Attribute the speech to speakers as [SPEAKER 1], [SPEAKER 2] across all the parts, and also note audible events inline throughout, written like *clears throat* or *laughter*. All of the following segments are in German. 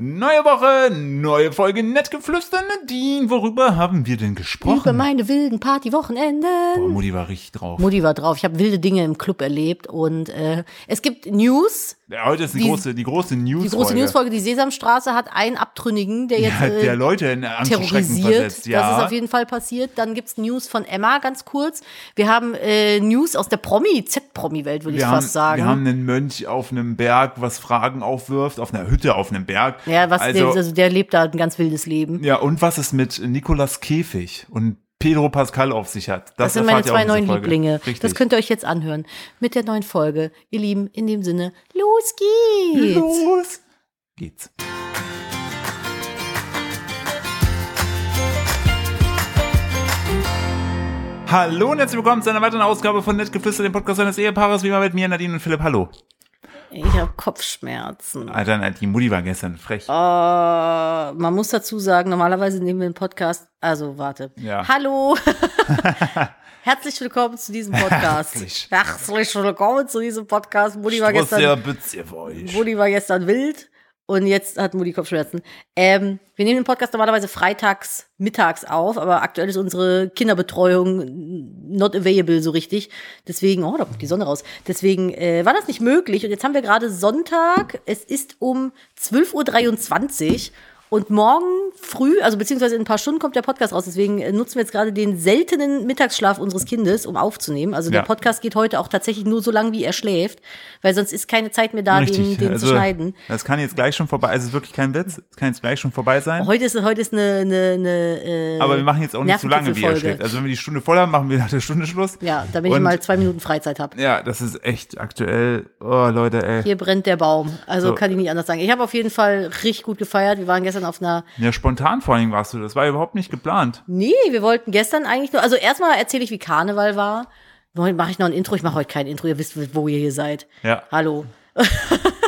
[SPEAKER 1] Neue Woche, neue Folge Nettgeflüster. Nadine, worüber haben wir denn
[SPEAKER 2] Über
[SPEAKER 1] gesprochen?
[SPEAKER 2] meine wilden
[SPEAKER 1] Boah,
[SPEAKER 2] Partywochenenden.
[SPEAKER 1] Mutti war richtig drauf.
[SPEAKER 2] Mutti war drauf. Ich habe wilde Dinge im Club erlebt und äh, es gibt News.
[SPEAKER 1] Ja, Heute ist die,
[SPEAKER 2] Die-
[SPEAKER 1] große, die große News.
[SPEAKER 2] Die große Newsfolge, die Sesamstraße hat einen Abtrünnigen, der jetzt
[SPEAKER 1] ja,
[SPEAKER 2] äh,
[SPEAKER 1] der Leute in Angst und Schrecken
[SPEAKER 2] terrorisiert.
[SPEAKER 1] versetzt. Ja.
[SPEAKER 2] Das ist auf jeden Fall passiert. Dann gibt's News von Emma, ganz kurz. Wir haben äh, News aus der Promi, Z-Promi-Welt, würde ich
[SPEAKER 1] wir haben,
[SPEAKER 2] fast sagen.
[SPEAKER 1] wir haben einen Mönch auf einem Berg, was Fragen aufwirft, auf einer Hütte auf einem Berg.
[SPEAKER 2] ja, was
[SPEAKER 1] also,
[SPEAKER 2] der, also der lebt da ein ganz wildes Leben.
[SPEAKER 1] ja, und was es mit Nicolas Käfig und Pedro Pascal auf sich hat.
[SPEAKER 2] Das,
[SPEAKER 1] Das,
[SPEAKER 2] sind meine
[SPEAKER 1] erfahrt ihr auch
[SPEAKER 2] zwei
[SPEAKER 1] in dieser
[SPEAKER 2] neuen
[SPEAKER 1] Folge.
[SPEAKER 2] Lieblinge.
[SPEAKER 1] Richtig.
[SPEAKER 2] Das könnt ihr euch jetzt anhören. Mit der neuen Folge. Ihr Lieben, in dem Sinne, los geht's.
[SPEAKER 1] Los geht's. Hallo und herzlich willkommen zu einer weiteren Ausgabe von Nettgeflüster, dem Podcast eines Ehepaares, wie immer mit mir, Nadine und Philipp. Hallo.
[SPEAKER 2] Ich habe Kopfschmerzen.
[SPEAKER 1] Alter, nein, die Mutti war gestern frech.
[SPEAKER 2] Oh, Äh, man muss dazu sagen, normalerweise nehmen wir einen Podcast. Also, warte.
[SPEAKER 1] Ja. *laughs*
[SPEAKER 2] Hallo. Herzlich willkommen zu diesem Podcast.
[SPEAKER 1] Herzlich.
[SPEAKER 2] Herzlich willkommen zu diesem Podcast. Mutti war,
[SPEAKER 1] Strauß
[SPEAKER 2] gestern,
[SPEAKER 1] der Bütze für euch.
[SPEAKER 2] Mutti war gestern wild und jetzt hat Mutti Kopfschmerzen. Ähm, wir nehmen den Podcast normalerweise freitags mittags auf, aber aktuell ist unsere Kinderbetreuung not available so richtig. Deswegen, oh, da kommt die Sonne raus. Deswegen äh, war das nicht möglich. Und jetzt haben wir gerade Sonntag. Es ist um 12.23 Uhr. Und morgen früh, also beziehungsweise in ein paar Stunden kommt der Podcast raus. Deswegen äh, nutzen wir jetzt gerade den seltenen Mittagsschlaf unseres Kindes, um aufzunehmen. Also
[SPEAKER 1] Ja.
[SPEAKER 2] der Podcast geht heute auch tatsächlich nur so lang, wie er schläft, weil sonst ist keine Zeit mehr da, den, den
[SPEAKER 1] also
[SPEAKER 2] zu schneiden.
[SPEAKER 1] das kann jetzt gleich schon vorbei, also es ist wirklich kein Witz, es kann jetzt gleich schon vorbei sein.
[SPEAKER 2] Heute ist, heute ist eine, eine, eine äh,
[SPEAKER 1] aber wir machen jetzt auch nicht zu lange, wie er
[SPEAKER 2] Nervenkitzelfolge.
[SPEAKER 1] schlägt. Also wenn wir die Stunde voll haben, machen wir nach der Stunde Schluss.
[SPEAKER 2] Ja, damit ich
[SPEAKER 1] Und-
[SPEAKER 2] mal zwei Minuten Freizeit habe.
[SPEAKER 1] Ja, das ist echt aktuell. Oh, Leute, ey.
[SPEAKER 2] Hier brennt der Baum. Also
[SPEAKER 1] So.
[SPEAKER 2] kann ich nicht anders sagen. Ich habe auf jeden Fall richtig gut gefeiert. Wir waren gestern auf einer
[SPEAKER 1] Ja, spontan vor allen Dingen warst du. Das war überhaupt nicht geplant.
[SPEAKER 2] Nee, wir wollten gestern eigentlich nur. Also erstmal erzähle ich, wie Karneval war. Heute mache ich noch ein Intro. Ich mache heute kein Intro. Ihr wisst, wo ihr hier seid.
[SPEAKER 1] Ja.
[SPEAKER 2] Hallo. *laughs*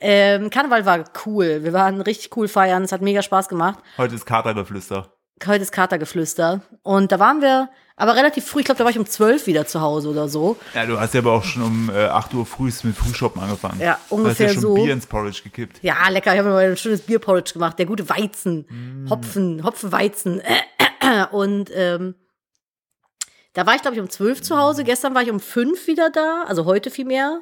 [SPEAKER 2] ähm, Karneval war cool. Wir waren richtig cool feiern. Es hat mega Spaß gemacht.
[SPEAKER 1] Heute ist Katergeflüster.
[SPEAKER 2] Heute ist Katergeflüster. Und da waren wir aber relativ früh. Ich glaube, da war ich um zwölf wieder zu Hause oder so.
[SPEAKER 1] Ja, du hast ja aber auch schon um äh, 8 Uhr früh mit Frühshoppen angefangen.
[SPEAKER 2] Ja, ungefähr
[SPEAKER 1] Du hast ja schon
[SPEAKER 2] so.
[SPEAKER 1] Bier ins Porridge gekippt.
[SPEAKER 2] Ja, lecker. Ich habe mir mal ein schönes Bierporridge gemacht. Der gute Weizen. Hopfen, Hopfenweizen. *clears throat* Und ähm, da war ich, glaube ich, um zwölf zu Hause. Gestern war ich um fünf wieder da. Also heute vielmehr.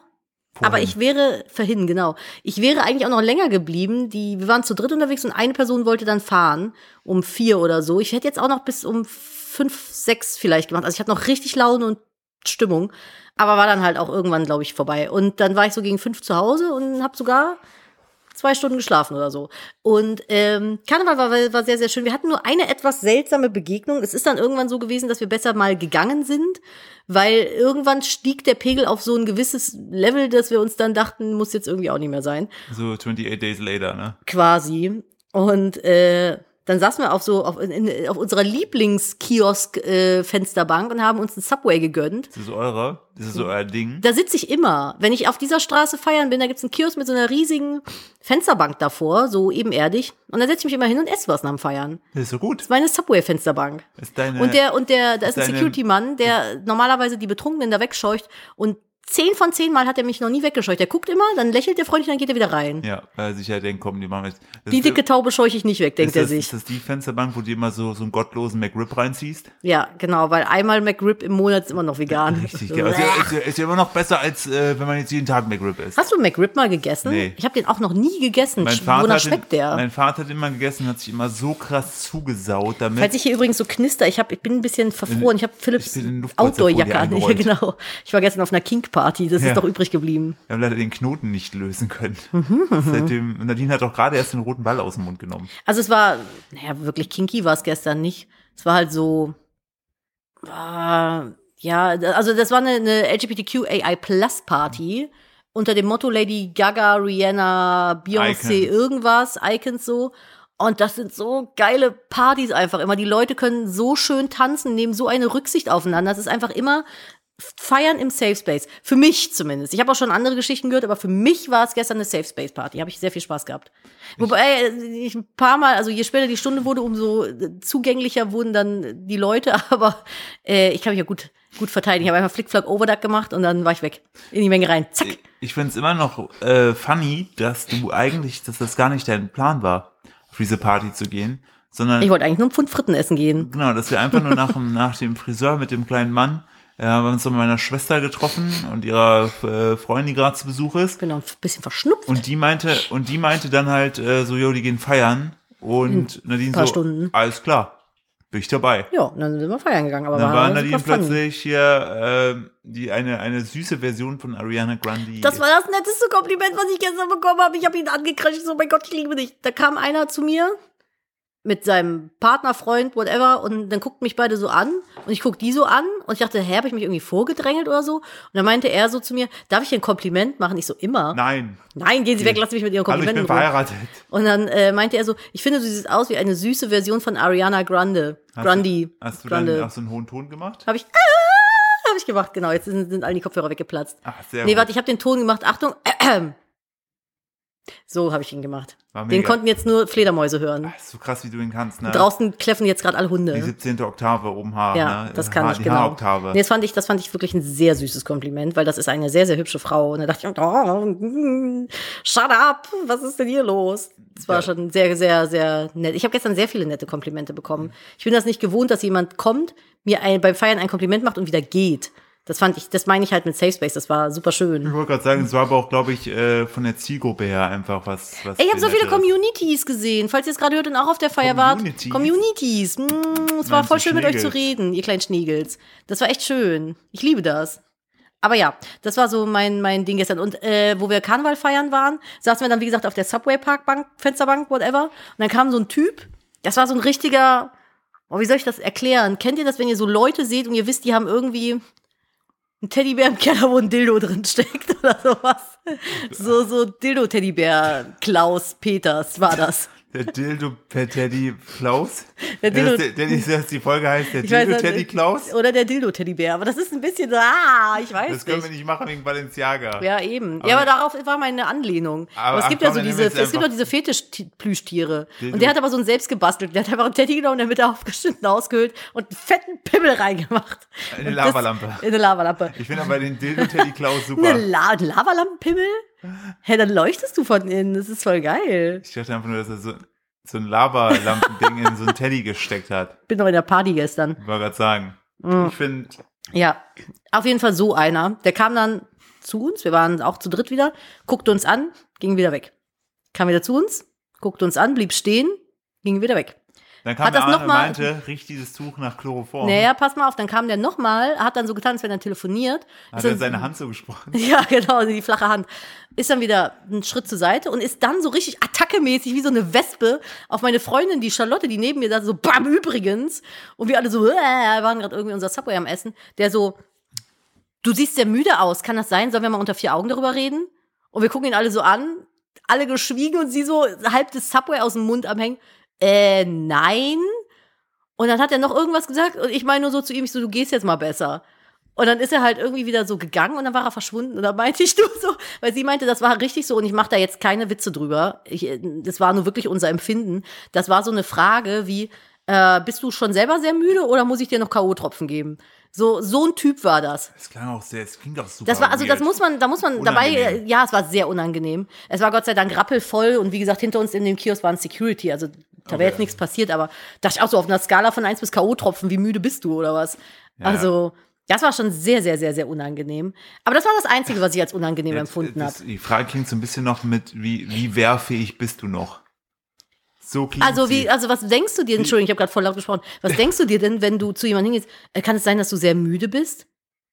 [SPEAKER 2] Aber
[SPEAKER 1] Vorhin.
[SPEAKER 2] ich wäre, vorhin, genau. Ich wäre eigentlich auch noch länger geblieben. Die, wir waren zu dritt unterwegs und eine Person wollte dann fahren. Um vier oder so. Ich hätte jetzt auch noch bis um fünf, sechs vielleicht gemacht. Also ich hatte noch richtig Laune und Stimmung. Aber war dann halt auch irgendwann, glaube ich, vorbei. Und dann war ich so gegen fünf zu Hause und habe sogar zwei Stunden geschlafen oder so. Und ähm, Karneval war, war sehr, sehr schön. Wir hatten nur eine etwas seltsame Begegnung. Es ist dann irgendwann so gewesen, dass wir besser mal gegangen sind, weil irgendwann stieg der Pegel auf so ein gewisses Level, dass wir uns dann dachten, muss jetzt irgendwie auch nicht mehr sein
[SPEAKER 1] So 28 Days later, ne?
[SPEAKER 2] quasi. Und äh, dann saßen wir auf so auf, in, auf unserer Lieblingskiosk-Fensterbank und haben uns ein Subway gegönnt.
[SPEAKER 1] Ist das eure? Ist das so euer Ding?
[SPEAKER 2] Da sitze ich immer. Wenn ich auf dieser Straße feiern bin, da gibt's einen Kiosk mit so einer riesigen Fensterbank davor, so ebenerdig. Und da setze ich mich immer hin und esse was nach dem Feiern.
[SPEAKER 1] Das ist so
[SPEAKER 2] Das
[SPEAKER 1] gut.
[SPEAKER 2] ist meine Subway-Fensterbank.
[SPEAKER 1] Ist deine,
[SPEAKER 2] Und der, und der, da ist ein
[SPEAKER 1] Deine-
[SPEAKER 2] Security-Mann, der normalerweise die Betrunkenen da wegscheucht. Und zehn von zehn Mal hat er mich noch nie weggescheucht. Der guckt immer, dann lächelt der freundlich, dann geht er wieder rein.
[SPEAKER 1] ja, weil er sich ja denkt, komm, die machen jetzt. Das
[SPEAKER 2] Die
[SPEAKER 1] ist-
[SPEAKER 2] dicke Taube scheuche ich nicht weg, denkt
[SPEAKER 1] ist das,
[SPEAKER 2] er sich.
[SPEAKER 1] Ist das die Fensterbank, wo du immer so, so einen gottlosen McRib reinziehst?
[SPEAKER 2] Ja, genau, weil einmal McRib im Monat ist immer noch vegan.
[SPEAKER 1] *laughs* Richtig, ja. also Ist, ja, ist, ja, ist ja immer noch besser, als äh, wenn man jetzt jeden Tag McRib isst.
[SPEAKER 2] Hast du McRib mal gegessen?
[SPEAKER 1] Nee.
[SPEAKER 2] Ich habe den auch noch nie gegessen.
[SPEAKER 1] Mein
[SPEAKER 2] Sch-
[SPEAKER 1] Vater,
[SPEAKER 2] Wonach
[SPEAKER 1] hat den-
[SPEAKER 2] schmeckt der?
[SPEAKER 1] mein Vater hat immer gegessen, hat sich immer so krass zugesaut damit.
[SPEAKER 2] Falls ich hier übrigens so knister, ich, hab, ich bin ein bisschen verfroren. Ich habe Philips
[SPEAKER 1] bin in den Luftpolster
[SPEAKER 2] Outdoor-Jacke an.
[SPEAKER 1] vorher
[SPEAKER 2] Ja, *laughs* genau. Ich war gestern auf einer Kink-Party. Das
[SPEAKER 1] Ja.
[SPEAKER 2] ist doch übrig geblieben.
[SPEAKER 1] Wir haben leider den Knoten nicht lösen können.
[SPEAKER 2] Mhm.
[SPEAKER 1] Seitdem, Nadine hat auch gerade erst den roten Ball aus dem Mund genommen.
[SPEAKER 2] Also es war, naja, wirklich kinky war es gestern nicht. Es war halt so, ah, ja, da- also das war eine, eine LGBTQAI-Plus-Party unter dem Motto Lady Gaga, Rihanna, Beyoncé,
[SPEAKER 1] Icons.
[SPEAKER 2] irgendwas, Icons so. Und das sind so geile Partys einfach immer. Die Leute können so schön tanzen, nehmen so eine Rücksicht aufeinander. Das ist einfach immer Feiern im Safe Space. Für mich zumindest. Ich habe auch schon andere Geschichten gehört, aber für mich war es gestern eine Safe Space Party. Habe ich sehr viel Spaß gehabt. Wobei äh, ich ein paar Mal, also je später die *laughs* Stunde wurde, umso äh, zugänglicher wurden dann die Leute. Aber äh, ich kann mich ja gut gut verteidigen. Ich habe einfach Flickflack Overduck gemacht und dann war ich weg. In die Menge rein. Zack.
[SPEAKER 1] Ich finde es immer noch äh, funny, dass du eigentlich, dass das gar nicht dein Plan war, auf diese Party zu gehen, sondern
[SPEAKER 2] Ich wollte eigentlich nur einen Pfund Fritten essen gehen.
[SPEAKER 1] genau, dass wir einfach nur nach dem, nach dem Friseur mit dem kleinen Mann äh, haben wir uns mit meiner Schwester getroffen und ihrer äh, Freundin, die gerade zu Besuch ist.
[SPEAKER 2] Bin noch ein bisschen verschnupft.
[SPEAKER 1] Und die meinte, und die meinte dann halt äh, so, jo, die gehen feiern. Und Nadine
[SPEAKER 2] paar
[SPEAKER 1] so,
[SPEAKER 2] Stunden.
[SPEAKER 1] alles klar, bin ich dabei.
[SPEAKER 2] ja, und dann sind wir feiern gegangen. Aber
[SPEAKER 1] Dann
[SPEAKER 2] war
[SPEAKER 1] war
[SPEAKER 2] super
[SPEAKER 1] Nadine
[SPEAKER 2] funny.
[SPEAKER 1] plötzlich hier ähm, die, eine, eine süße Version von Ariana Grande.
[SPEAKER 2] Das war das netteste Kompliment, was ich gestern bekommen habe. Ich habe ihn angekratzt, so, mein Gott, ich liebe dich. Da kam einer zu mir mit seinem Partner, Freund, whatever, und dann guckten mich beide so an und ich guck die so an und ich dachte, hä, habe ich mich irgendwie vorgedrängelt oder so? Und dann meinte er so zu mir, darf ich dir ein Kompliment machen? Ich so, immer.
[SPEAKER 1] Nein.
[SPEAKER 2] Nein, gehen Sie weg, lassen Sie mich mit Ihren
[SPEAKER 1] Hallo, Also ich bin
[SPEAKER 2] Komplimenten in Ruhe.
[SPEAKER 1] verheiratet.
[SPEAKER 2] Und dann äh, meinte er so, ich finde, du siehst aus wie eine süße Version von Ariana Grande.
[SPEAKER 1] Hast
[SPEAKER 2] Grandi.
[SPEAKER 1] Du, hast du dann
[SPEAKER 2] Grande.
[SPEAKER 1] auch so einen hohen Ton gemacht?
[SPEAKER 2] Habe ich, ah, hab ich gemacht, genau. Jetzt sind, sind all die Kopfhörer weggeplatzt.
[SPEAKER 1] Ach, Ah, sehr
[SPEAKER 2] Nee,
[SPEAKER 1] gut.
[SPEAKER 2] warte, ich habe den Ton gemacht. Achtung. *clears throat* So habe ich ihn gemacht.
[SPEAKER 1] War
[SPEAKER 2] Den
[SPEAKER 1] mega.
[SPEAKER 2] konnten jetzt nur Fledermäuse hören.
[SPEAKER 1] Ach, Ah, ist so krass, wie du ihn kannst, ne?
[SPEAKER 2] Draußen kläffen jetzt gerade alle
[SPEAKER 1] Die
[SPEAKER 2] Hunde.
[SPEAKER 1] 17. Oktave oben Haar,
[SPEAKER 2] Ja,
[SPEAKER 1] ne?
[SPEAKER 2] das kann
[SPEAKER 1] Haar,
[SPEAKER 2] ich
[SPEAKER 1] die
[SPEAKER 2] genau.
[SPEAKER 1] Haaroktave.
[SPEAKER 2] Nee, das fand ich, das fand ich wirklich ein sehr süßes Kompliment, weil das ist eine sehr sehr hübsche Frau und da dachte ich, oh, mm, shut up, was ist denn hier los? Das war
[SPEAKER 1] Ja.
[SPEAKER 2] schon sehr sehr sehr nett. Ich habe gestern sehr viele nette Komplimente
[SPEAKER 1] Mhm.
[SPEAKER 2] bekommen. Ich bin das nicht gewohnt, dass jemand kommt, mir ein, beim Feiern ein Kompliment macht und wieder geht. Das fand ich, das meine ich halt mit Safe Space, das war super schön.
[SPEAKER 1] Ich wollte gerade sagen, es war aber auch, glaube ich, äh, von der Zielgruppe her einfach was. was
[SPEAKER 2] Ey, ich habe so viele
[SPEAKER 1] Netteres.
[SPEAKER 2] Communities gesehen. Falls ihr es gerade hört und auch auf der Feier wart.
[SPEAKER 1] Communities?
[SPEAKER 2] Communities. Mm, es war
[SPEAKER 1] Meinst
[SPEAKER 2] voll
[SPEAKER 1] du
[SPEAKER 2] schön, mit euch zu
[SPEAKER 1] Schnegels?
[SPEAKER 2] reden, ihr kleinen Schnegels. Das war echt schön. Ich liebe das. Aber ja, das war so mein, mein Ding gestern. Und äh, wo wir Karneval feiern waren, saßen wir dann, wie gesagt, auf der Subway-Parkbank, Fensterbank, whatever. Und dann kam so ein Typ, das war so ein richtiger, oh, wie soll ich das erklären? Kennt ihr das, wenn ihr so Leute seht und ihr wisst, die haben irgendwie einen Teddybär im Keller, wo ein Dildo drin steckt *laughs* oder sowas? So, so Dildo-Teddybär Klaus Peters war das.
[SPEAKER 1] Der Dildo per Teddy Klaus.
[SPEAKER 2] *laughs* Der Dildo-
[SPEAKER 1] Äh, das- der, der, das die Folge heißt der
[SPEAKER 2] Ich weiß
[SPEAKER 1] Dildo
[SPEAKER 2] nicht.
[SPEAKER 1] Teddy Klaus.
[SPEAKER 2] Oder der Dildo-Teddybär. Aber das ist ein bisschen so, ah, ich weiß
[SPEAKER 1] Das können wir
[SPEAKER 2] nicht.
[SPEAKER 1] nicht machen wegen Balenciaga.
[SPEAKER 2] Ja, eben.
[SPEAKER 1] Aber-
[SPEAKER 2] ja, aber darauf war meine Anlehnung.
[SPEAKER 1] Aber
[SPEAKER 2] Aber, es
[SPEAKER 1] ach
[SPEAKER 2] gibt
[SPEAKER 1] komm,
[SPEAKER 2] ja so
[SPEAKER 1] dann nehmen
[SPEAKER 2] diese,
[SPEAKER 1] wir jetzt
[SPEAKER 2] es gibt
[SPEAKER 1] einfach-
[SPEAKER 2] auch diese Fetisch-Plüschtiere.
[SPEAKER 1] Dildo.
[SPEAKER 2] Und der hat aber so einen selbst gebastelt. Der hat einfach einen Teddy genommen, der mit der aufgeschnitten ausgehöhlt und einen fetten Pimmel reingemacht.
[SPEAKER 1] Eine
[SPEAKER 2] Und
[SPEAKER 1] Lavalampe.
[SPEAKER 2] Das, in eine Lavalampe.
[SPEAKER 1] Ich finde aber den Dildo Teddy Klaus
[SPEAKER 2] Eine
[SPEAKER 1] super.
[SPEAKER 2] La ein Lavalampenpimmel? Hä, dann leuchtest du von innen. Das ist voll geil.
[SPEAKER 1] Ich dachte einfach nur, dass er so, so ein Lavalampending in so ein Teddy gesteckt hat.
[SPEAKER 2] Ich bin noch in der Party gestern.
[SPEAKER 1] Ich wollte gerade sagen.
[SPEAKER 2] Hm.
[SPEAKER 1] Ich finde,
[SPEAKER 2] Ja, auf jeden Fall so einer. Der kam dann zu uns, wir waren auch zu dritt wieder, guckte uns an, ging wieder weg. Kam wieder zu uns, guckte uns an, blieb stehen, ging wieder weg.
[SPEAKER 1] dann kam
[SPEAKER 2] Hat
[SPEAKER 1] der
[SPEAKER 2] das
[SPEAKER 1] Arne
[SPEAKER 2] noch
[SPEAKER 1] und
[SPEAKER 2] mal-
[SPEAKER 1] meinte, riecht dieses Tuch nach Chloroform.
[SPEAKER 2] Naja, pass mal auf, dann kam der nochmal, hat dann so getan, als wenn er telefoniert.
[SPEAKER 1] hat
[SPEAKER 2] Ist
[SPEAKER 1] er
[SPEAKER 2] dann-
[SPEAKER 1] seine Hand so gesprochen.
[SPEAKER 2] *laughs* Ja, genau, die flache Hand. Ist dann wieder einen Schritt zur Seite und ist dann so richtig attackemäßig wie so eine Wespe auf meine Freundin, die Charlotte, die neben mir saß, so bam, übrigens. Und wir alle so, äh, waren gerade irgendwie unser Subway am Essen, der so, du siehst sehr müde aus, kann das sein? Sollen wir mal unter vier Augen darüber reden? Und wir gucken ihn alle so an, alle geschwiegen und sie so halb das Subway aus dem Mund am Hängen. Äh, nein. Und dann hat er noch irgendwas gesagt und ich meine nur so zu ihm, ich so, du gehst jetzt mal besser. Und dann ist er halt irgendwie wieder so gegangen und dann war er verschwunden. Und dann meinte ich nur so, weil sie meinte, das war richtig so und ich mache da jetzt keine Witze drüber. Ich, äh, das war nur wirklich unser Empfinden. Das war so eine Frage wie, äh, bist du schon selber sehr müde oder muss ich dir noch K.O.-Tropfen geben? So, so ein Typ war das.
[SPEAKER 1] Das klang auch sehr, es klingt auch super.
[SPEAKER 2] Das war, also das
[SPEAKER 1] weird.
[SPEAKER 2] muss man, da muss man dabei, äh,
[SPEAKER 1] Unangenehm.
[SPEAKER 2] ja, es war sehr unangenehm. Es war Gott sei Dank rappelvoll und wie gesagt, hinter uns in dem Kiosk waren Security, also da
[SPEAKER 1] Okay.
[SPEAKER 2] wäre jetzt nichts passiert, aber dachte ich auch so auf einer Skala von 1 bis K.O.-Tropfen, wie müde bist du oder was? Also, das war schon sehr, sehr, sehr, sehr unangenehm. Aber das war das Einzige, was ich als unangenehm
[SPEAKER 1] *laughs* Jetzt,
[SPEAKER 2] empfunden habe.
[SPEAKER 1] das- Die Frage klingt so ein bisschen noch mit, wie, wie wehrfähig bist du noch? So klingt
[SPEAKER 2] Also,
[SPEAKER 1] sie.
[SPEAKER 2] wie, also, was denkst du dir, Entschuldigung, ich habe gerade voll laut gesprochen, was denkst du dir denn, wenn du zu jemandem hingehst, äh, kann es sein, dass du sehr müde bist?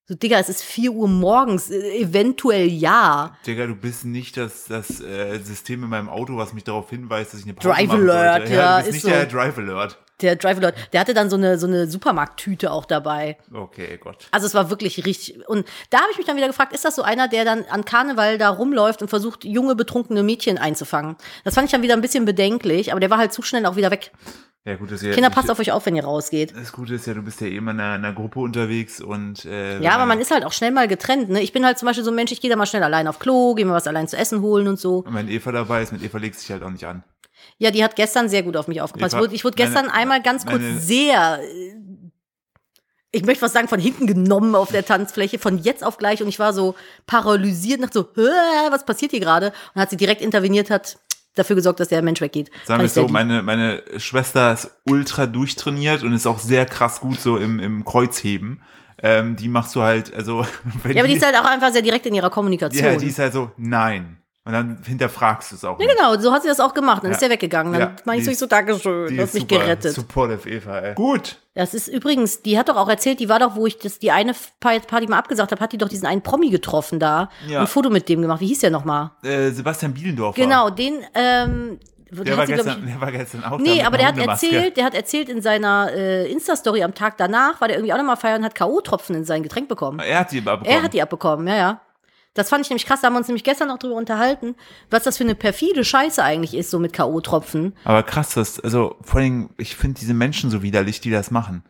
[SPEAKER 2] So, Digga, es ist 4 Uhr morgens, äh, eventuell ja.
[SPEAKER 1] Digga, du bist nicht das, das äh, System in meinem Auto, was mich darauf hinweist, dass ich eine Pause
[SPEAKER 2] Drive
[SPEAKER 1] machen sollte.
[SPEAKER 2] Alert,
[SPEAKER 1] ja,
[SPEAKER 2] ja,
[SPEAKER 1] du bist
[SPEAKER 2] ist
[SPEAKER 1] nicht
[SPEAKER 2] so.
[SPEAKER 1] der Drive Alert.
[SPEAKER 2] Der Driver Lord, der hatte dann so eine, so eine Supermarkttüte auch dabei.
[SPEAKER 1] Okay, Gott.
[SPEAKER 2] Also es war wirklich richtig. Und da habe ich mich dann wieder gefragt, ist das so einer, der dann an Karneval da rumläuft und versucht, junge, betrunkene Mädchen einzufangen? Das fand ich dann wieder ein bisschen bedenklich, aber der war halt zu schnell auch wieder weg.
[SPEAKER 1] Ja, gut, dass ihr,
[SPEAKER 2] Kinder, passt auf euch auf, wenn ihr rausgeht.
[SPEAKER 1] Das Gute ist ja, du bist ja eh immer in einer, in einer Gruppe unterwegs und äh,
[SPEAKER 2] Ja, aber man ist halt auch schnell mal getrennt. Ne? Ich bin halt zum Beispiel so ein Mensch, ich gehe da mal schnell allein auf Klo, gehe mir was allein zu essen holen und so.
[SPEAKER 1] Und wenn Eva dabei ist, mit Eva legst du dich halt auch nicht an.
[SPEAKER 2] Ja, die hat gestern sehr gut auf mich aufgepasst.
[SPEAKER 1] Eva,
[SPEAKER 2] ich wurde, ich wurde
[SPEAKER 1] meine-
[SPEAKER 2] gestern einmal ganz kurz
[SPEAKER 1] meine-
[SPEAKER 2] sehr äh, ich möchte was sagen, von hinten genommen auf der Tanzfläche, von jetzt auf gleich. Und ich war so paralysiert, dachte so, "Hä, was passiert hier gerade? Und hat sie direkt interveniert, hat dafür gesorgt, dass der Mensch weggeht.
[SPEAKER 1] Sagen wir
[SPEAKER 2] Fand ich
[SPEAKER 1] es
[SPEAKER 2] sehr
[SPEAKER 1] so,
[SPEAKER 2] lieb.
[SPEAKER 1] meine, meine Schwester ist ultra durchtrainiert und ist auch sehr krass gut so im, im Kreuzheben. Ähm, die machst du halt, also *laughs* wenn
[SPEAKER 2] ja, aber die ist halt auch einfach sehr direkt in ihrer Kommunikation.
[SPEAKER 1] ja, die ist halt so, nein. Und dann hinterfragst du es auch.
[SPEAKER 2] Ja,
[SPEAKER 1] nicht.
[SPEAKER 2] genau, so hat sie das auch gemacht. Dann
[SPEAKER 1] Ja.
[SPEAKER 2] ist er weggegangen. Dann
[SPEAKER 1] Ja, die
[SPEAKER 2] meine ich so, ich
[SPEAKER 1] ist-
[SPEAKER 2] so, Dankeschön,
[SPEAKER 1] Die
[SPEAKER 2] du hast
[SPEAKER 1] ist
[SPEAKER 2] mich
[SPEAKER 1] super
[SPEAKER 2] gerettet.
[SPEAKER 1] Supportive Eva, ey. Gut.
[SPEAKER 2] Das ist übrigens, die hat doch auch erzählt, die war doch, wo ich das, die eine Pa- Party mal abgesagt habe, hat die doch diesen einen Promi getroffen da
[SPEAKER 1] Ja.
[SPEAKER 2] und ein Foto mit dem gemacht. Wie hieß der nochmal?
[SPEAKER 1] Äh, Sebastian Bielendorfer.
[SPEAKER 2] Genau, den, ähm,
[SPEAKER 1] Der war,
[SPEAKER 2] hat sie, glaub
[SPEAKER 1] gestern, der war gestern auch da
[SPEAKER 2] Nee,
[SPEAKER 1] mit
[SPEAKER 2] aber
[SPEAKER 1] einer
[SPEAKER 2] der hat
[SPEAKER 1] Hundemaske.
[SPEAKER 2] erzählt, der hat erzählt in seiner äh, Insta-Story am Tag danach, war der irgendwie auch nochmal feiern und hat K.O.-Tropfen in sein Getränk bekommen.
[SPEAKER 1] Er hat die aber bekommen.
[SPEAKER 2] Er hat die abbekommen, ja, ja. Das fand ich nämlich krass, da haben wir uns nämlich gestern noch drüber unterhalten, was das für eine perfide Scheiße eigentlich ist, so mit K.O.-Tropfen.
[SPEAKER 1] aber krass, das, also vor allem, ich finde diese Menschen so widerlich, die das machen.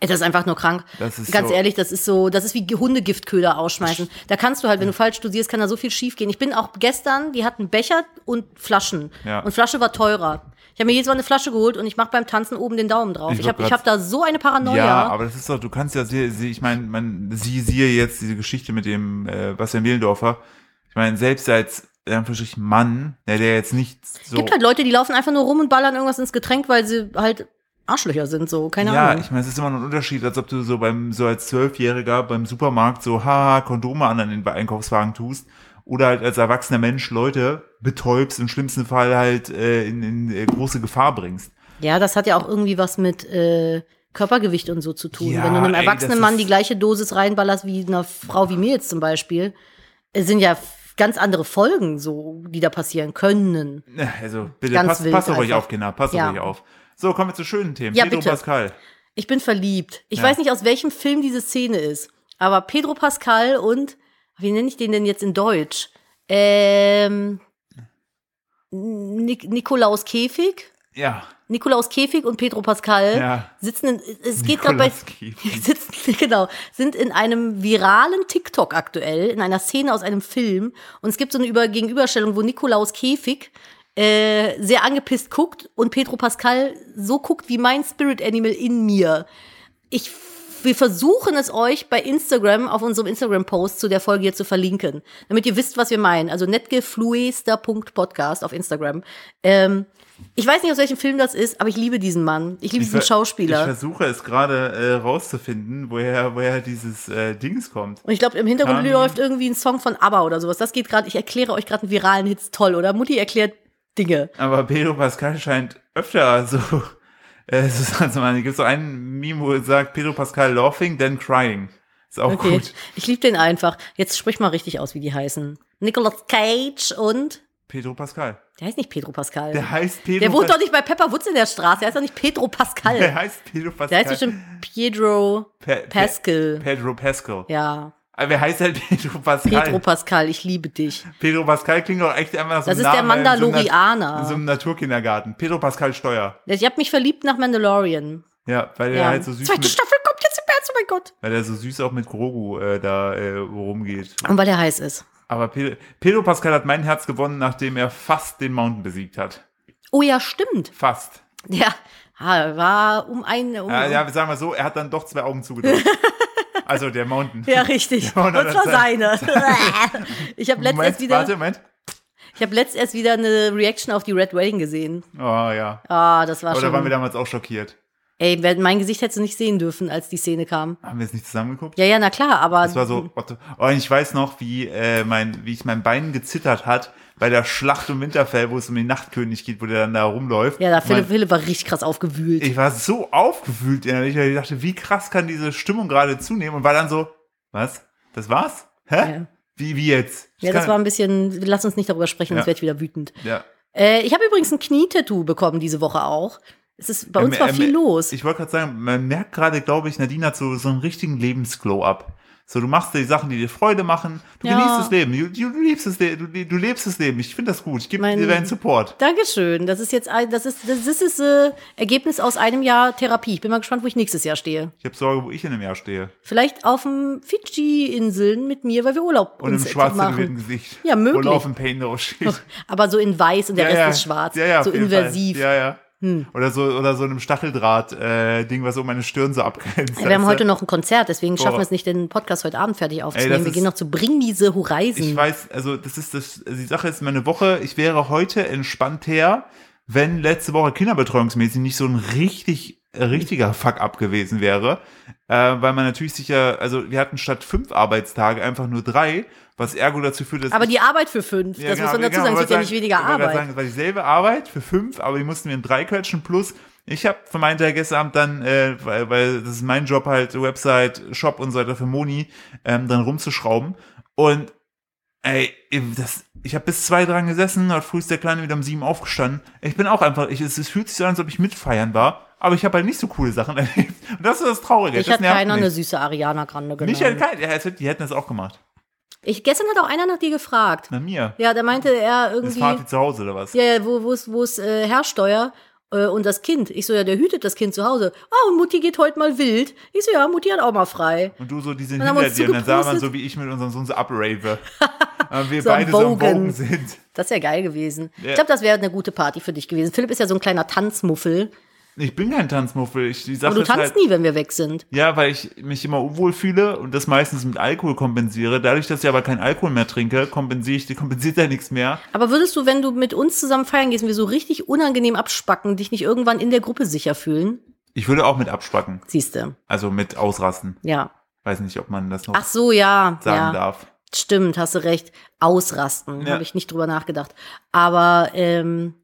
[SPEAKER 2] Ey, Das ist einfach nur krank.
[SPEAKER 1] Das ist
[SPEAKER 2] Ganz
[SPEAKER 1] so-
[SPEAKER 2] ehrlich, das ist so, das ist wie Hundegiftköder ausschmeißen. Da kannst du halt, wenn du falsch dosierst, kann da so viel schief gehen. Ich bin auch gestern, die hatten Becher und Flaschen.
[SPEAKER 1] Ja.
[SPEAKER 2] Und Flasche war teurer. Ich habe mir jedes Mal eine Flasche geholt und ich mache beim Tanzen oben den Daumen drauf.
[SPEAKER 1] Ich
[SPEAKER 2] Ich,
[SPEAKER 1] wollt
[SPEAKER 2] habe
[SPEAKER 1] grad-
[SPEAKER 2] hab da so eine Paranoia.
[SPEAKER 1] Ja, aber das ist doch, du kannst ja, sie, sie, ich meine, man, sie, siehe jetzt diese Geschichte mit dem äh, Bastian Bielendorfer. Ich meine, selbst als in Anführungsstrichen Mann, der, der jetzt nicht so.
[SPEAKER 2] gibt halt Leute, die laufen einfach nur rum und ballern irgendwas ins Getränk, weil sie halt Arschlöcher sind, so, keine
[SPEAKER 1] ja,
[SPEAKER 2] Ahnung.
[SPEAKER 1] ich meine, es ist immer noch ein Unterschied, als ob du so beim, so als Zwölfjähriger beim Supermarkt so, haha, Kondome an den Einkaufswagen tust. Oder halt als erwachsener Mensch Leute betäubst, im schlimmsten Fall halt äh, in, in äh, große Gefahr bringst.
[SPEAKER 2] Ja, das hat ja auch irgendwie was mit äh, Körpergewicht und so zu tun.
[SPEAKER 1] Ja,
[SPEAKER 2] Wenn du einem
[SPEAKER 1] ey, das
[SPEAKER 2] erwachsenen Mann
[SPEAKER 1] ist-
[SPEAKER 2] die gleiche Dosis reinballerst wie einer Frau wie mir jetzt zum Beispiel, es sind ja f- ganz andere Folgen, so, die da passieren können.
[SPEAKER 1] Ne, Also bitte,
[SPEAKER 2] Ganz
[SPEAKER 1] passt
[SPEAKER 2] wild
[SPEAKER 1] pass auf euch
[SPEAKER 2] einfach.
[SPEAKER 1] auf, Kinder, passt
[SPEAKER 2] Ja.
[SPEAKER 1] auf euch auf. So, kommen wir zu schönen Themen.
[SPEAKER 2] Ja,
[SPEAKER 1] Pedro
[SPEAKER 2] bitte.
[SPEAKER 1] Pascal.
[SPEAKER 2] Ich bin verliebt. Ich
[SPEAKER 1] Ja.
[SPEAKER 2] weiß nicht, aus welchem Film diese Szene ist, aber Pedro Pascal und, wie nenne ich den denn jetzt in Deutsch? Ähm, Nik Nikolaus Käfig?
[SPEAKER 1] Ja,
[SPEAKER 2] Nikolaus Käfig und Pedro Pascal
[SPEAKER 1] Ja.
[SPEAKER 2] sitzen in, es Äh, geht gerade bei
[SPEAKER 1] Nikolaus Käfig.
[SPEAKER 2] sitzen, genau, sind in einem viralen TikTok aktuell, in einer Szene aus einem Film und es gibt so eine Über Gegenüberstellung, wo Nikolaus Käfig äh, sehr angepisst guckt und Pedro Pascal so guckt wie mein Spirit Animal in mir. Ich wir versuchen es euch bei Instagram auf unserem Instagram-Post zu der Folge hier zu verlinken, damit ihr wisst, was wir meinen. Also netgefluester.podcast auf Instagram. Ähm, ich weiß nicht, aus welchem Film das ist, aber ich liebe diesen Mann. Ich liebe
[SPEAKER 1] Ich
[SPEAKER 2] diesen
[SPEAKER 1] ver- Ich
[SPEAKER 2] Schauspieler.
[SPEAKER 1] versuche es gerade äh, rauszufinden, woher, woher dieses äh, Dings kommt.
[SPEAKER 2] Und ich glaube, im Hintergrund
[SPEAKER 1] Dann-
[SPEAKER 2] läuft irgendwie ein Song von ABBA oder sowas. Das geht gerade, ich erkläre euch gerade einen viralen Hits toll, oder? Mutti erklärt Dinge.
[SPEAKER 1] Aber Pedro Pascal scheint öfter so. *laughs* Äh, so sagen sie mal, gibt so einen Meme, wo es sagt Pedro Pascal laughing, then crying. Ist auch
[SPEAKER 2] Okay.
[SPEAKER 1] gut.
[SPEAKER 2] Ich liebe den einfach. Jetzt sprich mal richtig aus, wie die heißen. Nicolas Cage und
[SPEAKER 1] Pedro Pascal.
[SPEAKER 2] der heißt nicht Pedro Pascal.
[SPEAKER 1] Der heißt Pedro
[SPEAKER 2] Also, Der wohnt
[SPEAKER 1] Pas-
[SPEAKER 2] doch nicht bei Pepper Woods in der Straße. Der heißt doch nicht Pedro Pascal.
[SPEAKER 1] *laughs* Der heißt Pedro Pascal.
[SPEAKER 2] Der heißt bestimmt Pedro
[SPEAKER 1] Pe- Pe-
[SPEAKER 2] Pascal.
[SPEAKER 1] Pedro Pascal.
[SPEAKER 2] ja,
[SPEAKER 1] Aber wer heißt halt *laughs* Pedro Pascal?
[SPEAKER 2] Pedro
[SPEAKER 1] Pedro,
[SPEAKER 2] Pascal, ich liebe dich.
[SPEAKER 1] Pascal klingt doch echt einfach nach so
[SPEAKER 2] Das
[SPEAKER 1] einem
[SPEAKER 2] ist der
[SPEAKER 1] Namen, äh, in so einem Nat-
[SPEAKER 2] Mandalorianer.
[SPEAKER 1] In so einem Naturkindergarten. Pedro Pascal Steuer.
[SPEAKER 2] Ich habe mich verliebt nach Mandalorian.
[SPEAKER 1] Ja, weil der
[SPEAKER 2] Ja.
[SPEAKER 1] halt so süß
[SPEAKER 2] Zweite
[SPEAKER 1] mit,
[SPEAKER 2] Staffel kommt jetzt im März, oh mein Gott.
[SPEAKER 1] weil der so süß auch mit Grogu äh, da äh, rumgeht.
[SPEAKER 2] Und weil er heiß ist.
[SPEAKER 1] Aber Pedro, Pedro Pascal hat mein Herz gewonnen, nachdem er fast den Mountain besiegt hat.
[SPEAKER 2] Oh ja, stimmt.
[SPEAKER 1] Fast.
[SPEAKER 2] *laughs* Ja, ah, er war um ein. Um,
[SPEAKER 1] Ja, ja, sagen wir so, er hat dann doch zwei Augen zugedrückt. also der Mountain.
[SPEAKER 2] *laughs* Ja, richtig.
[SPEAKER 1] Ja, und
[SPEAKER 2] und
[SPEAKER 1] dann
[SPEAKER 2] zwar
[SPEAKER 1] hat er-
[SPEAKER 2] seine. *laughs* ich habe letztens
[SPEAKER 1] Moment,
[SPEAKER 2] erst wieder,
[SPEAKER 1] warte, Moment.
[SPEAKER 2] ich habe letztens erst wieder eine Reaction auf die Red Wedding gesehen.
[SPEAKER 1] Oh ja.
[SPEAKER 2] Ah, das war
[SPEAKER 1] Oder waren wir
[SPEAKER 2] schon.
[SPEAKER 1] damals auch schockiert?
[SPEAKER 2] Ey, wer- mein Gesicht hättest du nicht sehen dürfen, als die Szene kam.
[SPEAKER 1] Haben wir es nicht zusammengeguckt?
[SPEAKER 2] Ja, ja, na klar, aber
[SPEAKER 1] Das war so, what the- oh, und ich weiß noch, wie, äh, mein, wie ich mein Bein gezittert hat bei der Schlacht um Winterfell, wo es um den Nachtkönig geht, wo der dann da rumläuft.
[SPEAKER 2] Ja, da
[SPEAKER 1] Und mein-
[SPEAKER 2] Philipp, Philipp war richtig krass aufgewühlt.
[SPEAKER 1] ich war so aufgewühlt innerlich, weil ich dachte, wie krass kann diese Stimmung gerade zunehmen und war dann so, was? Das war's? Hä?
[SPEAKER 2] Ja.
[SPEAKER 1] Wie, wie jetzt?
[SPEAKER 2] ja, das war ein bisschen, lass uns nicht darüber sprechen,
[SPEAKER 1] Ja.
[SPEAKER 2] sonst werde ich wieder wütend.
[SPEAKER 1] ja.
[SPEAKER 2] Äh, ich habe übrigens ein Knietattoo bekommen diese Woche auch. Es ist, bei uns
[SPEAKER 1] Ähm,
[SPEAKER 2] war
[SPEAKER 1] ähm,
[SPEAKER 2] viel los.
[SPEAKER 1] Ich wollte gerade sagen, man merkt gerade, glaube ich, Nadine hat so, so einen richtigen Lebensglow-up. So, du machst die Sachen, die dir Freude machen. Du
[SPEAKER 2] Ja.
[SPEAKER 1] genießt das Leben. Du, du, du, liebst das Le du, du lebst das Leben. Ich finde das gut. Ich gebe
[SPEAKER 2] Mein-
[SPEAKER 1] dir deinen Support.
[SPEAKER 2] Dankeschön. Das ist jetzt ein, das ist, das ist das äh, Ergebnis aus einem Jahr Therapie. Ich bin mal gespannt, wo ich nächstes Jahr stehe.
[SPEAKER 1] Ich habe Sorge, wo ich in einem Jahr stehe.
[SPEAKER 2] Vielleicht auf dem Fidschi-Inseln mit mir, weil wir Urlaub
[SPEAKER 1] Und
[SPEAKER 2] uns
[SPEAKER 1] im schwarz tätowierten
[SPEAKER 2] machen.
[SPEAKER 1] Gesicht.
[SPEAKER 2] Ja,
[SPEAKER 1] Wo
[SPEAKER 2] möglich.
[SPEAKER 1] Laufen Pain drauf steht.
[SPEAKER 2] Aber so in weiß und *laughs* der Rest ist schwarz.
[SPEAKER 1] Ja, ja, auf
[SPEAKER 2] so Hm.
[SPEAKER 1] jeden Fall.
[SPEAKER 2] inversiv.
[SPEAKER 1] Ja, ja. Oder so, oder so einem Stacheldraht-Ding, was um meine Stirn so abgrenzt.
[SPEAKER 2] Wir haben
[SPEAKER 1] weißt du?
[SPEAKER 2] heute noch ein Konzert, deswegen schaffen
[SPEAKER 1] Boah.
[SPEAKER 2] wir es nicht, den Podcast heute Abend fertig aufzunehmen.
[SPEAKER 1] das
[SPEAKER 2] wir gehen
[SPEAKER 1] ist-
[SPEAKER 2] noch zu Bring diese
[SPEAKER 1] Ich
[SPEAKER 2] Horizon.
[SPEAKER 1] weiß, also das ist das, also die Sache ist meine Woche, ich wäre heute entspannt her, wenn letzte Woche kinderbetreuungsmäßig nicht so ein richtig äh, richtiger Fuck-up gewesen wäre, äh, weil man natürlich sicher, also wir hatten statt fünf Arbeitstage einfach nur drei, was ergo dazu führt, dass
[SPEAKER 2] Aber
[SPEAKER 1] ich-
[SPEAKER 2] die Arbeit für fünf, das muss man dazu sagen, es
[SPEAKER 1] wollte
[SPEAKER 2] wird ja nicht weniger
[SPEAKER 1] ich wollte gerade
[SPEAKER 2] Arbeit.
[SPEAKER 1] genau, Sagen, es war dieselbe Arbeit für fünf, aber die mussten wir in drei quetschen plus. Ich habe für meinen Teil gestern Abend dann, äh, weil, weil das ist mein Job halt, Website, Shop und so weiter für Moni, ähm, dann rumzuschrauben. Und ey, das, ich habe bis zwei dran gesessen, heute früh ist der Kleine wieder um sieben aufgestanden. Ich bin auch einfach, ich, es, es fühlt sich so an, als ob ich mitfeiern war, aber ich habe halt nicht so coole Sachen *laughs* erlebt. Und das ist das Traurige.
[SPEAKER 2] Ich
[SPEAKER 1] das
[SPEAKER 2] hatte
[SPEAKER 1] nervt
[SPEAKER 2] keiner
[SPEAKER 1] mich.
[SPEAKER 2] eine süße Ariana Grande genommen.
[SPEAKER 1] Nicht halt kein, ja, es hätte- die hätten das auch gemacht.
[SPEAKER 2] ich, gestern hat auch einer nach dir gefragt.
[SPEAKER 1] Na mir.
[SPEAKER 2] Ja, da meinte er
[SPEAKER 1] Das
[SPEAKER 2] irgendwie,
[SPEAKER 1] Party zu Hause oder was?
[SPEAKER 2] ja, ja, wo wo ist wo ist äh, Herrsteuer äh, und das Kind. Ich so, ja, der hütet das Kind zu Hause. Ah, und Mutti geht heute mal wild. Ich so, ja, Mutti hat auch mal frei.
[SPEAKER 1] Und du so, die sind
[SPEAKER 2] Und haben
[SPEAKER 1] hinter
[SPEAKER 2] uns
[SPEAKER 1] dir. Und dann sah man
[SPEAKER 2] zugeprustet.
[SPEAKER 1] so, wie ich mit unserem Sohn so
[SPEAKER 2] *laughs*
[SPEAKER 1] uprave. Weil wir
[SPEAKER 2] So am
[SPEAKER 1] beide so am
[SPEAKER 2] Bogen.
[SPEAKER 1] Bogen sind.
[SPEAKER 2] Das ist ja geil gewesen.
[SPEAKER 1] Ja.
[SPEAKER 2] Ich glaube, das wäre eine gute Party für dich gewesen. Philipp ist ja so ein kleiner Tanzmuffel.
[SPEAKER 1] Ich bin kein Tanzmuffel. Ich, die Sache
[SPEAKER 2] Aber du
[SPEAKER 1] ist
[SPEAKER 2] tanzt
[SPEAKER 1] halt,
[SPEAKER 2] nie, wenn wir weg sind.
[SPEAKER 1] Ja, weil ich mich immer unwohl fühle und das meistens mit Alkohol kompensiere. Dadurch, dass ich aber keinen Alkohol mehr trinke, kompensiere ich, kompensiert ja nichts mehr.
[SPEAKER 2] Aber würdest du, wenn du mit uns zusammen feiern gehst und wir so richtig unangenehm abspacken, dich nicht irgendwann in der Gruppe sicher fühlen?
[SPEAKER 1] Ich würde auch mit abspacken.
[SPEAKER 2] Siehste,
[SPEAKER 1] Also mit ausrasten.
[SPEAKER 2] ja.
[SPEAKER 1] Weiß nicht, ob man das noch
[SPEAKER 2] Ach so, ja.
[SPEAKER 1] sagen
[SPEAKER 2] ja.
[SPEAKER 1] darf.
[SPEAKER 2] Stimmt, hast du recht. Ausrasten,
[SPEAKER 1] Ja.
[SPEAKER 2] habe ich nicht drüber nachgedacht. Aber ähm,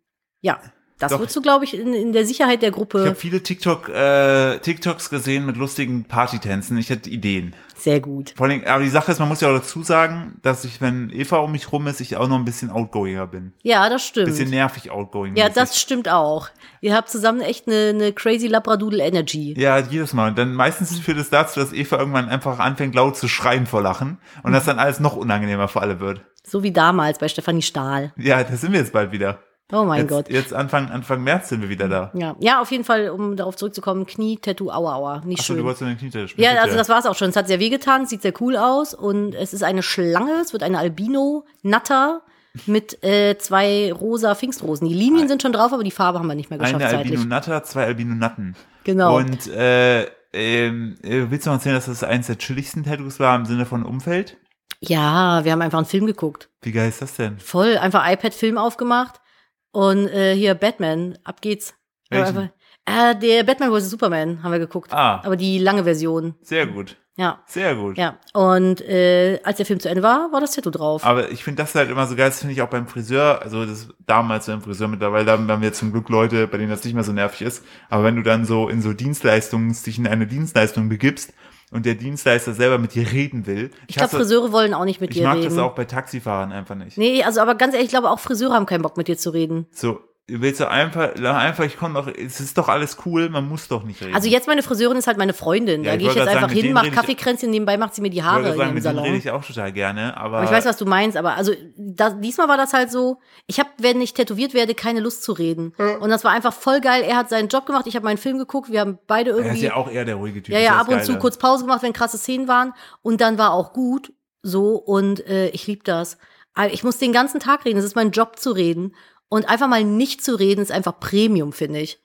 [SPEAKER 2] ja, das
[SPEAKER 1] Doch.
[SPEAKER 2] würdest du, glaube ich, in, in der Sicherheit der
[SPEAKER 1] Ich habe
[SPEAKER 2] Gruppe
[SPEAKER 1] viele TikTok, äh, TikToks gesehen mit lustigen Partytänzen. Ich hätte Ideen.
[SPEAKER 2] sehr gut.
[SPEAKER 1] Vor allem, aber die Sache ist, man muss ja auch dazu sagen, dass ich, wenn Eva um mich rum ist, ich auch noch ein bisschen outgoinger bin.
[SPEAKER 2] Ja, das stimmt.
[SPEAKER 1] bisschen nervig outgoing.
[SPEAKER 2] ja,
[SPEAKER 1] mäßig.
[SPEAKER 2] das stimmt auch. Ihr habt zusammen echt eine, eine crazy Labradoodle Energy.
[SPEAKER 1] Ja, jedes Mal. Und dann meistens führt es dazu, dass Eva irgendwann einfach anfängt, laut zu schreien vor Lachen und
[SPEAKER 2] Mhm.
[SPEAKER 1] das dann alles noch unangenehmer für alle wird.
[SPEAKER 2] So wie damals bei Stefanie Stahl.
[SPEAKER 1] Ja, da sind wir jetzt bald wieder.
[SPEAKER 2] Oh mein
[SPEAKER 1] jetzt,
[SPEAKER 2] Gott.
[SPEAKER 1] Jetzt Anfang, Anfang März sind wir wieder da.
[SPEAKER 2] Ja. ja, auf jeden Fall, um darauf zurückzukommen, Knie, Tattoo, aua, aua. Nicht
[SPEAKER 1] Achso,
[SPEAKER 2] schön.
[SPEAKER 1] du wolltest in den Knietisch.
[SPEAKER 2] Ja, also das war's auch schon. Es hat sehr wehgetan, es sieht sehr cool aus und es ist eine Schlange, es wird eine Albino-Natter mit äh, zwei rosa Pfingstrosen. Die Linien sind schon drauf, aber die Farbe haben wir nicht mehr geschafft
[SPEAKER 1] Eine
[SPEAKER 2] zeitlich.
[SPEAKER 1] Albino-Natter, zwei Albino-Natten.
[SPEAKER 2] Genau.
[SPEAKER 1] Und äh, ähm, äh, willst du noch erzählen, dass das eins der chilligsten Tattoos war im Sinne von Umfeld?
[SPEAKER 2] Ja, wir haben einfach einen Film geguckt.
[SPEAKER 1] Wie geil ist das denn?
[SPEAKER 2] Voll, einfach iPad-Film aufgemacht und äh, hier Batman, ab geht's. Aber
[SPEAKER 1] Welchen?
[SPEAKER 2] einfach- Äh, der Batman vs. Superman haben wir geguckt.
[SPEAKER 1] Ah.
[SPEAKER 2] Aber die lange Version.
[SPEAKER 1] Sehr gut.
[SPEAKER 2] Ja.
[SPEAKER 1] Sehr gut.
[SPEAKER 2] Ja. Und äh, als der Film zu Ende war, war das Tattoo drauf.
[SPEAKER 1] Aber ich finde das halt immer so geil, das finde ich auch beim Friseur, also das damals beim Friseur, mittlerweile haben haben wir zum Glück Leute, bei denen das nicht mehr so nervig ist, aber wenn du dann so in so Dienstleistungen, dich in eine Dienstleistung begibst und der Dienstleister selber mit dir reden will,
[SPEAKER 2] ich glaube, Friseure wollen auch nicht mit
[SPEAKER 1] ich
[SPEAKER 2] dir
[SPEAKER 1] mag
[SPEAKER 2] reden.
[SPEAKER 1] das auch bei Taxifahrern einfach nicht.
[SPEAKER 2] Nee, also aber ganz ehrlich, ich glaube auch Friseure haben keinen Bock mit dir zu reden.
[SPEAKER 1] So, willst du einfach, lach einfach, ich komme doch, es ist doch alles cool, man muss doch nicht reden.
[SPEAKER 2] Also jetzt meine Friseurin ist halt meine Freundin.
[SPEAKER 1] Ja,
[SPEAKER 2] da
[SPEAKER 1] ich
[SPEAKER 2] gehe ich
[SPEAKER 1] wollte
[SPEAKER 2] jetzt
[SPEAKER 1] gerade
[SPEAKER 2] einfach
[SPEAKER 1] sagen, mit
[SPEAKER 2] hin,
[SPEAKER 1] denen
[SPEAKER 2] mache
[SPEAKER 1] rede ich-
[SPEAKER 2] Kaffeekränzchen nebenbei, macht sie mir die
[SPEAKER 1] ich
[SPEAKER 2] Haare
[SPEAKER 1] würde sagen,
[SPEAKER 2] in
[SPEAKER 1] mit
[SPEAKER 2] ihrem
[SPEAKER 1] denen
[SPEAKER 2] Salon.
[SPEAKER 1] rede ich auch total gerne, aber,
[SPEAKER 2] aber ich weiß, was du meinst, aber also da, diesmal war das halt so, ich habe, wenn ich tätowiert werde, keine Lust zu reden. Und das war einfach voll geil. Er hat seinen Job gemacht, ich habe meinen Film geguckt, wir haben beide
[SPEAKER 1] er ist
[SPEAKER 2] irgendwie
[SPEAKER 1] ja auch eher der ruhige Typ.
[SPEAKER 2] ja,
[SPEAKER 1] ist
[SPEAKER 2] ja,
[SPEAKER 1] das
[SPEAKER 2] ab und zu
[SPEAKER 1] Geile.
[SPEAKER 2] kurz Pause gemacht, wenn krasse Szenen waren. Und dann war auch gut so und äh, ich lieb das. Aber ich muss den ganzen Tag reden, es ist mein Job zu reden. Und einfach mal nicht zu reden, ist einfach Premium, finde ich.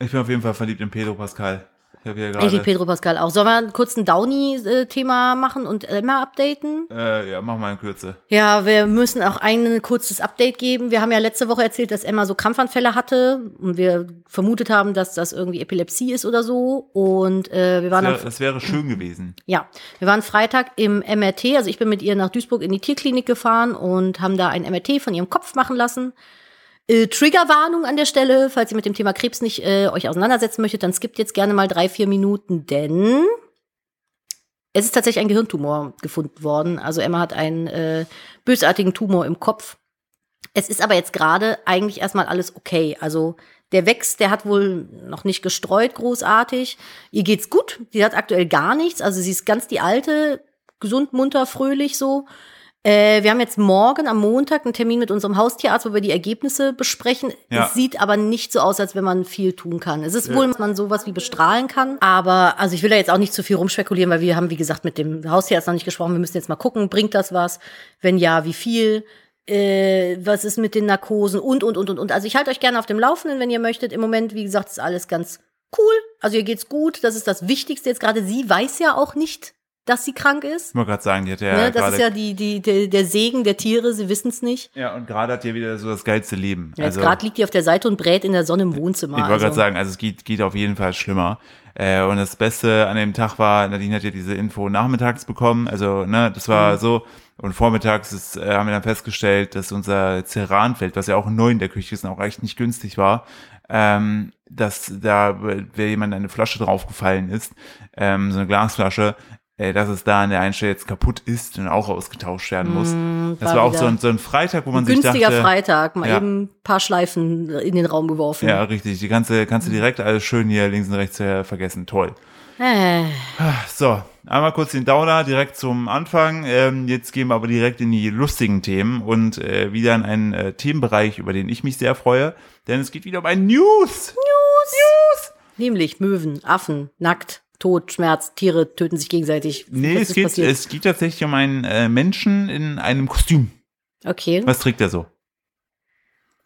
[SPEAKER 1] Ich bin auf jeden Fall verliebt in Pedro Pascal. Ich habe hier
[SPEAKER 2] Ich liebe
[SPEAKER 1] gerade,
[SPEAKER 2] Pedro Pascal auch. Sollen wir einen kurzen Downy-Thema machen und Elmar updaten?
[SPEAKER 1] äh, ja, mach mal in Kürze.
[SPEAKER 2] Ja, wir müssen auch ein kurzes Update geben. Wir haben ja letzte Woche erzählt, dass Emma so Krampfanfälle hatte und wir vermutet haben, dass das irgendwie Epilepsie ist oder so. Und äh, wir waren
[SPEAKER 1] Das
[SPEAKER 2] am
[SPEAKER 1] wäre, das wäre schön gewesen.
[SPEAKER 2] Ja, wir waren Freitag im MRT, also ich bin mit ihr nach Duisburg in die Tierklinik gefahren und haben da ein MRT von ihrem Kopf machen lassen. Äh, Triggerwarnung an der Stelle, falls ihr mit dem Thema Krebs nicht äh, euch auseinandersetzen möchtet, dann skippt jetzt gerne mal drei, vier Minuten, denn es ist tatsächlich ein Gehirntumor gefunden worden. Also Emma hat einen äh, bösartigen Tumor im Kopf. Es ist aber jetzt gerade eigentlich erstmal alles okay. Also der wächst, der hat wohl noch nicht gestreut großartig. Ihr geht's gut, die hat aktuell gar nichts. Also sie ist ganz die alte, gesund, munter, fröhlich so. Äh, wir haben jetzt morgen am Montag einen Termin mit unserem Haustierarzt, wo wir die Ergebnisse besprechen.
[SPEAKER 1] Ja.
[SPEAKER 2] Es sieht aber nicht so aus, als wenn man viel tun kann. Es ist
[SPEAKER 1] Ja.
[SPEAKER 2] wohl, dass man sowas wie bestrahlen kann. Aber also ich will da jetzt auch nicht zu viel rumspekulieren, weil wir haben, wie gesagt, mit dem Haustierarzt noch nicht gesprochen. Wir müssen jetzt mal gucken, bringt das was? Wenn ja, wie viel? äh, was ist mit den Narkosen und, und, und, und, und. Also ich halte euch gerne auf dem Laufenden, wenn ihr möchtet. Im Moment, wie gesagt, ist alles ganz cool. Also ihr geht's gut. Das ist das Wichtigste jetzt gerade. Sie weiß ja auch nicht, dass sie krank ist.
[SPEAKER 1] Ich wollte gerade sagen, die hat ja,
[SPEAKER 2] ne? Das
[SPEAKER 1] gerade.
[SPEAKER 2] ist ja die, die, der- der Segen der Tiere. Sie wissen's nicht.
[SPEAKER 1] ja, und gerade hat ihr wieder so das geilste Leben.
[SPEAKER 2] Ja, jetzt gerade liegt die auf der Seite und brät in der Sonne im Wohnzimmer.
[SPEAKER 1] Also Ich wollte gerade
[SPEAKER 2] also.
[SPEAKER 1] sagen, also es geht, geht auf jeden Fall schlimmer. Äh, und das Beste an dem Tag war, Nadine hat ja diese Info nachmittags bekommen. Also, ne, das war
[SPEAKER 2] Mhm.
[SPEAKER 1] so. Und vormittags ist, äh, haben wir dann festgestellt, dass unser Ceranfeld, was ja auch neu in der Küche ist und auch echt nicht günstig war, ähm, dass da wäre jemand eine Flasche draufgefallen ist, ähm, so eine Glasflasche, äh, dass es da an der einen Stelle jetzt kaputt ist und auch ausgetauscht werden muss.
[SPEAKER 2] Mm,
[SPEAKER 1] das war auch
[SPEAKER 2] wieder
[SPEAKER 1] so ein, so ein Freitag, wo man sich dachte.
[SPEAKER 2] günstiger Freitag. Mal
[SPEAKER 1] Ja.
[SPEAKER 2] eben ein paar Schleifen in den Raum geworfen.
[SPEAKER 1] Ja, richtig. Die ganze, kannst du
[SPEAKER 2] Mhm.
[SPEAKER 1] direkt alles schön hier links und rechts äh, vergessen. Toll.
[SPEAKER 2] Äh,
[SPEAKER 1] So, einmal kurz den Downer direkt zum Anfang. Ähm, jetzt gehen wir aber direkt in die lustigen Themen und äh, wieder in einen äh, Themenbereich, über den ich mich sehr freue, denn es geht wieder um ein News.
[SPEAKER 2] nämlich Möwen, Affen, nackt, Tod, Schmerz, Tiere töten sich gegenseitig.
[SPEAKER 1] Nee,
[SPEAKER 2] Was
[SPEAKER 1] es
[SPEAKER 2] ist
[SPEAKER 1] geht,
[SPEAKER 2] passiert?
[SPEAKER 1] es geht tatsächlich um einen äh, Menschen in einem Kostüm.
[SPEAKER 2] Okay,
[SPEAKER 1] Was trägt er so?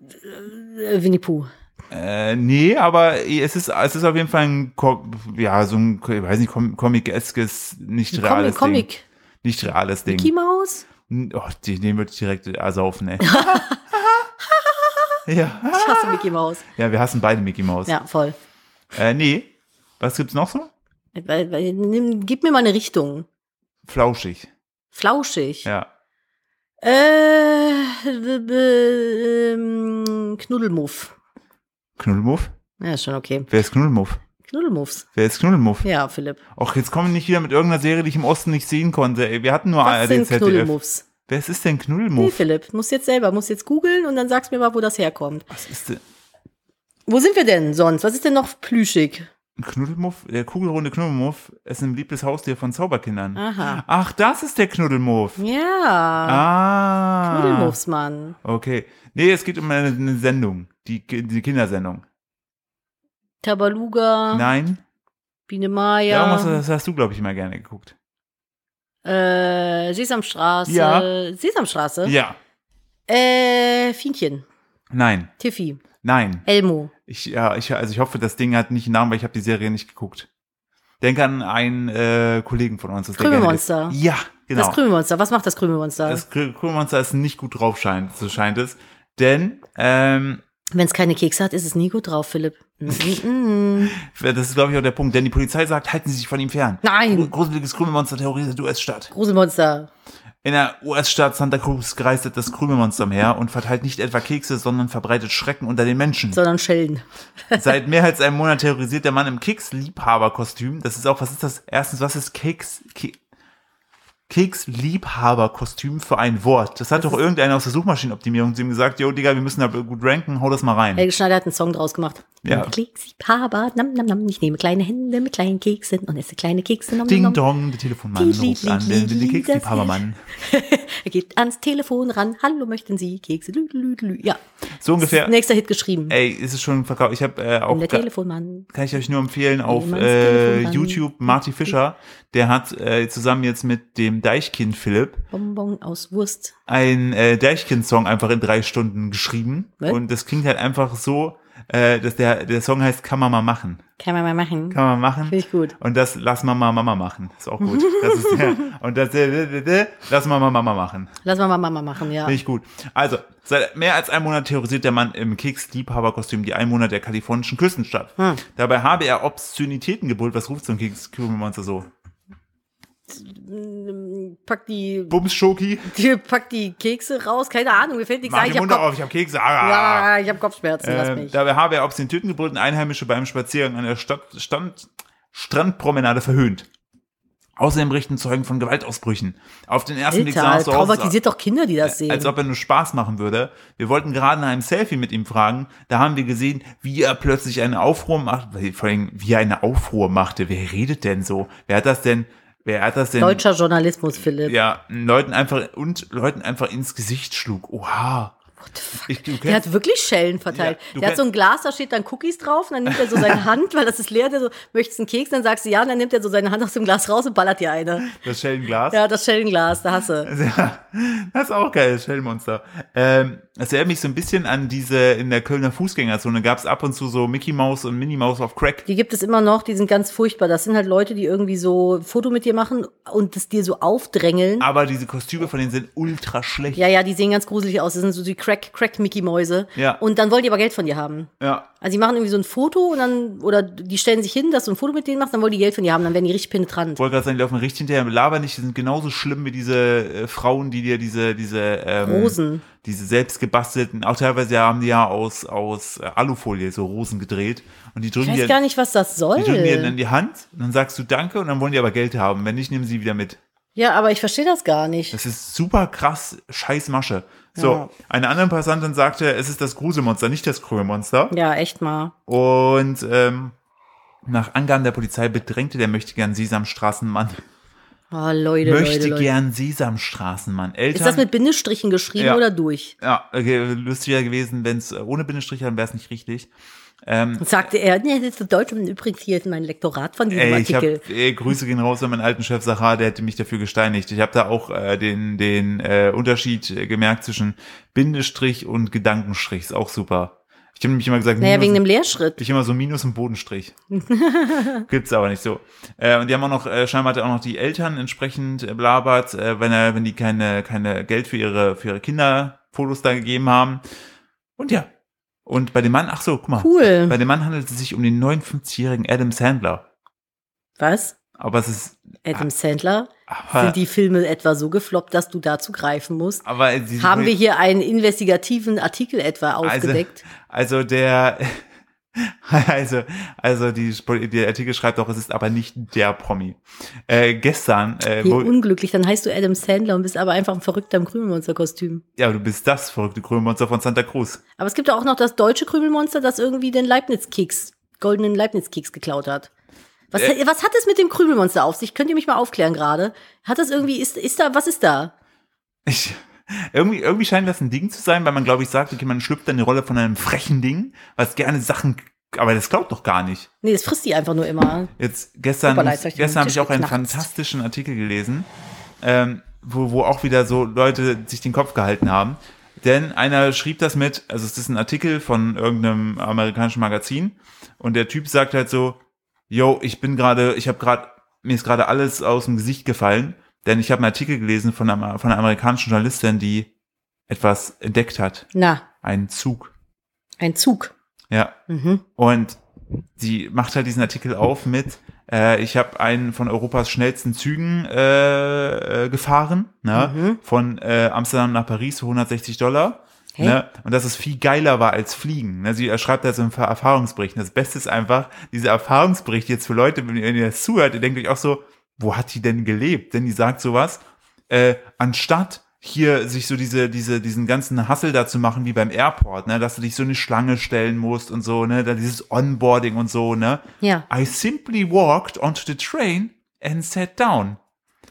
[SPEAKER 2] äh, Winnie Pooh.
[SPEAKER 1] Äh, nee, aber es ist, es ist auf jeden Fall ein, Ko ja, so ein, ich weiß nicht, Com Comic-eskes, nicht
[SPEAKER 2] Comic,
[SPEAKER 1] reales Ding.
[SPEAKER 2] Comic.
[SPEAKER 1] Nicht reales Ding.
[SPEAKER 2] Mickey Maus?
[SPEAKER 1] Oh, die, den würde ich direkt ersaufen,
[SPEAKER 2] *laughs*
[SPEAKER 1] ey. ja.
[SPEAKER 2] Ich hasse Mickey Maus.
[SPEAKER 1] ja, wir hassen beide Mickey Mouse.
[SPEAKER 2] Ja, voll.
[SPEAKER 1] Äh, nee. Was gibt's noch so?
[SPEAKER 2] Weil- weil- nimm- Gib mir mal eine Richtung.
[SPEAKER 1] Flauschig.
[SPEAKER 2] Flauschig.
[SPEAKER 1] Ja.
[SPEAKER 2] Äh, b- b- ähm, Knuddelmuff.
[SPEAKER 1] Knuddelmuff?
[SPEAKER 2] Ja, ist schon okay.
[SPEAKER 1] Wer ist Knuddelmuff?
[SPEAKER 2] Knuddelmuffs.
[SPEAKER 1] Wer ist Knuddelmuff?
[SPEAKER 2] Ja, Philipp.
[SPEAKER 1] Och, jetzt kommen wir nicht wieder mit irgendeiner Serie, die ich im Osten nicht sehen konnte. Ey, wir hatten nur
[SPEAKER 2] Was sind
[SPEAKER 1] ZDF.
[SPEAKER 2] Knuddelmuffs?
[SPEAKER 1] Wer ist denn
[SPEAKER 2] Nee,
[SPEAKER 1] Knuddelmuff?
[SPEAKER 2] Philipp, musst jetzt selber, musst jetzt googeln und dann sagst mir mal, wo das herkommt.
[SPEAKER 1] Was ist denn?
[SPEAKER 2] Wo sind wir denn sonst? Was ist denn noch plüschig?
[SPEAKER 1] Knuddelmuff? Der kugelrunde Knuddelmuff ist ein liebes Haustier von Zauberkindern.
[SPEAKER 2] Aha.
[SPEAKER 1] Ach, das ist der Knuddelmuff.
[SPEAKER 2] Ja.
[SPEAKER 1] Ah.
[SPEAKER 2] Knuddelmuffs, Mann.
[SPEAKER 1] Okay. Nee, es geht um eine, eine Sendung. Die, Ki- die Kindersendung.
[SPEAKER 2] Tabaluga,
[SPEAKER 1] Nein?
[SPEAKER 2] Biene
[SPEAKER 1] Ja.
[SPEAKER 2] Maya,
[SPEAKER 1] Irgendwas, das hast du, glaube ich, immer gerne geguckt.
[SPEAKER 2] äh, Sesamstraße.
[SPEAKER 1] Ja.
[SPEAKER 2] Sesamstraße?
[SPEAKER 1] Ja.
[SPEAKER 2] Äh, Fienchen,
[SPEAKER 1] Nein.
[SPEAKER 2] Tiffy,
[SPEAKER 1] Nein.
[SPEAKER 2] Elmo.
[SPEAKER 1] Ich, ja, ich, also ich hoffe, das Ding hat nicht einen Namen, weil ich habe die Serie nicht geguckt. Denk an einen äh, Kollegen von uns. Das der gerne-
[SPEAKER 2] Krümelmonster.
[SPEAKER 1] Ja, genau.
[SPEAKER 2] Das Krümelmonster. Was macht das Krümelmonster?
[SPEAKER 1] Das Krü- Krümelmonster ist nicht gut drauf, scheint, so scheint es. Denn ähm,
[SPEAKER 2] Wenn es keine Kekse hat, ist es nie gut drauf, Philipp. Mm, mm, mm.
[SPEAKER 1] das ist, glaube ich, auch der Punkt. Denn die Polizei sagt, halten Sie sich von ihm fern. Gru- *laughs*
[SPEAKER 2] Nein!
[SPEAKER 1] Gruseliges Krümelmonster terrorisiert US-Stadt.
[SPEAKER 2] Gruselmonster.
[SPEAKER 1] In der US-Stadt Santa Cruz kreistet das Krümelmonster umher und verteilt nicht etwa Kekse, sondern verbreitet Schrecken unter den Menschen.
[SPEAKER 2] Sondern Schellen.
[SPEAKER 1] *laughs* Seit mehr als einem Monat terrorisiert der Mann im Keksliebhaberkostüm. Das ist auch, was ist das? Erstens, was ist Keks, Ke Keksliebhaberkostüm für ein Wort? Das hat doch irgendeiner aus der Suchmaschinenoptimierung zu ihm gesagt, yo, Digga, wir müssen da gut ranken, hau das mal rein.
[SPEAKER 2] Helge Schneider hat einen Song draus gemacht.
[SPEAKER 1] Ja.
[SPEAKER 2] Keksi, Paba, nam, nam, nam. Ich nehme kleine Hände mit kleinen Keksen und esse kleine Kekse. Nom,
[SPEAKER 1] Ding
[SPEAKER 2] nom, nom.
[SPEAKER 1] dong, der Telefonmann
[SPEAKER 2] Die- die-
[SPEAKER 1] ruft an,
[SPEAKER 2] die-
[SPEAKER 1] der, der
[SPEAKER 2] die-
[SPEAKER 1] Keksliebhabermann.
[SPEAKER 2] Er geht ans Telefon ran. Hallo, möchten Sie Kekse? Lü, lü, lü. Ja.
[SPEAKER 1] So ungefähr.
[SPEAKER 2] Nächster Hit geschrieben.
[SPEAKER 1] Ey, ist es schon verkauft? Ich habe äh, auch
[SPEAKER 2] Und der
[SPEAKER 1] ga-
[SPEAKER 2] Telefonmann.
[SPEAKER 1] kann ich euch nur empfehlen auf
[SPEAKER 2] Manns
[SPEAKER 1] äh,
[SPEAKER 2] Telefon ran.
[SPEAKER 1] YouTube Marty Fischer, der hat äh, zusammen jetzt mit dem Deichkind Philipp
[SPEAKER 2] Bonbon aus Wurst.
[SPEAKER 1] ein äh, Deichkind-Song einfach in drei Stunden geschrieben.
[SPEAKER 2] Was?
[SPEAKER 1] Und das klingt halt einfach so, äh, dass der, der Song heißt Kann man mal machen.
[SPEAKER 2] Kann man mal machen.
[SPEAKER 1] Kann man machen.
[SPEAKER 2] Finde ich gut.
[SPEAKER 1] Und das Lass mal mal Mama machen. Ist auch gut. Das ist
[SPEAKER 2] *laughs*
[SPEAKER 1] der, und das äh, äh, äh, Lass mal mal Mama machen.
[SPEAKER 2] Lass mal mal Mama machen, ja.
[SPEAKER 1] Finde ich gut. Also, seit mehr als einem Monat terrorisiert der Mann im Keksliebhaberkostüm die Einwohner der kalifornischen Küstenstadt.
[SPEAKER 2] Hm.
[SPEAKER 1] Dabei habe er Obszönitäten gebrüllt. Was ruft so ein Kekskrümelmonster so?
[SPEAKER 2] Mm, Pack die,
[SPEAKER 1] Bums Schoki?
[SPEAKER 2] die, pack die Kekse raus. Keine Ahnung, mir fällt nichts
[SPEAKER 1] Mach
[SPEAKER 2] ein.
[SPEAKER 1] den
[SPEAKER 2] Ich hab,
[SPEAKER 1] Mund
[SPEAKER 2] Kopf,
[SPEAKER 1] auf, ich hab Kekse. Ah.
[SPEAKER 2] ja, ich hab Kopfschmerzen, lass
[SPEAKER 1] Ähm,
[SPEAKER 2] mich.
[SPEAKER 1] dabei habe er obszön Töten gebrüllt und Einheimische beim Spaziergang an der Stadt, Stand, Strandpromenade verhöhnt. Außerdem berichten Zeugen von Gewaltausbrüchen. Auf den ersten Blick sah
[SPEAKER 2] Alter,
[SPEAKER 1] es so aus,
[SPEAKER 2] traumatisiert doch Kinder, die das sehen.
[SPEAKER 1] Äh, als ob er nur Spaß machen würde. Wir wollten gerade nach einem Selfie mit ihm fragen. Da haben wir gesehen, wie er plötzlich eine Aufruhr macht. Vor allem, wie er eine Aufruhr machte. Wer redet denn so? Wer hat das denn? Wer hat das denn?
[SPEAKER 2] Deutscher Journalismus, Philipp.
[SPEAKER 1] Ja, Leuten einfach und Leuten einfach ins Gesicht schlug. Oha.
[SPEAKER 2] What the fuck?
[SPEAKER 1] Ich, du
[SPEAKER 2] Der
[SPEAKER 1] kennst,
[SPEAKER 2] hat wirklich Schellen verteilt.
[SPEAKER 1] Ja, du
[SPEAKER 2] der hat so
[SPEAKER 1] kenn-
[SPEAKER 2] ein Glas, da steht dann Cookies drauf und dann nimmt er so
[SPEAKER 1] *laughs*
[SPEAKER 2] seine Hand, weil das ist leer, der so, möchtest du einen Keks? Dann sagst du ja und dann nimmt er so seine Hand aus dem Glas raus und ballert dir eine.
[SPEAKER 1] das Schellenglas.
[SPEAKER 2] Ja, das Schellenglas, da hast du.
[SPEAKER 1] Ja, das ist auch geil, Shellmonster. Ähm, das erinnert mich so ein bisschen an diese, in der Kölner Fußgängerzone gab es ab und zu so Mickey Mouse und Minnie Mouse auf Crack.
[SPEAKER 2] Die gibt es immer noch, die sind ganz furchtbar. Das sind halt Leute, die irgendwie so ein Foto mit dir machen und das dir so aufdrängeln.
[SPEAKER 1] Aber diese Kostüme von denen sind ultra schlecht. Ja.
[SPEAKER 2] Ja, ja, die sehen ganz gruselig aus. Das sind so die Crack, Crack-Mickey-Mäuse.
[SPEAKER 1] Ja.
[SPEAKER 2] Und dann wollen die aber Geld von dir haben.
[SPEAKER 1] ja.
[SPEAKER 2] Also die machen irgendwie so ein Foto und dann, oder die stellen sich hin, dass du ein Foto mit denen machst, dann wollen die Geld von dir haben, dann werden die richtig penetrant.
[SPEAKER 1] Wollte gerade sagen, die laufen richtig hinterher, laber nicht, die sind genauso schlimm wie diese äh, Frauen, die dir diese, diese, ähm,
[SPEAKER 2] Rosen.
[SPEAKER 1] diese selbst gebastelten, auch teilweise haben die ja aus, aus äh, Alufolie so Rosen gedreht und die
[SPEAKER 2] Ich
[SPEAKER 1] drücken
[SPEAKER 2] weiß
[SPEAKER 1] dir,
[SPEAKER 2] gar nicht, was das soll.
[SPEAKER 1] die drücken dir in die Hand und dann sagst du Danke und dann wollen die aber Geld haben. Wenn nicht, nehmen sie wieder mit.
[SPEAKER 2] Ja, aber ich verstehe das gar nicht.
[SPEAKER 1] Das ist super krass, scheiß Masche. So, eine andere Passantin sagte, es ist das Gruselmonster, nicht das Krümelmonster.
[SPEAKER 2] Ja, echt mal.
[SPEAKER 1] Und ähm, nach Angaben der Polizei bedrängte der möchte gern Sesamstraßenmann.
[SPEAKER 2] Oh, Leute,
[SPEAKER 1] möchte
[SPEAKER 2] Leute, Leute.
[SPEAKER 1] gern Sesamstraßenmann. Eltern.
[SPEAKER 2] Ist das mit Bindestrichen geschrieben
[SPEAKER 1] Ja.
[SPEAKER 2] oder durch?
[SPEAKER 1] ja, okay, lustiger gewesen, wenn es ohne Bindestrich wäre, wäre es nicht richtig. Hm.
[SPEAKER 2] Und sagte er, nee, das ist Deutsch und übrigens hier ist mein Lektorat von diesem
[SPEAKER 1] Ey, ich hab,
[SPEAKER 2] Artikel.
[SPEAKER 1] ey, Grüße gehen raus an meinen alten Chef Sachar, der hätte mich dafür gesteinigt. Ich habe da auch äh, den, den äh, Unterschied äh, gemerkt zwischen Bindestrich und Gedankenstrich. Ist auch super. Ich habe nämlich immer gesagt,
[SPEAKER 2] Naja,
[SPEAKER 1] Minus-
[SPEAKER 2] wegen dem Lehrschritt.
[SPEAKER 1] ich immer so Minus und Bodenstrich. *laughs* Gibt's aber nicht so. Äh, und die haben auch noch, äh, scheinbar hat er auch noch die Eltern entsprechend äh, blabert, äh, wenn er, wenn die keine, keine Geld für ihre, für ihre Kinderfotos da gegeben haben. Und ja. Und bei dem Mann, ach so, guck mal.
[SPEAKER 2] Cool.
[SPEAKER 1] Bei dem Mann handelt es sich um den 59-jährigen Adam Sandler.
[SPEAKER 2] Was?
[SPEAKER 1] Aber es ist,
[SPEAKER 2] Adam Sandler?
[SPEAKER 1] aber,
[SPEAKER 2] Sind die Filme etwa so gefloppt, dass du dazu greifen musst?
[SPEAKER 1] aber diese-
[SPEAKER 2] Haben wir hier einen investigativen Artikel etwa aufgedeckt?
[SPEAKER 1] Also der, *laughs* also, also die, der Artikel schreibt auch, es ist aber nicht der Promi. Äh, gestern, äh,
[SPEAKER 2] Wie
[SPEAKER 1] wo,
[SPEAKER 2] unglücklich, dann heißt du Adam Sandler und bist aber einfach ein Verrückter im Krümelmonster-Kostüm.
[SPEAKER 1] Ja, du bist das verrückte Krümelmonster von Santa Cruz.
[SPEAKER 2] Aber es gibt ja auch noch das deutsche Krümelmonster, das irgendwie den Leibniz-Keks, goldenen Leibniz-Keks geklaut hat. Was,
[SPEAKER 1] Äh.
[SPEAKER 2] was hat es mit dem Krümelmonster auf sich? Könnt ihr mich mal aufklären gerade? Hat das irgendwie, ist, ist da, was ist da?
[SPEAKER 1] Ich, irgendwie, irgendwie scheint das ein Ding zu sein, weil man, glaube ich, sagt, okay, man schlüpft dann die Rolle von einem frechen Ding, was gerne Sachen, aber das glaubt doch gar nicht.
[SPEAKER 2] Nee, das frisst die einfach nur immer.
[SPEAKER 1] Jetzt gestern,
[SPEAKER 2] Hoppala, jetzt hab ich den
[SPEAKER 1] gestern habe
[SPEAKER 2] Tisch
[SPEAKER 1] ich auch einen
[SPEAKER 2] geknackt.
[SPEAKER 1] fantastischen Artikel gelesen, ähm, wo, wo auch wieder so Leute sich den Kopf gehalten haben. Denn einer schrieb das mit, also es ist ein Artikel von irgendeinem amerikanischen Magazin und der Typ sagt halt so, yo, ich bin gerade, ich habe gerade, mir ist gerade alles aus dem Gesicht gefallen, denn ich habe einen Artikel gelesen von einer, von einer amerikanischen Journalistin, die etwas entdeckt hat,
[SPEAKER 2] Na,
[SPEAKER 1] einen Zug.
[SPEAKER 2] ein Zug.
[SPEAKER 1] Ja,
[SPEAKER 2] Mhm.
[SPEAKER 1] und sie macht halt diesen Artikel auf mit, äh, ich habe einen von Europas schnellsten Zügen äh, äh, gefahren, ne?
[SPEAKER 2] Mhm.
[SPEAKER 1] von äh, Amsterdam nach Paris für 160 Dollar.
[SPEAKER 2] Hä?
[SPEAKER 1] Ne? Und dass es viel geiler war als Fliegen. Ne? Sie schreibt da so einen Ver- Erfahrungsbericht. Und das Beste ist einfach, dieser Erfahrungsbericht jetzt für Leute, wenn ihr wenn ihr das zuhört, ihr denkt euch auch so, wo hat die denn gelebt? Denn die sagt sowas, äh, anstatt hier sich so diese, diese, diesen ganzen Hassel da zu machen wie beim Airport, ne, dass du dich so eine Schlange stellen musst und so, ne, da dieses Onboarding und so, ne.
[SPEAKER 2] Ja.
[SPEAKER 1] I simply walked onto the train and sat down.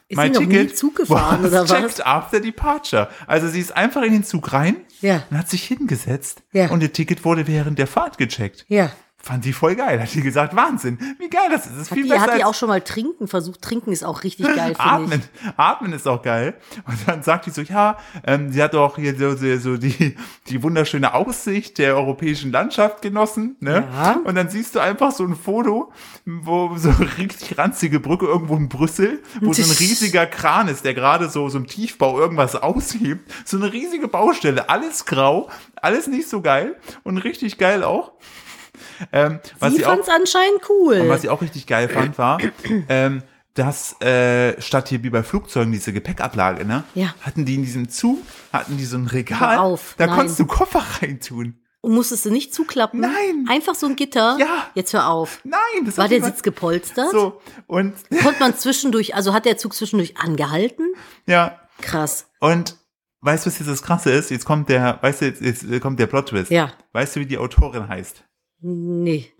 [SPEAKER 2] Ist sie noch nie Zug gefahren
[SPEAKER 1] was
[SPEAKER 2] oder was?
[SPEAKER 1] checked after departure. Also sie ist einfach in den Zug rein
[SPEAKER 2] Ja.
[SPEAKER 1] und hat sich hingesetzt
[SPEAKER 2] Ja.
[SPEAKER 1] und ihr Ticket wurde während der Fahrt gecheckt.
[SPEAKER 2] Ja.
[SPEAKER 1] Fand die voll geil, hat die gesagt, Wahnsinn, wie geil das ist. Das ist
[SPEAKER 2] Hat
[SPEAKER 1] viel
[SPEAKER 2] die,
[SPEAKER 1] besser
[SPEAKER 2] hat
[SPEAKER 1] als
[SPEAKER 2] die auch schon mal trinken versucht? Trinken ist auch richtig geil, finde
[SPEAKER 1] Atmen,
[SPEAKER 2] ich.
[SPEAKER 1] atmen ist auch geil. Und dann sagt die so, ja, ähm, sie hat auch hier so, so, so die, die wunderschöne Aussicht der europäischen Landschaft genossen. Ne?
[SPEAKER 2] Ja.
[SPEAKER 1] Und dann siehst du einfach so ein Foto, wo so *laughs* eine richtig ranzige Brücke irgendwo in Brüssel, wo so ein riesiger Kran ist, der gerade so, so im Tiefbau irgendwas aushebt. So eine riesige Baustelle, alles grau, alles nicht so geil und richtig geil auch. Ähm, was
[SPEAKER 2] Sie
[SPEAKER 1] sie auch
[SPEAKER 2] fand's anscheinend cool.
[SPEAKER 1] und was ich auch richtig geil fand, war, ähm, dass äh, statt hier wie bei Flugzeugen diese Gepäckablage, ne?
[SPEAKER 2] Ja.
[SPEAKER 1] Hatten die in diesem Zug, hatten die so ein Regal.
[SPEAKER 2] Hör auf,
[SPEAKER 1] da
[SPEAKER 2] nein.
[SPEAKER 1] konntest du Koffer reintun.
[SPEAKER 2] Und musstest du nicht zuklappen?
[SPEAKER 1] Nein.
[SPEAKER 2] Einfach so ein Gitter?
[SPEAKER 1] Ja.
[SPEAKER 2] Jetzt hör auf.
[SPEAKER 1] Nein, das
[SPEAKER 2] War
[SPEAKER 1] hat
[SPEAKER 2] der
[SPEAKER 1] jemand-
[SPEAKER 2] Sitz gepolstert?
[SPEAKER 1] So, und *laughs*
[SPEAKER 2] Konnte man zwischendurch, also hat der Zug zwischendurch angehalten?
[SPEAKER 1] ja,
[SPEAKER 2] Krass.
[SPEAKER 1] und weißt du, was jetzt das krasse ist? Jetzt kommt der, weißt du, jetzt, jetzt kommt der Plot-Twist.
[SPEAKER 2] Ja.
[SPEAKER 1] Weißt du, wie die Autorin heißt?
[SPEAKER 2] Nee.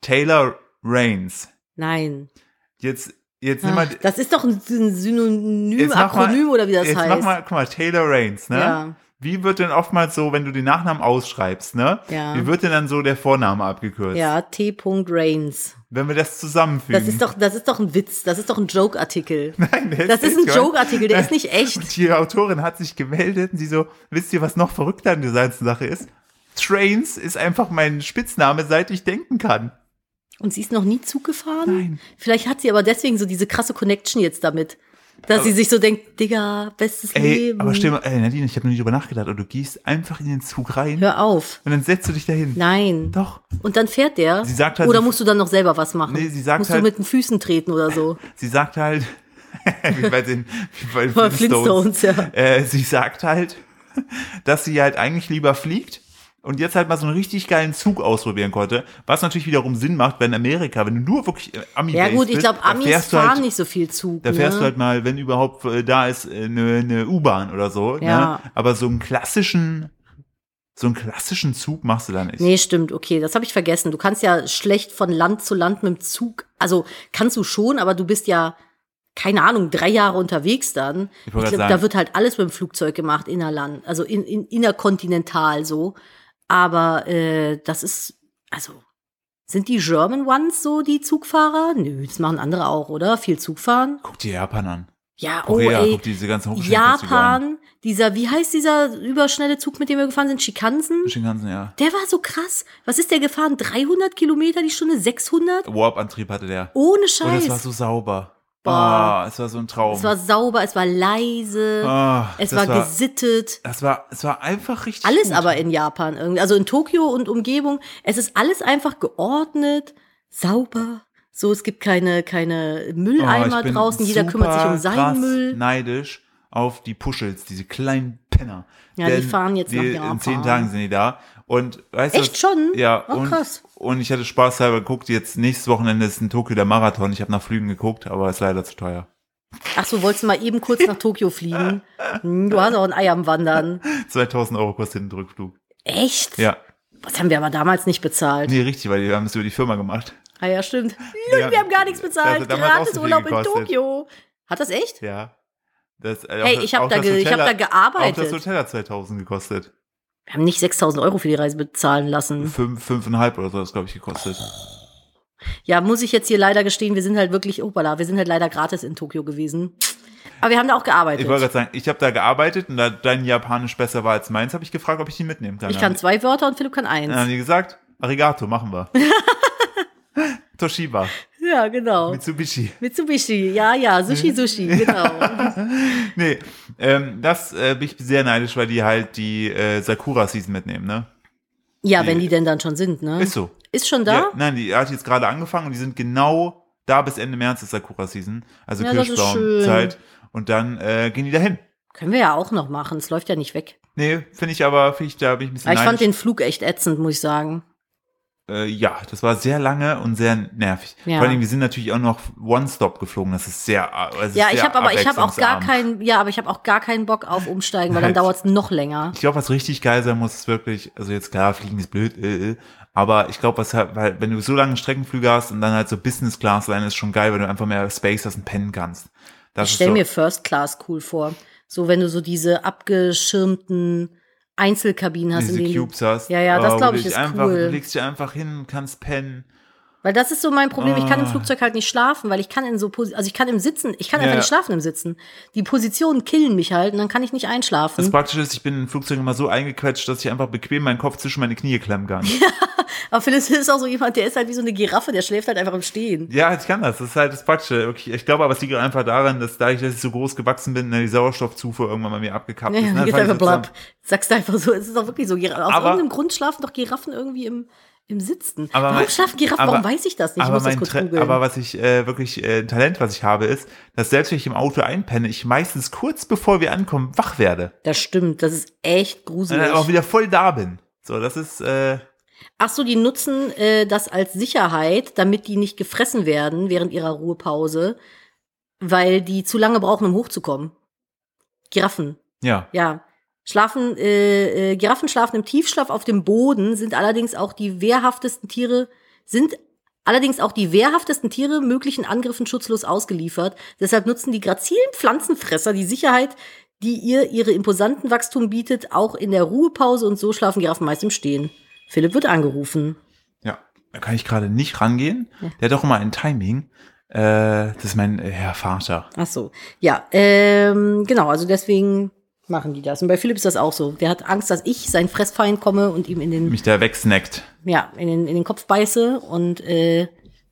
[SPEAKER 1] Taylor Rains.
[SPEAKER 2] Nein.
[SPEAKER 1] Jetzt, jetzt nimm
[SPEAKER 2] Ach,
[SPEAKER 1] mal.
[SPEAKER 2] das ist doch ein Synonym,
[SPEAKER 1] Jetzt mach mal-
[SPEAKER 2] Akronym oder wie das
[SPEAKER 1] jetzt
[SPEAKER 2] heißt.
[SPEAKER 1] mach mal, guck mal, Taylor Rains, ne?
[SPEAKER 2] Ja.
[SPEAKER 1] wie wird denn oftmals so, wenn du den Nachnamen ausschreibst, ne?
[SPEAKER 2] Ja.
[SPEAKER 1] Wie wird denn dann so der Vorname abgekürzt?
[SPEAKER 2] Ja, T. Rains.
[SPEAKER 1] Wenn wir das zusammenfügen.
[SPEAKER 2] Das ist doch, das ist doch ein Witz, das ist doch
[SPEAKER 1] *laughs*
[SPEAKER 2] ein Joke-Artikel.
[SPEAKER 1] Nein, der
[SPEAKER 2] Das ist ein
[SPEAKER 1] echt geil.
[SPEAKER 2] Joke-Artikel, der
[SPEAKER 1] *laughs*
[SPEAKER 2] ist nicht echt.
[SPEAKER 1] Und die Autorin hat sich gemeldet und sie so, wisst ihr, was noch verrückter an der ganzen Sache ist? Trains ist einfach mein Spitzname, seit ich denken kann.
[SPEAKER 2] Und sie ist noch nie Zug gefahren?
[SPEAKER 1] Nein.
[SPEAKER 2] Vielleicht hat sie aber deswegen so diese krasse Connection jetzt damit. Dass sie sich so denkt, Digga, bestes
[SPEAKER 1] Ey,
[SPEAKER 2] Leben.
[SPEAKER 1] aber stell mal, ey, Nadine, ich habe noch nie drüber nachgedacht. Und du gehst einfach in den Zug rein
[SPEAKER 2] Hör auf.
[SPEAKER 1] und dann setzt du dich dahin.
[SPEAKER 2] Nein.
[SPEAKER 1] Doch.
[SPEAKER 2] Und dann fährt der.
[SPEAKER 1] Sie sagt halt,
[SPEAKER 2] oder
[SPEAKER 1] sie-
[SPEAKER 2] musst du dann noch selber was machen?
[SPEAKER 1] Nee, sie sagt
[SPEAKER 2] musst
[SPEAKER 1] halt-
[SPEAKER 2] du mit den Füßen treten
[SPEAKER 1] *laughs*
[SPEAKER 2] oder so.
[SPEAKER 1] Sie sagt halt, wie bei den, wie bei den
[SPEAKER 2] Bei
[SPEAKER 1] Flintstones,
[SPEAKER 2] Flintstones,
[SPEAKER 1] *laughs*
[SPEAKER 2] ja.
[SPEAKER 1] äh, sie sagt halt, dass sie halt eigentlich lieber fliegt und jetzt halt mal so einen richtig geilen Zug ausprobieren konnte, was natürlich wiederum Sinn macht, wenn Amerika, wenn du nur wirklich äh, Ami
[SPEAKER 2] Ja gut, ich
[SPEAKER 1] bist,
[SPEAKER 2] glaube,
[SPEAKER 1] da
[SPEAKER 2] Amis
[SPEAKER 1] fährst du
[SPEAKER 2] fahren
[SPEAKER 1] halt,
[SPEAKER 2] nicht so viel Zug.
[SPEAKER 1] Da fährst
[SPEAKER 2] ne?
[SPEAKER 1] du halt mal, wenn überhaupt äh, da ist, äh, eine, eine U-Bahn oder so.
[SPEAKER 2] Ja.
[SPEAKER 1] Ne? Aber so einen klassischen, so einen klassischen Zug machst du da nicht.
[SPEAKER 2] Nee, stimmt, okay, das habe ich vergessen. Du kannst ja schlecht von Land zu Land mit dem Zug, also kannst du schon, aber du bist ja, keine Ahnung, drei Jahre unterwegs dann. Ich,
[SPEAKER 1] wollte
[SPEAKER 2] glaube,
[SPEAKER 1] grad sagen.
[SPEAKER 2] da wird halt alles mit dem Flugzeug gemacht, innerland, also in, in, innerkontinental so. Aber äh, das ist, also, sind die German Ones so die Zugfahrer? Nö, das machen andere auch, oder? Viel Zugfahren?
[SPEAKER 1] Guck dir Japan an.
[SPEAKER 2] Ja,
[SPEAKER 1] Korea,
[SPEAKER 2] oh ey,
[SPEAKER 1] guck dir diese ganzen Hochschulzüge an.
[SPEAKER 2] Japan, dieser, wie heißt dieser überschnelle Zug, mit dem wir gefahren sind? Shinkansen?
[SPEAKER 1] Shinkansen, ja.
[SPEAKER 2] Der war so krass. Was ist der gefahren? 300 Kilometer die Stunde? 600?
[SPEAKER 1] Warp-Antrieb hatte der. Und
[SPEAKER 2] Ohne Oh, Scheiß.
[SPEAKER 1] es Oh, war so sauber.
[SPEAKER 2] Boah.
[SPEAKER 1] Ah, es war so ein Traum.
[SPEAKER 2] es war sauber, es war leise,
[SPEAKER 1] Ah,
[SPEAKER 2] es
[SPEAKER 1] das
[SPEAKER 2] war,
[SPEAKER 1] war-
[SPEAKER 2] gesittet.
[SPEAKER 1] das war, es war einfach richtig.
[SPEAKER 2] Alles
[SPEAKER 1] gut.
[SPEAKER 2] aber in Japan irgendwie. Also in Tokio und Umgebung. Es ist alles einfach geordnet, sauber. So, es gibt keine, keine
[SPEAKER 1] Ah,
[SPEAKER 2] Mülleimer
[SPEAKER 1] ich bin
[SPEAKER 2] draußen. Jeder
[SPEAKER 1] super
[SPEAKER 2] kümmert sich um seinen
[SPEAKER 1] krass
[SPEAKER 2] Müll.
[SPEAKER 1] neidisch auf die Puschels, diese kleinen Penner.
[SPEAKER 2] Ja, die fahren jetzt nach
[SPEAKER 1] In
[SPEAKER 2] Japan.
[SPEAKER 1] zehn Tagen sind die da. Und weißt du,
[SPEAKER 2] Echt
[SPEAKER 1] was-
[SPEAKER 2] schon?
[SPEAKER 1] Ja,
[SPEAKER 2] Oh,
[SPEAKER 1] und,
[SPEAKER 2] krass.
[SPEAKER 1] und ich hatte Spaß halber geguckt, jetzt nächstes Wochenende ist in Tokio der Marathon. Ich habe nach Flügen geguckt, aber ist leider zu teuer. *laughs*
[SPEAKER 2] Ach so, wolltest du mal eben kurz nach Tokio fliegen? Hm, Du hast auch ein Ei am Wandern.
[SPEAKER 1] 2000 Euro kostet ein Rückflug.
[SPEAKER 2] Echt?
[SPEAKER 1] Ja,
[SPEAKER 2] Das haben wir aber damals nicht bezahlt.
[SPEAKER 1] nee, richtig, weil wir haben es über die Firma gemacht.
[SPEAKER 2] Ah ja, stimmt. Lul,
[SPEAKER 1] Ja,
[SPEAKER 2] wir haben gar nichts
[SPEAKER 1] das
[SPEAKER 2] bezahlt.
[SPEAKER 1] hat damals auch so
[SPEAKER 2] Gratis
[SPEAKER 1] viel
[SPEAKER 2] Urlaub in
[SPEAKER 1] gekostet.
[SPEAKER 2] Tokio. Hat das echt?
[SPEAKER 1] Ja. Das,
[SPEAKER 2] Hey, ich hab da ge- ich hab da gearbeitet.
[SPEAKER 1] Auch das Hotel hat 2000 gekostet.
[SPEAKER 2] Wir haben nicht 6000 Euro für die Reise bezahlen lassen.
[SPEAKER 1] Fünf, fünfeinhalb oder so hat es, glaube ich, gekostet.
[SPEAKER 2] Ja, muss ich jetzt hier leider gestehen, wir sind halt wirklich, opala, wir sind halt leider gratis in Tokio gewesen. Aber wir haben da auch gearbeitet.
[SPEAKER 1] Ich wollte gerade sagen, ich habe da gearbeitet und da dein Japanisch besser war als meins, habe ich gefragt, ob ich ihn mitnehmen kann.
[SPEAKER 2] ich kann zwei Wörter und Philipp kann
[SPEAKER 1] Dann haben
[SPEAKER 2] eins.
[SPEAKER 1] die gesagt, Arigato, machen
[SPEAKER 2] *laughs*
[SPEAKER 1] wir. Toshiba,
[SPEAKER 2] Ja, genau.
[SPEAKER 1] Mitsubishi.
[SPEAKER 2] Mitsubishi, ja, ja,
[SPEAKER 1] Mhm.
[SPEAKER 2] Sushi,
[SPEAKER 1] *laughs*
[SPEAKER 2] Sushi, genau.
[SPEAKER 1] Nee, ähm, das äh, bin ich sehr neidisch, weil die halt die äh, Sakura-Season mitnehmen, ne?
[SPEAKER 2] Ja, wenn die denn dann schon sind, ne?
[SPEAKER 1] Ist so.
[SPEAKER 2] Ist schon
[SPEAKER 1] Ja,
[SPEAKER 2] da?
[SPEAKER 1] nein, die hat jetzt gerade angefangen und die sind genau da bis Ende März ist Sakura-Season. Also
[SPEAKER 2] Ja, das ist
[SPEAKER 1] Kirschbaumzeit. Und dann äh, gehen die dahin.
[SPEAKER 2] Können wir ja auch noch machen, es läuft ja nicht weg.
[SPEAKER 1] Nee, finde ich aber, finde ich, da bin ich ein bisschen
[SPEAKER 2] Aber ich fand
[SPEAKER 1] neidisch.
[SPEAKER 2] den Flug echt ätzend, muss ich sagen.
[SPEAKER 1] äh, ja, das war sehr lange und sehr nervig.
[SPEAKER 2] Ja.
[SPEAKER 1] Vor allem, wir sind natürlich auch noch One-Stop geflogen. Das ist sehr. Das ist
[SPEAKER 2] Ja, ich
[SPEAKER 1] sehr
[SPEAKER 2] habe aber ich habe auch gar
[SPEAKER 1] abwechslungsarm.
[SPEAKER 2] keinen, ja, aber ich habe auch gar keinen Bock auf Umsteigen, weil dann
[SPEAKER 1] *laughs* Nein.
[SPEAKER 2] dauert's noch länger.
[SPEAKER 1] Ich glaube, was richtig geil sein muss, ist wirklich, also jetzt klar, fliegen ist blöd, äh, äh, aber ich glaube, was halt, weil, wenn du so lange Streckenflüge hast und dann halt so Business Class sein, ist schon geil, weil du einfach mehr Space hast und pennen kannst. Das
[SPEAKER 2] Ich
[SPEAKER 1] ist
[SPEAKER 2] stell
[SPEAKER 1] so,
[SPEAKER 2] mir First Class cool vor. So wenn du so diese abgeschirmten Einzelkabinen hast, in
[SPEAKER 1] diese
[SPEAKER 2] denen du,
[SPEAKER 1] Cubes hast.
[SPEAKER 2] Ja, ja, das
[SPEAKER 1] äh, wo
[SPEAKER 2] glaub
[SPEAKER 1] du
[SPEAKER 2] ich,
[SPEAKER 1] dich
[SPEAKER 2] ist
[SPEAKER 1] einfach,
[SPEAKER 2] cool.
[SPEAKER 1] Du legst dich einfach hin, kannst pennen.
[SPEAKER 2] weil das ist so mein Problem. Ich kann im
[SPEAKER 1] Ah.
[SPEAKER 2] Flugzeug halt nicht schlafen, weil ich kann in so Posi also ich kann im Sitzen, ich kann
[SPEAKER 1] Ja.
[SPEAKER 2] einfach nicht schlafen im Sitzen. Die Positionen killen mich halt und dann kann ich nicht
[SPEAKER 1] Das
[SPEAKER 2] einschlafen.
[SPEAKER 1] Praktische ist, ich bin im Flugzeug immer so eingequetscht, dass ich einfach bequem meinen Kopf zwischen meine Knie klemmen kann.
[SPEAKER 2] Aber Phyllis ist auch so jemand, der ist halt wie so eine Giraffe, der schläft halt einfach im Stehen.
[SPEAKER 1] Ja, ich kann das. Das ist halt das Patsche. Wirklich. Ich glaube aber, es liegt auch einfach daran, dass dadurch, dass ich so groß gewachsen bin, ne, die Sauerstoffzufuhr irgendwann bei mir abgekappt
[SPEAKER 2] Ja,
[SPEAKER 1] ist.
[SPEAKER 2] ja,
[SPEAKER 1] ne?
[SPEAKER 2] dann
[SPEAKER 1] Dann
[SPEAKER 2] geht's
[SPEAKER 1] fall ich
[SPEAKER 2] einfach
[SPEAKER 1] so
[SPEAKER 2] blab.
[SPEAKER 1] zusammen.
[SPEAKER 2] Sagst einfach so, es ist doch wirklich so. Gira- Aus
[SPEAKER 1] Aber-
[SPEAKER 2] irgendeinem Grund schlafen doch Giraffen irgendwie im, im Sitzen.
[SPEAKER 1] Aber
[SPEAKER 2] Warum
[SPEAKER 1] mein-
[SPEAKER 2] schlafen Giraffen?
[SPEAKER 1] aber-
[SPEAKER 2] Warum weiß ich das nicht? Ich
[SPEAKER 1] aber,
[SPEAKER 2] muss das
[SPEAKER 1] mein
[SPEAKER 2] kurz
[SPEAKER 1] Tre-
[SPEAKER 2] googeln.
[SPEAKER 1] aber was ich äh, wirklich äh, ein Talent, was ich habe, ist, dass selbst wenn ich im Auto einpenne, ich meistens kurz bevor wir ankommen wach werde.
[SPEAKER 2] das stimmt, das ist
[SPEAKER 1] Und
[SPEAKER 2] echt
[SPEAKER 1] dann
[SPEAKER 2] gruselig.
[SPEAKER 1] Äh, auch wieder voll da bin. So, das ist äh,
[SPEAKER 2] Ach so, die nutzen äh, das als Sicherheit, damit die nicht gefressen werden während ihrer Ruhepause, weil die zu lange brauchen, um hochzukommen. Giraffen,
[SPEAKER 1] ja.
[SPEAKER 2] ja. Schlafen, äh, äh, Giraffen schlafen im Tiefschlaf auf dem Boden, sind allerdings auch die wehrhaftesten Tiere, sind allerdings auch die wehrhaftesten Tiere möglichen Angriffen schutzlos ausgeliefert. Deshalb nutzen die grazilen Pflanzenfresser die Sicherheit, die ihr ihre imposanten Wachstum bietet, auch in der Ruhepause und so schlafen Giraffen meist im Stehen. Philipp wird angerufen.
[SPEAKER 1] Ja, da kann ich gerade nicht rangehen. Der hat doch immer ein Timing. Äh, das ist mein äh, Herr Vater.
[SPEAKER 2] Ach so. Ja, ähm, genau, also deswegen machen die das. Und bei Philipp ist das auch so. Der hat Angst, dass ich sein Fressfeind komme und ihm in den,
[SPEAKER 1] Mich da wegsnackt.
[SPEAKER 2] ja, in den, in den Kopf beiße und äh,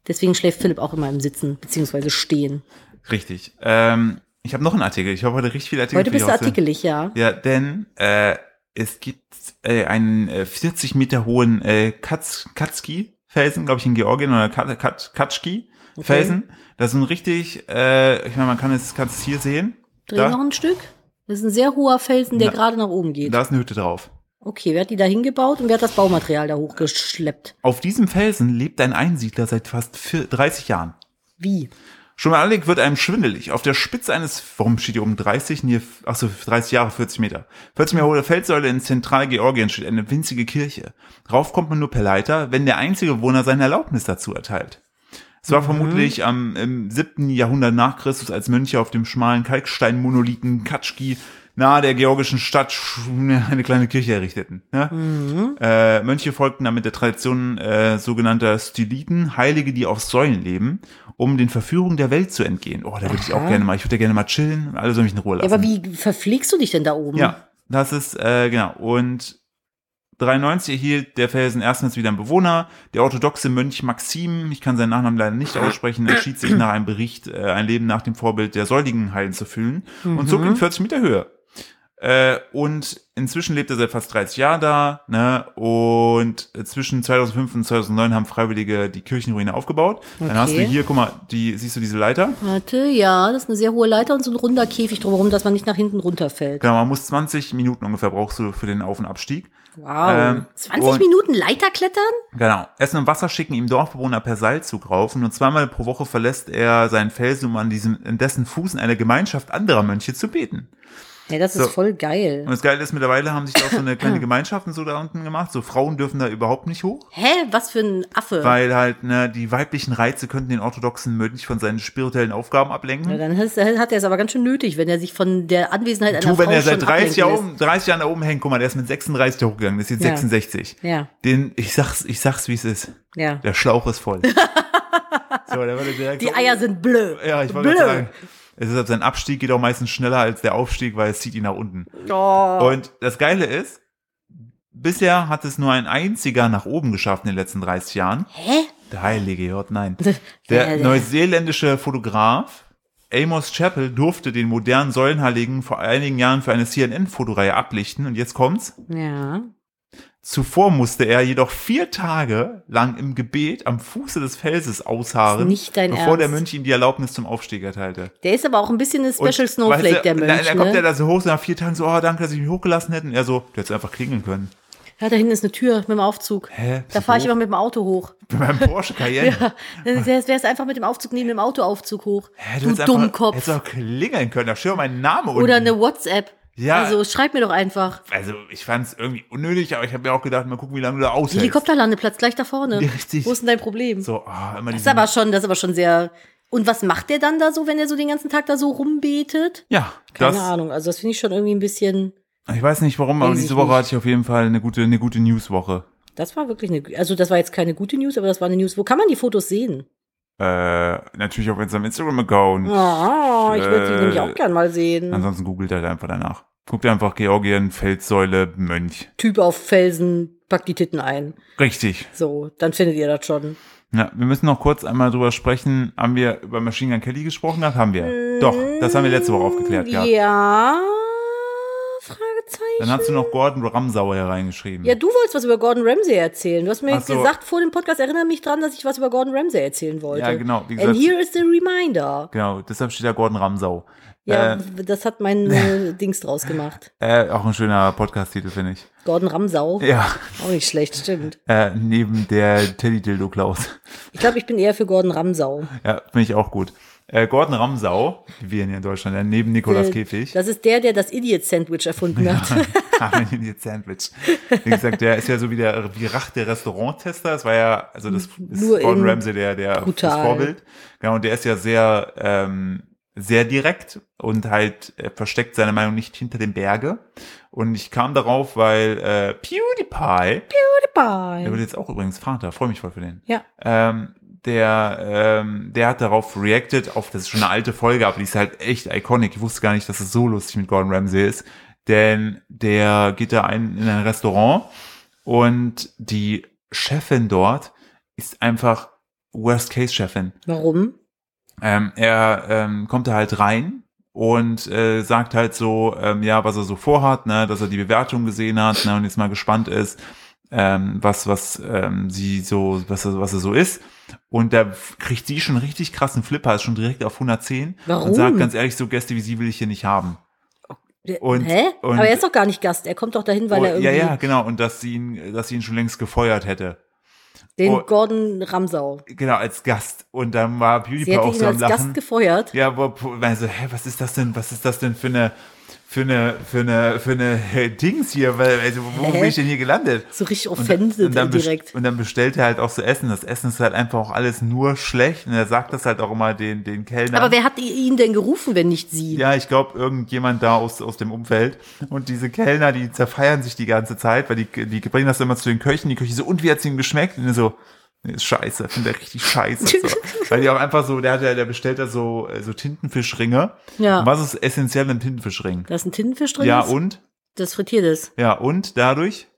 [SPEAKER 2] deswegen schläft Philipp auch immer im Sitzen, beziehungsweise stehen.
[SPEAKER 1] Richtig. Ähm, ich habe noch einen Artikel. Ich habe heute richtig viele Artikel.
[SPEAKER 2] Heute
[SPEAKER 1] für dich
[SPEAKER 2] bist du
[SPEAKER 1] ausgesucht.
[SPEAKER 2] artikelig, ja.
[SPEAKER 1] Ja, denn äh, es gibt äh, einen äh, 40 Meter hohen äh, Katz, Katzki-Felsen, glaube ich, in Georgien oder Kat, Kat, Katschki-Felsen. Das ist ein richtig, äh, ich meine, man kann es, kann es hier sehen.
[SPEAKER 2] Dreh
[SPEAKER 1] Da?
[SPEAKER 2] noch ein Stück. Das ist ein sehr hoher Felsen, der
[SPEAKER 1] Na.
[SPEAKER 2] gerade nach oben geht.
[SPEAKER 1] Da ist eine Hütte drauf.
[SPEAKER 2] Okay, wer hat die da hingebaut und wer hat das Baumaterial da hochgeschleppt?
[SPEAKER 1] Auf diesem Felsen lebt ein Einsiedler seit fast vier- 30 Jahren.
[SPEAKER 2] Wie?
[SPEAKER 1] Schon mal anlegt wird einem schwindelig. Auf der Spitze eines, warum steht hier oben 30? Nee, achso, 30 Jahre, 40 Meter. 40 Meter hohe Feldsäule in Zentralgeorgien steht eine winzige Kirche. Rauf kommt man nur per Leiter, wenn der einzige Bewohner seine Erlaubnis dazu erteilt. Es
[SPEAKER 2] Mhm.
[SPEAKER 1] war vermutlich am, im 7. Jahrhundert nach Christus, als Mönche auf dem schmalen Kalksteinmonolithen Katschki nahe der georgischen Stadt Sch- ne, eine kleine Kirche errichteten. Ne?
[SPEAKER 2] Mhm.
[SPEAKER 1] Äh, Mönche folgten damit der Tradition äh, sogenannter Stiliten, Heilige, die auf Säulen leben, um den Verführungen der Welt zu entgehen. Oh, da würde ich auch gerne mal, ich würde ja gerne mal chillen, alle sollen mich in Ruhe
[SPEAKER 2] Ja,
[SPEAKER 1] lassen.
[SPEAKER 2] aber wie verpflegst du dich denn da oben?
[SPEAKER 1] Ja, das ist, äh, genau. Und 93 erhielt der Felsen erstmals wieder einen Bewohner. Der orthodoxe Mönch Maxim, ich kann seinen Nachnamen leider nicht aussprechen, entschied sich nach einem Bericht, äh, ein Leben nach dem Vorbild der Säuligen heilen zu fühlen und zog in 40 Meter Höhe. Äh, und inzwischen lebt er seit fast 30 Jahren da, ne? Und zwischen 2005 und 2009 haben Freiwillige die Kirchenruine aufgebaut. Dann hast du
[SPEAKER 2] Okay.
[SPEAKER 1] hier, guck mal, die, siehst du diese Leiter?
[SPEAKER 2] Warte, ja, das ist eine sehr hohe Leiter und so ein runder Käfig drumherum, dass man nicht nach hinten runterfällt.
[SPEAKER 1] Genau, man muss 20 Minuten ungefähr brauchst du für den Auf- und Abstieg.
[SPEAKER 2] Wow.
[SPEAKER 1] Ähm,
[SPEAKER 2] 20
[SPEAKER 1] und-
[SPEAKER 2] Minuten Leiter klettern?
[SPEAKER 1] Genau. Essen und Wasser schicken ihm Dorfbewohner per Seilzug rauf. Nur zweimal pro Woche verlässt er seinen Felsen, um an diesem, in dessen Fußen eine Gemeinschaft anderer Mönche zu beten.
[SPEAKER 2] Ja, das
[SPEAKER 1] So.
[SPEAKER 2] ist voll geil.
[SPEAKER 1] Und das Geile ist, mittlerweile haben sich da auch so eine
[SPEAKER 2] *laughs*
[SPEAKER 1] kleine Gemeinschaften so da unten gemacht. So Frauen dürfen da überhaupt nicht hoch.
[SPEAKER 2] Hä, was für ein Affe?
[SPEAKER 1] Weil halt, ne, die weiblichen Reize könnten den orthodoxen Mönch von seinen spirituellen Aufgaben
[SPEAKER 2] ja,
[SPEAKER 1] ablenken.
[SPEAKER 2] dann hat hat er es aber ganz schön nötig, wenn er sich von der Anwesenheit einer
[SPEAKER 1] Du, wenn
[SPEAKER 2] Frau
[SPEAKER 1] er seit
[SPEAKER 2] schon
[SPEAKER 1] 30
[SPEAKER 2] ablenken
[SPEAKER 1] Jahren, 30 Jahren da oben hängt, guck mal, der ist mit 36 da hochgegangen, das ist jetzt
[SPEAKER 2] Ja.
[SPEAKER 1] 66.
[SPEAKER 2] lässt. Ja,
[SPEAKER 1] Den, ich sag's, ich sag's, wie es ist.
[SPEAKER 2] ja.
[SPEAKER 1] Der Schlauch ist
[SPEAKER 2] *laughs*
[SPEAKER 1] voll. so, der würde direkt
[SPEAKER 2] Die
[SPEAKER 1] so-
[SPEAKER 2] Eier sind blöd.
[SPEAKER 1] Ja, ich wollte
[SPEAKER 2] blöd.
[SPEAKER 1] gerade sagen. Es ist, halt, sein Abstieg geht auch meistens schneller als der Aufstieg, weil es zieht ihn nach unten.
[SPEAKER 2] Oh.
[SPEAKER 1] Und das Geile ist, bisher hat es nur ein einziger nach oben geschafft in den letzten 30 Jahren.
[SPEAKER 2] Hä?
[SPEAKER 1] Der heilige Gott,
[SPEAKER 2] *laughs*
[SPEAKER 1] nein.
[SPEAKER 2] Ja,
[SPEAKER 1] Der
[SPEAKER 2] ja.
[SPEAKER 1] neuseeländische Fotograf Amos Chappell durfte den modernen Säulenheiligen vor einigen Jahren für eine CNN-Fotoreihe ablichten. Und jetzt kommt's.
[SPEAKER 2] Ja.
[SPEAKER 1] Zuvor musste er jedoch vier Tage lang im Gebet am Fuße des Felses ausharren,
[SPEAKER 2] Das ist nicht dein
[SPEAKER 1] bevor
[SPEAKER 2] Ernst.
[SPEAKER 1] der Mönch ihm die Erlaubnis zum Aufstieg erteilte.
[SPEAKER 2] Der ist aber auch ein bisschen eine
[SPEAKER 1] Und,
[SPEAKER 2] Special Snowflake,
[SPEAKER 1] weißt du,
[SPEAKER 2] der Mönch.
[SPEAKER 1] Da, da kommt
[SPEAKER 2] ne?
[SPEAKER 1] er da so hoch, so nach vier Tagen so, oh, danke, dass ich mich hochgelassen hätte. Und er so, du hättest einfach klingeln können.
[SPEAKER 2] Ja, da hinten ist eine Tür mit dem Aufzug.
[SPEAKER 1] Hä?
[SPEAKER 2] Da fahre ich
[SPEAKER 1] Bist du
[SPEAKER 2] immer mit dem Auto hoch.
[SPEAKER 1] Bei meinem Porsche Cayenne.
[SPEAKER 2] *laughs* Ja, das wär's einfach mit dem Aufzug neben dem Autoaufzug hoch.
[SPEAKER 1] Hä,
[SPEAKER 2] du
[SPEAKER 1] hättest einfach-
[SPEAKER 2] Dummkopf.
[SPEAKER 1] Hättest auch klingeln können, da steht auch mein Name unten.
[SPEAKER 2] Oder eine WhatsApp.
[SPEAKER 1] Ja.
[SPEAKER 2] Also schreib mir doch einfach.
[SPEAKER 1] also, ich fand es irgendwie unnötig, aber ich habe mir auch gedacht, mal gucken, wie lange du da aushältst.
[SPEAKER 2] Helikopterlandeplatz gleich da vorne.
[SPEAKER 1] Ja, richtig.
[SPEAKER 2] Wo ist denn dein Problem?
[SPEAKER 1] So, ah, immer
[SPEAKER 2] Das ist aber schon, das ist aber schon sehr. Und was macht der dann da so, wenn er so den ganzen Tag da so rumbetet?
[SPEAKER 1] Ja,
[SPEAKER 2] Keine
[SPEAKER 1] das,
[SPEAKER 2] Ahnung. Also das finde ich schon irgendwie ein bisschen.
[SPEAKER 1] ich weiß nicht warum, aber
[SPEAKER 2] Weiß ich
[SPEAKER 1] diese Woche
[SPEAKER 2] nicht.
[SPEAKER 1] hatte ich auf jeden Fall eine gute, eine gute Newswoche.
[SPEAKER 2] Das war wirklich eine. Also das war jetzt keine gute News, aber das war eine News. Wo kann man die Fotos sehen?
[SPEAKER 1] Äh, natürlich auf unserem Instagram-Account.
[SPEAKER 2] Oh, ich würde sie
[SPEAKER 1] Äh,
[SPEAKER 2] nämlich auch gern mal sehen.
[SPEAKER 1] Ansonsten googelt halt einfach danach. Guckt einfach Georgien, Feldsäule, Mönch.
[SPEAKER 2] Typ auf Felsen, packt die Titten ein.
[SPEAKER 1] Richtig.
[SPEAKER 2] So, dann findet ihr das schon.
[SPEAKER 1] Ja, wir müssen noch kurz einmal drüber sprechen. Haben wir über Machine Gun Kelly gesprochen? Das haben wir. Doch, das haben wir letzte Woche aufgeklärt
[SPEAKER 2] Ja,
[SPEAKER 1] gehabt.
[SPEAKER 2] Fragezeichen.
[SPEAKER 1] Dann hast du noch Gordon Ramsauer hier reingeschrieben.
[SPEAKER 2] ja, du wolltest was über Gordon Ramsay erzählen. Du hast mir
[SPEAKER 1] Ach so.
[SPEAKER 2] gesagt vor dem Podcast, erinnere mich dran, dass ich was über Gordon Ramsay erzählen wollte.
[SPEAKER 1] Ja, genau, wie
[SPEAKER 2] And
[SPEAKER 1] gesagt-
[SPEAKER 2] here is the reminder.
[SPEAKER 1] Genau, deshalb steht da Gordon Ramsau.
[SPEAKER 2] Ja,
[SPEAKER 1] Äh,
[SPEAKER 2] das
[SPEAKER 1] *laughs*
[SPEAKER 2] hat mein äh, Dings draus gemacht.
[SPEAKER 1] äh, auch ein schöner Podcast-Titel, finde ich.
[SPEAKER 2] Gordon Ramsau.
[SPEAKER 1] Ja,
[SPEAKER 2] Auch nicht schlecht, stimmt.
[SPEAKER 1] äh, neben der Teddy-Dildo-Klaus.
[SPEAKER 2] Ich glaube, ich bin eher für Gordon Ramsau.
[SPEAKER 1] Ja, finde ich auch gut. Äh, Gordon Ramsau, wie wir ihn hier in Deutschland nennen, neben Nikolas
[SPEAKER 2] Äh,
[SPEAKER 1] Käfig.
[SPEAKER 2] Das ist der, der das Idiot-Sandwich erfunden
[SPEAKER 1] *laughs*
[SPEAKER 2] hat.
[SPEAKER 1] Carmen ihr Sandwich. Wie gesagt, der ist ja so wie der wie Rach der Restauranttester. Das war ja, also das ist
[SPEAKER 2] Nur
[SPEAKER 1] Gordon
[SPEAKER 2] in
[SPEAKER 1] Ramsay der, der das
[SPEAKER 2] brutal.
[SPEAKER 1] Vorbild. Genau, und der ist ja sehr ähm, sehr direkt und halt äh, versteckt seine Meinung nicht hinter dem Berge. Und ich kam darauf, weil äh, PewDiePie, der wird
[SPEAKER 2] Bye.
[SPEAKER 1] jetzt auch übrigens Vater, freue mich voll für den.
[SPEAKER 2] Ja.
[SPEAKER 1] Ähm, der, ähm, der hat darauf reacted auf, das ist schon eine alte Folge, aber die ist halt echt iconic. Ich wusste gar nicht, dass es so lustig mit Gordon Ramsay ist. Denn der geht da ein, in ein Restaurant und die Chefin dort ist einfach Worst-Case-Chefin.
[SPEAKER 2] Warum?
[SPEAKER 1] Ähm, er ähm, kommt da halt rein und äh, sagt halt so, ähm, ja, was er so vorhat, ne, dass er die Bewertung gesehen hat ne, und jetzt mal gespannt ist, ähm, was, was ähm, sie so, was, er- was er so ist. Und da f- kriegt sie schon richtig krassen Flipper, ist schon direkt auf 110
[SPEAKER 2] Warum?
[SPEAKER 1] und sagt ganz ehrlich, so Gäste wie sie will ich hier nicht haben. Und-
[SPEAKER 2] Hä?
[SPEAKER 1] und-
[SPEAKER 2] Aber er ist doch gar nicht Gast. Er kommt doch dahin, weil
[SPEAKER 1] oh,
[SPEAKER 2] er irgendwie
[SPEAKER 1] ja, ja, genau, und dass sie ihn, dass sie ihn schon längst gefeuert hätte.
[SPEAKER 2] den
[SPEAKER 1] oh.
[SPEAKER 2] Gordon Ramsau.
[SPEAKER 1] Genau, als Gast. Und dann war
[SPEAKER 2] Sie
[SPEAKER 1] PewDiePie
[SPEAKER 2] hätte
[SPEAKER 1] auch
[SPEAKER 2] ihn
[SPEAKER 1] so am
[SPEAKER 2] als Gast
[SPEAKER 1] Lachen.
[SPEAKER 2] gefeuert.
[SPEAKER 1] Ja, aber po- also, hä, was ist das denn? Was ist das denn für eine für eine für eine für eine äh, Dings hier? Weil also, wo
[SPEAKER 2] Hä?
[SPEAKER 1] bin ich denn hier gelandet?
[SPEAKER 2] So richtig
[SPEAKER 1] Und dann-
[SPEAKER 2] offensiv
[SPEAKER 1] und dann best-
[SPEAKER 2] direkt.
[SPEAKER 1] Und dann bestellt er halt auch so Essen. Das Essen ist halt einfach auch alles nur schlecht. Und er sagt das halt auch immer den den Kellnern.
[SPEAKER 2] Aber wer hat ihn denn gerufen, wenn nicht sie?
[SPEAKER 1] ja, ich glaube, irgendjemand da aus, aus dem Umfeld. Und diese Kellner, die zerfeiern sich die ganze Zeit, weil die, die bringen das immer zu den Köchen. Die Köche so, und wie hat's ihm geschmeckt? Und die so, nee, ist scheiße, finde ich richtig scheiße. So.
[SPEAKER 2] *laughs*
[SPEAKER 1] weil die auch einfach so, der hat ja, der bestellt da so, äh, so Tintenfischringe.
[SPEAKER 2] Ja.
[SPEAKER 1] Und was ist essentiell im Tintenfischring?
[SPEAKER 2] Da ist ein Tintenfisch drin.
[SPEAKER 1] Ja,
[SPEAKER 2] ist.
[SPEAKER 1] und?
[SPEAKER 2] Das frittiert ist.
[SPEAKER 1] Ja, und dadurch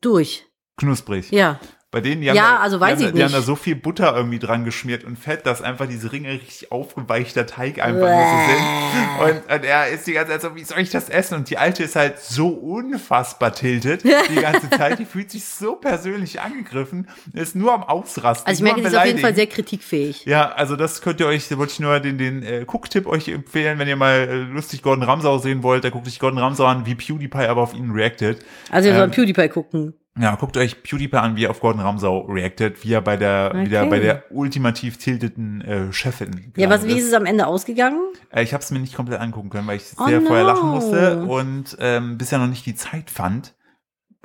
[SPEAKER 2] Durch.
[SPEAKER 1] knusprig.
[SPEAKER 2] Ja.
[SPEAKER 1] Bei denen, die haben,
[SPEAKER 2] Ja,
[SPEAKER 1] da,
[SPEAKER 2] also weiß
[SPEAKER 1] die,
[SPEAKER 2] ich
[SPEAKER 1] haben, da- die haben
[SPEAKER 2] nicht.
[SPEAKER 1] da so viel Butter irgendwie dran geschmiert und Fett, dass einfach diese Ringe richtig aufgeweichter Teig einfach nur so sind. Und, und er ist die ganze Zeit so, wie soll ich das essen? Und die Alte ist halt so unfassbar
[SPEAKER 2] *laughs*
[SPEAKER 1] tiltet die ganze Zeit. Die fühlt sich so persönlich angegriffen, ist nur am Ausrasten.
[SPEAKER 2] Also ich
[SPEAKER 1] nur
[SPEAKER 2] merke,
[SPEAKER 1] am
[SPEAKER 2] das ist auf jeden
[SPEAKER 1] Beleidigen.
[SPEAKER 2] Fall sehr kritikfähig.
[SPEAKER 1] Ja, also das könnt ihr euch, da wollte ich nur den, den äh, Gucktipp euch empfehlen, wenn ihr mal äh, lustig Gordon Ramsau sehen wollt, da guckt euch Gordon Ramsau an, wie PewDiePie aber auf ihn reactet.
[SPEAKER 2] Also wir sollen PewDiePie gucken.
[SPEAKER 1] Ja, guckt euch PewDiePie an, wie er auf Gordon Ramsau reactet, wie er bei der,
[SPEAKER 2] Okay.
[SPEAKER 1] wieder bei der ultimativ tilteten äh, Chefin.
[SPEAKER 2] Ja, was, wie ist
[SPEAKER 1] gelandet
[SPEAKER 2] es am Ende ausgegangen?
[SPEAKER 1] Äh, ich habe es mir nicht komplett angucken können, weil ich
[SPEAKER 2] Oh
[SPEAKER 1] sehr vorher
[SPEAKER 2] no.
[SPEAKER 1] lachen musste und ähm, bisher noch nicht die Zeit fand.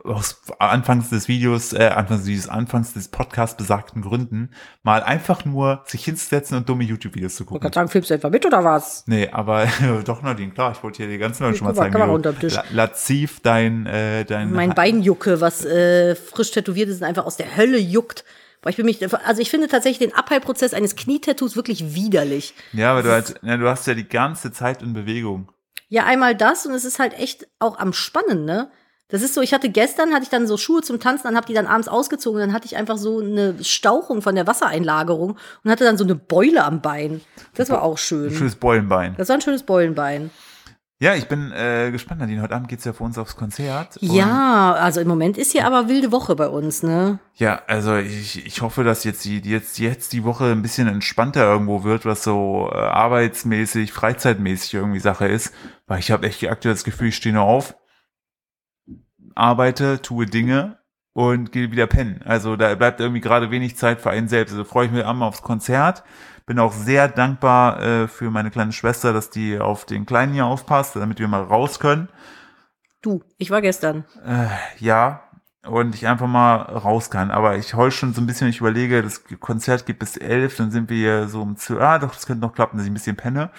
[SPEAKER 1] Aus Anfangs des Videos, äh, Anfangs dieses Anfangs des Podcasts besagten Gründen, mal einfach nur sich hinzusetzen und dumme YouTube-Videos zu
[SPEAKER 2] Ich
[SPEAKER 1] gucken.
[SPEAKER 2] wollte gerade sagen, filmst du etwa mit oder was?
[SPEAKER 1] Nee, aber *laughs* doch, Nadine, klar, ich wollte dir die ganzen Leute schon mal
[SPEAKER 2] Guck mal,
[SPEAKER 1] zeigen.
[SPEAKER 2] Kamera
[SPEAKER 1] wie du
[SPEAKER 2] unterm Tisch.
[SPEAKER 1] la- Laziv dein, äh, dein
[SPEAKER 2] Mein Bein jucke, was äh, frisch tätowiert ist und einfach aus der Hölle juckt. Boah, ich bin mich, also ich finde tatsächlich den Abheilprozess eines Knietattoos wirklich widerlich.
[SPEAKER 1] Ja, weil du halt, ja, du hast ja die ganze Zeit in Bewegung.
[SPEAKER 2] Ja, einmal das und es ist halt echt auch am Spannen, ne? Das ist so, ich hatte gestern, hatte ich dann so Schuhe zum Tanzen, dann habe die dann abends ausgezogen, dann hatte ich einfach so eine Stauchung von der Wassereinlagerung und hatte dann so eine Beule am Bein. Das war auch
[SPEAKER 1] Ein
[SPEAKER 2] schön.
[SPEAKER 1] schönes Beulenbein.
[SPEAKER 2] Das war ein schönes Beulenbein.
[SPEAKER 1] Ja, ich bin äh, gespannt, Nadine. Heute Abend geht's ja für uns aufs Konzert. Und-
[SPEAKER 2] Ja, also im Moment ist hier aber wilde Woche bei uns, ne?
[SPEAKER 1] Ja, also ich, ich hoffe, dass jetzt die, die jetzt, jetzt die Woche ein bisschen entspannter irgendwo wird, was so äh, arbeitsmäßig, freizeitmäßig irgendwie Sache ist. Weil ich habe echt aktuell das Gefühl, ich stehe nur auf, arbeite, tue Dinge und gehe wieder pennen. Also da bleibt irgendwie gerade wenig Zeit für einen selbst. Also freue ich mich einmal aufs Konzert. Bin auch sehr dankbar äh, für meine kleine Schwester, dass die auf den Kleinen hier aufpasst, damit wir mal raus können.
[SPEAKER 2] Du, ich war gestern.
[SPEAKER 1] Äh, ja, und ich einfach mal raus kann. Aber ich heul schon so ein bisschen, ich überlege, das Konzert geht bis 11, dann sind wir hier so um 12. Ah, doch, das könnte noch klappen, dass ich ein bisschen penne.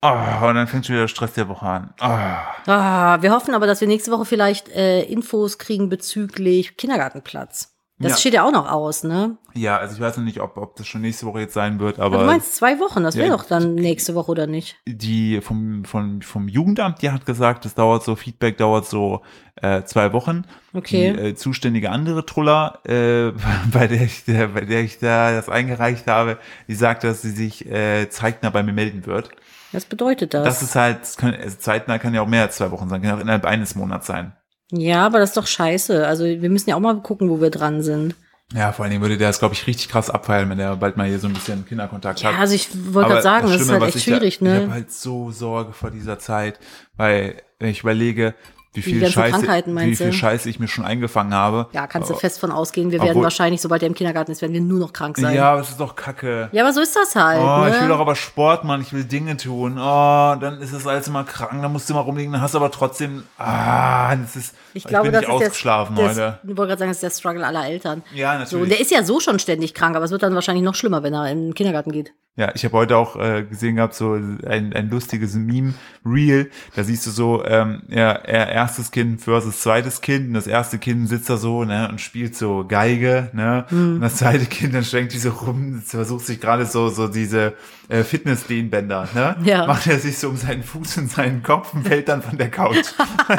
[SPEAKER 1] Ah, und dann fängt schon wieder der Stress der Woche an. Ah,
[SPEAKER 2] Ah, wir hoffen aber, dass wir nächste Woche vielleicht äh, Infos kriegen bezüglich Kindergartenplatz. Das
[SPEAKER 1] Ja.
[SPEAKER 2] steht ja auch noch aus, ne?
[SPEAKER 1] ja, also ich weiß noch nicht, ob, ob das schon nächste Woche jetzt sein wird,
[SPEAKER 2] Aber
[SPEAKER 1] aber
[SPEAKER 2] du meinst zwei Wochen, das wäre
[SPEAKER 1] Ja,
[SPEAKER 2] doch dann nächste Woche oder nicht?
[SPEAKER 1] die vom, vom, vom Jugendamt, die hat gesagt, das dauert so, Feedback dauert so äh, zwei Wochen.
[SPEAKER 2] Okay.
[SPEAKER 1] Die äh, zuständige andere Truller, äh, *laughs* bei, der ich, der, bei der ich da das eingereicht habe, die sagt, dass sie sich äh, zeitnah bei mir melden wird.
[SPEAKER 2] Was bedeutet das?
[SPEAKER 1] Das ist halt, das kann, also zeitnah kann ja auch mehr als zwei Wochen sein, kann ja auch innerhalb eines Monats sein.
[SPEAKER 2] ja, aber das ist doch scheiße. Also wir müssen ja auch mal gucken, wo wir dran sind.
[SPEAKER 1] Ja, vor allen Dingen würde der das, glaube ich, richtig krass abfeilen, wenn der bald mal hier so ein bisschen Kinderkontakt
[SPEAKER 2] Ja,
[SPEAKER 1] hat.
[SPEAKER 2] also ich wollte gerade sagen, das, ist halt
[SPEAKER 1] was
[SPEAKER 2] echt
[SPEAKER 1] ich da-
[SPEAKER 2] schwierig,
[SPEAKER 1] Ich habe
[SPEAKER 2] ne?
[SPEAKER 1] halt so Sorge vor dieser Zeit, weil wenn ich überlege, wie viel,
[SPEAKER 2] ganzen
[SPEAKER 1] Scheiße,
[SPEAKER 2] Krankheiten,
[SPEAKER 1] wie
[SPEAKER 2] meinst
[SPEAKER 1] viel
[SPEAKER 2] du?
[SPEAKER 1] Scheiße ich mir schon eingefangen habe. Oh.
[SPEAKER 2] Ja, kannst du fest von ausgehen. Wir werden
[SPEAKER 1] Obwohl-
[SPEAKER 2] wahrscheinlich, sobald er im Kindergarten ist, werden wir nur noch krank sein.
[SPEAKER 1] Ja, aber es ist doch kacke.
[SPEAKER 2] Ja, aber so ist das halt.
[SPEAKER 1] Oh,
[SPEAKER 2] ne?
[SPEAKER 1] ich will doch aber Sport machen, ich will Dinge tun. Oh, dann ist das alles immer krank, dann musst du immer rumliegen, dann hast du aber trotzdem, ah, das ist,
[SPEAKER 2] Ich glaube,
[SPEAKER 1] bin
[SPEAKER 2] das
[SPEAKER 1] nicht
[SPEAKER 2] ist
[SPEAKER 1] ausgeschlafen
[SPEAKER 2] der,
[SPEAKER 1] heute.
[SPEAKER 2] Der, ich wollte gerade sagen, das ist der Struggle aller Eltern.
[SPEAKER 1] Ja,
[SPEAKER 2] So, und
[SPEAKER 1] natürlich.
[SPEAKER 2] der ist ja so schon ständig krank, aber es wird dann wahrscheinlich noch schlimmer, wenn er in den Kindergarten geht.
[SPEAKER 1] Ja, ich habe heute auch äh, gesehen gehabt, so ein, ein lustiges Meme-Reel. Da siehst du so, ähm, ja, er- erstes Kind versus zweites Kind. Und das erste Kind sitzt da so ne, und spielt so Geige. Ne?
[SPEAKER 2] Hm.
[SPEAKER 1] Und das zweite Kind, dann schwenkt die so rum, es versucht sich gerade so, so diese äh, Fitness-Dehnbänder. Ne?
[SPEAKER 2] Ja.
[SPEAKER 1] Macht er sich so um seinen Fuß und seinen Kopf und fällt dann von der
[SPEAKER 2] *laughs*
[SPEAKER 1] Couch. *laughs*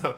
[SPEAKER 1] so,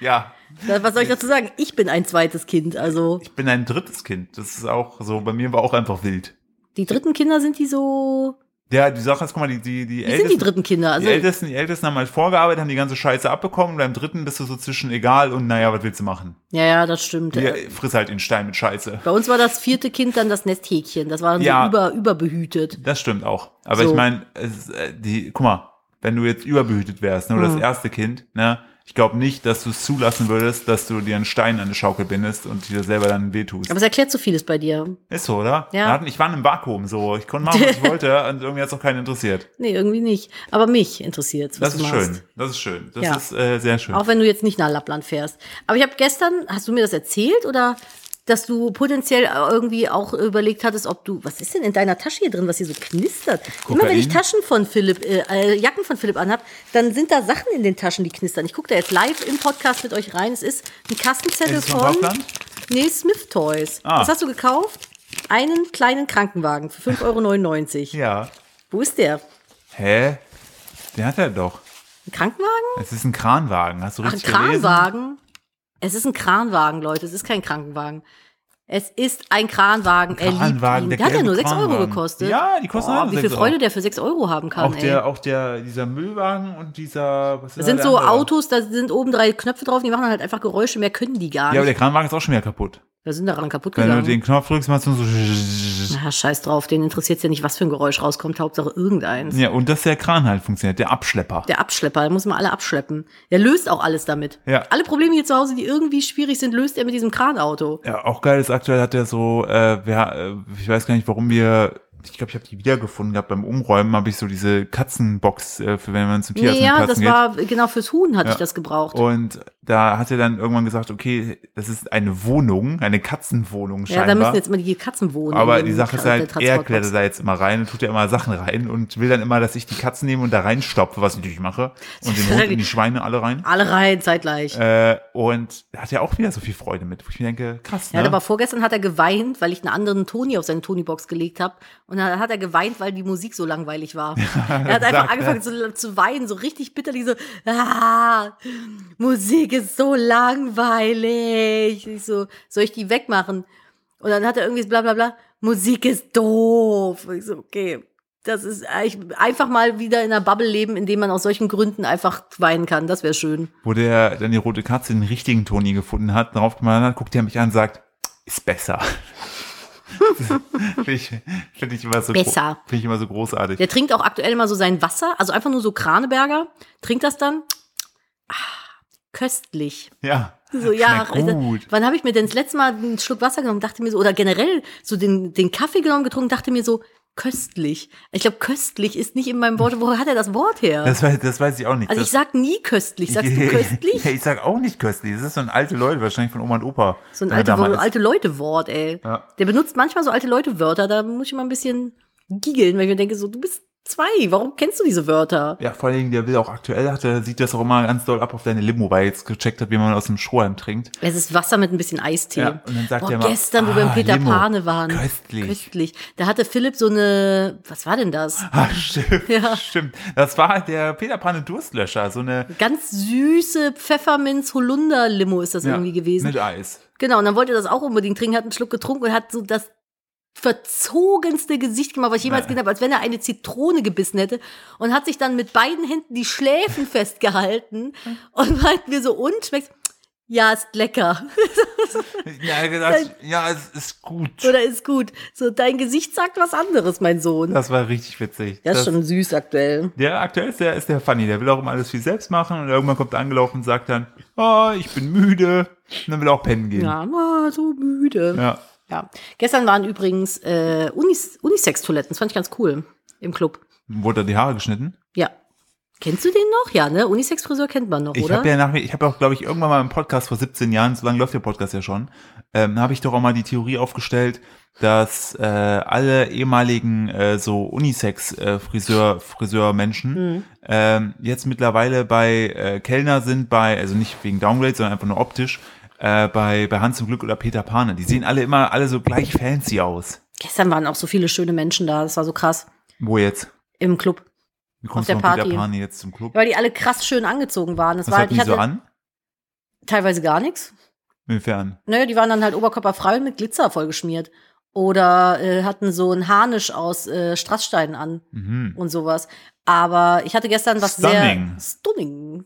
[SPEAKER 1] ja,
[SPEAKER 2] Da- Was soll ich dazu sagen? Ich bin ein zweites Kind. Also
[SPEAKER 1] ich bin ein drittes Kind. Das ist auch so, bei mir war auch einfach wild.
[SPEAKER 2] die dritten Kinder sind die so.
[SPEAKER 1] Ja, die Sache ist, guck mal, die, die, die
[SPEAKER 2] Wie sind die dritten Kinder? Also
[SPEAKER 1] die Ältesten, die Ältesten haben halt vorgearbeitet, haben die ganze Scheiße abbekommen und beim dritten bist du so zwischen egal und naja, was willst du machen?
[SPEAKER 2] ja, ja, das stimmt.
[SPEAKER 1] Die friss halt den Stein mit Scheiße.
[SPEAKER 2] Bei uns war das vierte Kind dann das Nesthäkchen. Das war dann
[SPEAKER 1] Ja.
[SPEAKER 2] so über, überbehütet.
[SPEAKER 1] Das stimmt auch. Aber
[SPEAKER 2] So.
[SPEAKER 1] ich meine, es, äh, die, guck mal, wenn du jetzt überbehütet wärst, ne, oder
[SPEAKER 2] Mhm.
[SPEAKER 1] das erste Kind, ne, ich glaube nicht, dass du es zulassen würdest, dass du dir einen Stein an eine Schaukel bindest und dir selber dann wehtust.
[SPEAKER 2] Aber es erklärt so vieles bei dir.
[SPEAKER 1] ist so, oder?
[SPEAKER 2] Ja.
[SPEAKER 1] Wir hatten- Ich war in einem Vakuum, so. Ich konnte machen, was
[SPEAKER 2] *laughs*
[SPEAKER 1] ich wollte und irgendwie hat es auch keinen interessiert.
[SPEAKER 2] Nee, irgendwie nicht. Aber mich interessiert, was
[SPEAKER 1] Das
[SPEAKER 2] du
[SPEAKER 1] ist
[SPEAKER 2] machst.
[SPEAKER 1] schön. Das ist schön. Das
[SPEAKER 2] Ja.
[SPEAKER 1] ist äh, sehr schön.
[SPEAKER 2] Auch wenn du jetzt nicht nach Lappland fährst. Aber ich habe gestern, hast du mir das erzählt oder dass du potenziell irgendwie auch überlegt hattest, ob du, was ist denn in deiner Tasche hier drin, was hier so knistert? Immer wenn ich
[SPEAKER 1] Kokain?
[SPEAKER 2] Taschen von Philipp, äh, äh, Jacken von Philipp anhab, dann sind da Sachen in den Taschen, die knistern. Ich gucke da jetzt live im Podcast mit euch rein. Es ist ein Kastenzettel
[SPEAKER 1] Ist es von
[SPEAKER 2] von,
[SPEAKER 1] Kaufland?
[SPEAKER 2] nee, Smith Toys.
[SPEAKER 1] Ah.
[SPEAKER 2] Was hast du gekauft? Einen kleinen Krankenwagen für 5,99 Euro.
[SPEAKER 1] ja.
[SPEAKER 2] Wo ist der?
[SPEAKER 1] Hä? Der hat er doch.
[SPEAKER 2] Ein Krankenwagen?
[SPEAKER 1] Es ist ein Kranwagen, hast du
[SPEAKER 2] Ach, ein
[SPEAKER 1] richtig gelesen?
[SPEAKER 2] Kranwagen? Es ist ein Kranwagen, Leute. Es ist kein Krankenwagen. Es ist ein Kranwagen. er liebt
[SPEAKER 1] Kranwagen,
[SPEAKER 2] ihn.
[SPEAKER 1] der
[SPEAKER 2] Der hat ja
[SPEAKER 1] gelbe
[SPEAKER 2] nur 6 Euro
[SPEAKER 1] Kranwagen.
[SPEAKER 2] gekostet.
[SPEAKER 1] Ja, die kosten alle
[SPEAKER 2] Boah, Wie viel
[SPEAKER 1] 6 Euro.
[SPEAKER 2] Freude der für 6 Euro haben kann,
[SPEAKER 1] Auch
[SPEAKER 2] ey.
[SPEAKER 1] der, auch der, dieser Müllwagen und dieser, was ist
[SPEAKER 2] Das sind
[SPEAKER 1] der
[SPEAKER 2] so
[SPEAKER 1] andere?
[SPEAKER 2] Autos, da sind oben drei Knöpfe drauf, die machen halt einfach Geräusche, mehr können die gar
[SPEAKER 1] Ja, aber
[SPEAKER 2] nicht.
[SPEAKER 1] der Kranwagen ist auch schon wieder kaputt.
[SPEAKER 2] Da sind daran kaputt
[SPEAKER 1] Wenn du
[SPEAKER 2] gegangen.
[SPEAKER 1] den Knopf drückst, machst du so.
[SPEAKER 2] Na, scheiß drauf, den interessiert's ja nicht, was für ein Geräusch rauskommt, Hauptsache irgendeins.
[SPEAKER 1] Ja, und dass der Kran halt funktioniert, der Abschlepper.
[SPEAKER 2] Der Abschlepper, da muss man alle abschleppen. Der löst auch alles damit.
[SPEAKER 1] Ja.
[SPEAKER 2] Alle Probleme hier zu Hause, die irgendwie schwierig sind, löst er mit diesem Kranauto.
[SPEAKER 1] Ja, auch geil ist, aktuell hat der so, äh, wer, äh, ich weiß gar nicht, warum wir, ich glaube, ich habe die wiedergefunden gehabt beim Umräumen, habe ich so diese Katzenbox, äh, für wenn man zum Tierarzt
[SPEAKER 2] Nee,
[SPEAKER 1] mit
[SPEAKER 2] ja,
[SPEAKER 1] Katzen
[SPEAKER 2] das
[SPEAKER 1] geht.
[SPEAKER 2] war genau fürs Huhn hatte
[SPEAKER 1] Ja. Oh,
[SPEAKER 2] ich das gebraucht.
[SPEAKER 1] Und da hat er dann irgendwann gesagt, okay, das ist eine Wohnung, eine Katzenwohnung
[SPEAKER 2] ja,
[SPEAKER 1] scheinbar.
[SPEAKER 2] da müssen jetzt mal die Katzen wohnen.
[SPEAKER 1] Aber
[SPEAKER 2] in
[SPEAKER 1] die
[SPEAKER 2] dem
[SPEAKER 1] Sache ist
[SPEAKER 2] Tra-
[SPEAKER 1] halt,
[SPEAKER 2] der
[SPEAKER 1] er
[SPEAKER 2] Transportbox.
[SPEAKER 1] klettert da jetzt immer rein und tut ja immer Sachen rein und will dann immer, dass ich die Katzen nehme und da reinstopfe, was ich natürlich
[SPEAKER 2] *laughs*
[SPEAKER 1] mache. Und den Hund und die Schweine alle rein.
[SPEAKER 2] Alle rein, zeitgleich.
[SPEAKER 1] Äh, und da hat er auch wieder so viel Freude mit, wo ich mir denke, krass, ne?
[SPEAKER 2] er hat aber vorgestern hat er geweint, weil ich einen anderen Toni auf seine Toni-Box gelegt habe. Und dann hat er geweint, weil die Musik so
[SPEAKER 1] *laughs*
[SPEAKER 2] langweilig war. er hat einfach
[SPEAKER 1] sagt er.
[SPEAKER 2] angefangen zu, zu weinen, so richtig bitterlich, so, ah, Musik ist so langweilig. Ich so, soll ich die wegmachen? Und dann hat er irgendwie bla bla bla, Musik ist doof. Und ich so, okay. Das ist äh, ich, einfach mal wieder in einer Bubble leben, in dem man aus solchen Gründen einfach weinen kann. Das wäre schön.
[SPEAKER 1] wo der dann die rote Katze den richtigen Toni gefunden hat, drauf gemacht hat, guckt er mich an und sagt, ist
[SPEAKER 2] *laughs*
[SPEAKER 1] besser. Finde ich, find ich, immer so gro-
[SPEAKER 2] Besser.
[SPEAKER 1] Find ich immer so großartig.
[SPEAKER 2] Der trinkt auch aktuell immer so sein Wasser, also einfach nur so Kraneberger, trinkt das dann. Ah, köstlich.
[SPEAKER 1] Ja.
[SPEAKER 2] So, ja, also,
[SPEAKER 1] Schmeckt gut.
[SPEAKER 2] wann habe ich mir denn das letzte Mal einen Schluck Wasser genommen, dachte mir so, oder generell so den, den Kaffee genommen, getrunken, dachte mir so, köstlich. Ich glaube, köstlich ist nicht in meinem Wort. Woher hat er das Wort her?
[SPEAKER 1] Das, weiß- das weiß ich auch nicht.
[SPEAKER 2] also ich
[SPEAKER 1] das,
[SPEAKER 2] sag nie köstlich. Sagst du köstlich?
[SPEAKER 1] *laughs* Ja, ich sag auch nicht köstlich. Das ist so ein alte Leute, wahrscheinlich von Oma und Opa.
[SPEAKER 2] So ein
[SPEAKER 1] Wenn er
[SPEAKER 2] alte,
[SPEAKER 1] da mal
[SPEAKER 2] Wo-
[SPEAKER 1] ist.
[SPEAKER 2] alte Leute-Wort, ey.
[SPEAKER 1] Ja.
[SPEAKER 2] Der benutzt manchmal so alte Leute-Wörter, da muss ich mal ein bisschen giggeln, weil ich mir denke, so, du bist zwei, warum kennst du diese Wörter?
[SPEAKER 1] Ja, vor allen Dingen, der will auch aktuell, hat, der sieht das auch immer ganz doll ab auf deine Limo, weil er jetzt gecheckt hat, wie man aus dem Strohhalm trinkt.
[SPEAKER 2] Es ist Wasser mit ein bisschen Eistee.
[SPEAKER 1] Ja, und dann sagt
[SPEAKER 2] Boah,
[SPEAKER 1] er immer,
[SPEAKER 2] gestern, wo wir
[SPEAKER 1] ah,
[SPEAKER 2] beim Peter
[SPEAKER 1] Limo.
[SPEAKER 2] Pane waren.
[SPEAKER 1] Köstlich.
[SPEAKER 2] Köstlich. Da hatte Philipp so eine, was war denn das?
[SPEAKER 1] *laughs* Ah, stimmt,
[SPEAKER 2] Ja.
[SPEAKER 1] stimmt. Das war der Peter Panne Durstlöscher, so eine
[SPEAKER 2] Ganz süße Pfefferminz-Holunder-Limo ist das
[SPEAKER 1] ja,
[SPEAKER 2] irgendwie gewesen.
[SPEAKER 1] mit
[SPEAKER 2] *laughs*
[SPEAKER 1] Eis.
[SPEAKER 2] Genau, und dann wollte er das auch unbedingt trinken, hat einen Schluck getrunken und hat so das verzogenste Gesicht gemacht, was ich jemals gesehen habe, als wenn er eine Zitrone gebissen hätte und hat sich dann mit beiden Händen
[SPEAKER 1] *laughs*
[SPEAKER 2] die Schläfen festgehalten und meint mir so, und schmeckt, ja, ist lecker. *laughs*
[SPEAKER 1] Ja, er hat gesagt, ja, es ist gut.
[SPEAKER 2] Oder ist gut. So, dein Gesicht sagt was anderes, mein Sohn.
[SPEAKER 1] Das war richtig witzig.
[SPEAKER 2] Das,
[SPEAKER 1] Das-
[SPEAKER 2] ist schon süß aktuell.
[SPEAKER 1] Der aktuell ist der, ist der Funny, der will auch immer alles viel selbst machen und irgendwann kommt er angelaufen und sagt dann, oh, ich bin müde. Und dann will er auch pennen gehen.
[SPEAKER 2] Ja, ah, so müde. Ja.
[SPEAKER 1] ja.
[SPEAKER 2] Gestern waren übrigens äh, Unis Unisex-Toiletten, das fand ich ganz cool im Club.
[SPEAKER 1] Wurde er die Haare geschnitten?
[SPEAKER 2] Ja. Kennst du den noch? Ja, ne? Unisex-Friseur kennt man noch,
[SPEAKER 1] Ich
[SPEAKER 2] oder?
[SPEAKER 1] habe ja nach, ich habe auch, glaube ich, irgendwann mal im Podcast vor 17 Jahren, so lange läuft der Podcast ja schon, ähm, habe ich doch auch mal die Theorie aufgestellt, dass äh, alle ehemaligen äh, so Unisex-Friseur, Friseurmenschen
[SPEAKER 2] Hm.
[SPEAKER 1] ähm, jetzt mittlerweile bei äh, Kellner sind, bei also nicht wegen Downgrade, sondern einfach nur optisch äh, bei bei Hans zum Glück oder Peter Pane. Die sehen alle immer alle so gleich fancy aus.
[SPEAKER 2] Gestern waren auch so viele schöne Menschen da, das war so krass.
[SPEAKER 1] Wo jetzt?
[SPEAKER 2] Im Club.
[SPEAKER 1] Wie kommst
[SPEAKER 2] der
[SPEAKER 1] du von
[SPEAKER 2] Party.
[SPEAKER 1] Peter Pane jetzt zum Club?
[SPEAKER 2] Weil die alle krass schön angezogen waren. Das
[SPEAKER 1] Was
[SPEAKER 2] war halt,
[SPEAKER 1] hatten
[SPEAKER 2] ich
[SPEAKER 1] die
[SPEAKER 2] hatte
[SPEAKER 1] so an?
[SPEAKER 2] teilweise gar nichts.
[SPEAKER 1] Inwiefern?
[SPEAKER 2] Naja, die waren dann halt oberkörperfrei und mit Glitzer vollgeschmiert. Oder äh, hatten so einen Harnisch aus äh, Strasssteinen an
[SPEAKER 1] Mhm.
[SPEAKER 2] und sowas. Aber ich hatte gestern was
[SPEAKER 1] Stunning.
[SPEAKER 2] sehr stunning.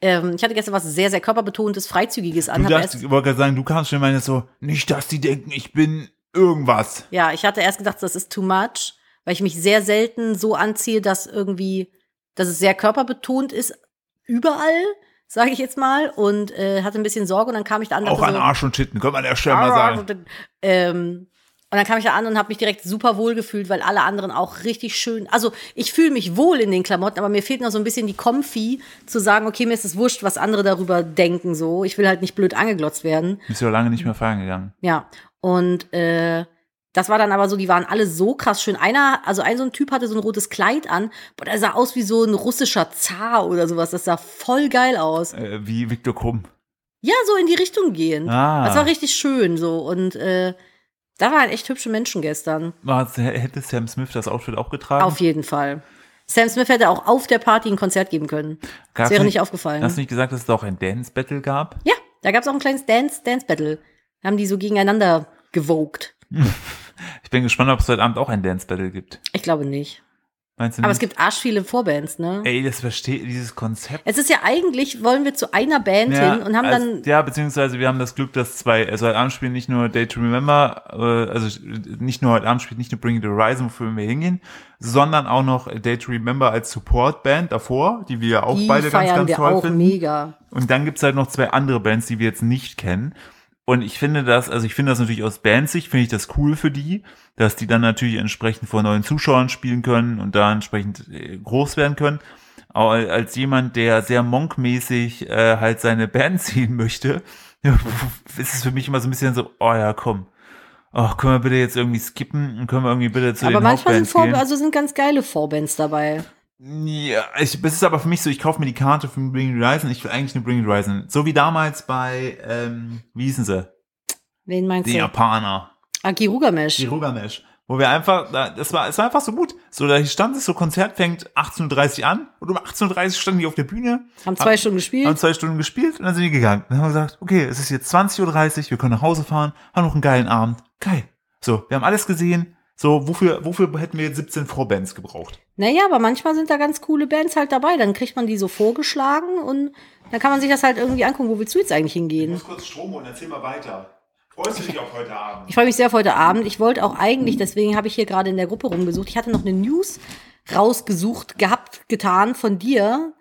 [SPEAKER 2] Ähm, ich hatte gestern was sehr, sehr körperbetontes, freizügiges an.
[SPEAKER 1] Du
[SPEAKER 2] Hab
[SPEAKER 1] darfst,
[SPEAKER 2] erst,
[SPEAKER 1] ich wollte gerade sagen, du kamst schon meine so, nicht, dass die denken, ich bin irgendwas.
[SPEAKER 2] ja, ich hatte erst gedacht, das ist too much, weil ich mich sehr selten so anziehe, dass irgendwie, dass es sehr körperbetont ist, überall, sage ich jetzt mal, und äh, hatte ein bisschen Sorge und dann kam ich da an.
[SPEAKER 1] Auch
[SPEAKER 2] dachte
[SPEAKER 1] an
[SPEAKER 2] so,
[SPEAKER 1] Arsch und Titten, kann man ja schon mal sagen.
[SPEAKER 2] Ähm, und dann kam ich da an und habe mich direkt super wohl gefühlt, weil alle anderen auch richtig schön. Also ich fühle mich wohl in den Klamotten, aber mir fehlt noch so ein bisschen die Comfy zu sagen, okay, mir ist es wurscht, was andere darüber denken. So, ich will halt nicht blöd angeglotzt werden.
[SPEAKER 1] Bist ja lange nicht mehr feiern gegangen.
[SPEAKER 2] Ja. Und äh, das war dann aber so, die waren alle so krass schön. Einer, also ein so ein Typ hatte so ein rotes Kleid an, aber der sah aus wie so ein russischer Zar oder sowas. Das sah voll geil aus.
[SPEAKER 1] Äh, wie Viktor Krumm.
[SPEAKER 2] Ja, so in die Richtung gehen.
[SPEAKER 1] Ah.
[SPEAKER 2] Das war richtig schön so. Und äh, da waren echt hübsche Menschen gestern.
[SPEAKER 1] Was, hätte Sam Smith das Outfit auch getragen?
[SPEAKER 2] Auf jeden Fall. Sam Smith hätte auch auf der Party ein Konzert geben können.
[SPEAKER 1] Gab's
[SPEAKER 2] das wäre nicht aufgefallen.
[SPEAKER 1] Hast du nicht gesagt, dass es auch ein Dance-Battle gab?
[SPEAKER 2] ja, da gab es auch ein kleines Dance-Dance-Battle. Da haben die so gegeneinander gewogt.
[SPEAKER 1] Ich bin gespannt, ob es heute Abend auch ein Dance-Battle gibt.
[SPEAKER 2] Ich glaube nicht.
[SPEAKER 1] Meinst du
[SPEAKER 2] Aber es
[SPEAKER 1] nicht?
[SPEAKER 2] gibt arsch viele Vorbands, ne?
[SPEAKER 1] Hm. Ey, das verstehe dieses Konzept.
[SPEAKER 2] Es ist ja eigentlich, wollen wir zu einer Band hin und haben
[SPEAKER 1] als-
[SPEAKER 2] dann.
[SPEAKER 1] ja, also, beziehungsweise wir haben das Glück, dass zwei, also heute Abend spielen nicht nur Day to Remember, äh, also nicht nur heute Abend spielt nicht nur Bring the Horizon, wofür wir hingehen, sondern auch noch Day to Remember als Support-Band davor, die wir ja auch
[SPEAKER 2] die
[SPEAKER 1] beide ganz,
[SPEAKER 2] feiern
[SPEAKER 1] ganz
[SPEAKER 2] wir
[SPEAKER 1] toll
[SPEAKER 2] auch
[SPEAKER 1] finden.
[SPEAKER 2] mega.
[SPEAKER 1] Und dann gibt's halt noch zwei andere Bands, die wir jetzt nicht kennen. Und ich finde das, also ich finde das natürlich aus Bandsicht, finde ich das cool für die, dass die dann natürlich entsprechend vor neuen Zuschauern spielen können und da entsprechend äh, groß werden können. Aber als jemand, der sehr monkmäßig äh, halt seine Band *laughs* ziehen möchte, ist es für mich immer so ein bisschen so, oh ja, komm. Oh, können wir bitte jetzt irgendwie skippen und können wir irgendwie bitte zu
[SPEAKER 2] Aber
[SPEAKER 1] den
[SPEAKER 2] manchmal sind,
[SPEAKER 1] Hauptbands
[SPEAKER 2] Vor
[SPEAKER 1] gehen?
[SPEAKER 2] also sind ganz geile Vorbands dabei.
[SPEAKER 1] Ja, ich, es ist aber für mich so, ich kaufe mir die Karte für Bring It Horizon, ich will eigentlich nur Bring It Horizon. So wie damals bei, ähm, wie hießen sie?
[SPEAKER 2] Wen meinst
[SPEAKER 1] Die
[SPEAKER 2] du?
[SPEAKER 1] Japaner.
[SPEAKER 2] Aki Rugamesh.
[SPEAKER 1] Die Rugamesh. Wo wir einfach, da- das war, es war einfach so gut. So, da stand es, so Konzert fängt 18.30 Uhr an und um 18.30 Uhr standen die auf der Bühne,
[SPEAKER 2] Haben zwei Stunden gespielt.
[SPEAKER 1] haben zwei Stunden gespielt und dann sind die gegangen. Dann haben wir gesagt, okay, es ist jetzt 20.30 Uhr, wir können nach Hause fahren, haben noch einen geilen Abend. Geil. So, wir haben alles gesehen. So, wofür, wofür hätten wir jetzt 17 Vorbands gebraucht?
[SPEAKER 2] Naja, aber manchmal sind da ganz coole Bands halt dabei. Dann kriegt man die so vorgeschlagen und dann kann man sich das halt irgendwie angucken, wo willst du jetzt eigentlich hingehen?
[SPEAKER 1] kurz Strom und erzähl mal weiter. Freust du dich auf heute Abend?
[SPEAKER 2] Ich freue mich sehr auf heute Abend. Ich wollte auch eigentlich, deswegen habe ich hier gerade in der Gruppe rumgesucht. Ich hatte noch eine News rausgesucht, gehabt, getan von dir.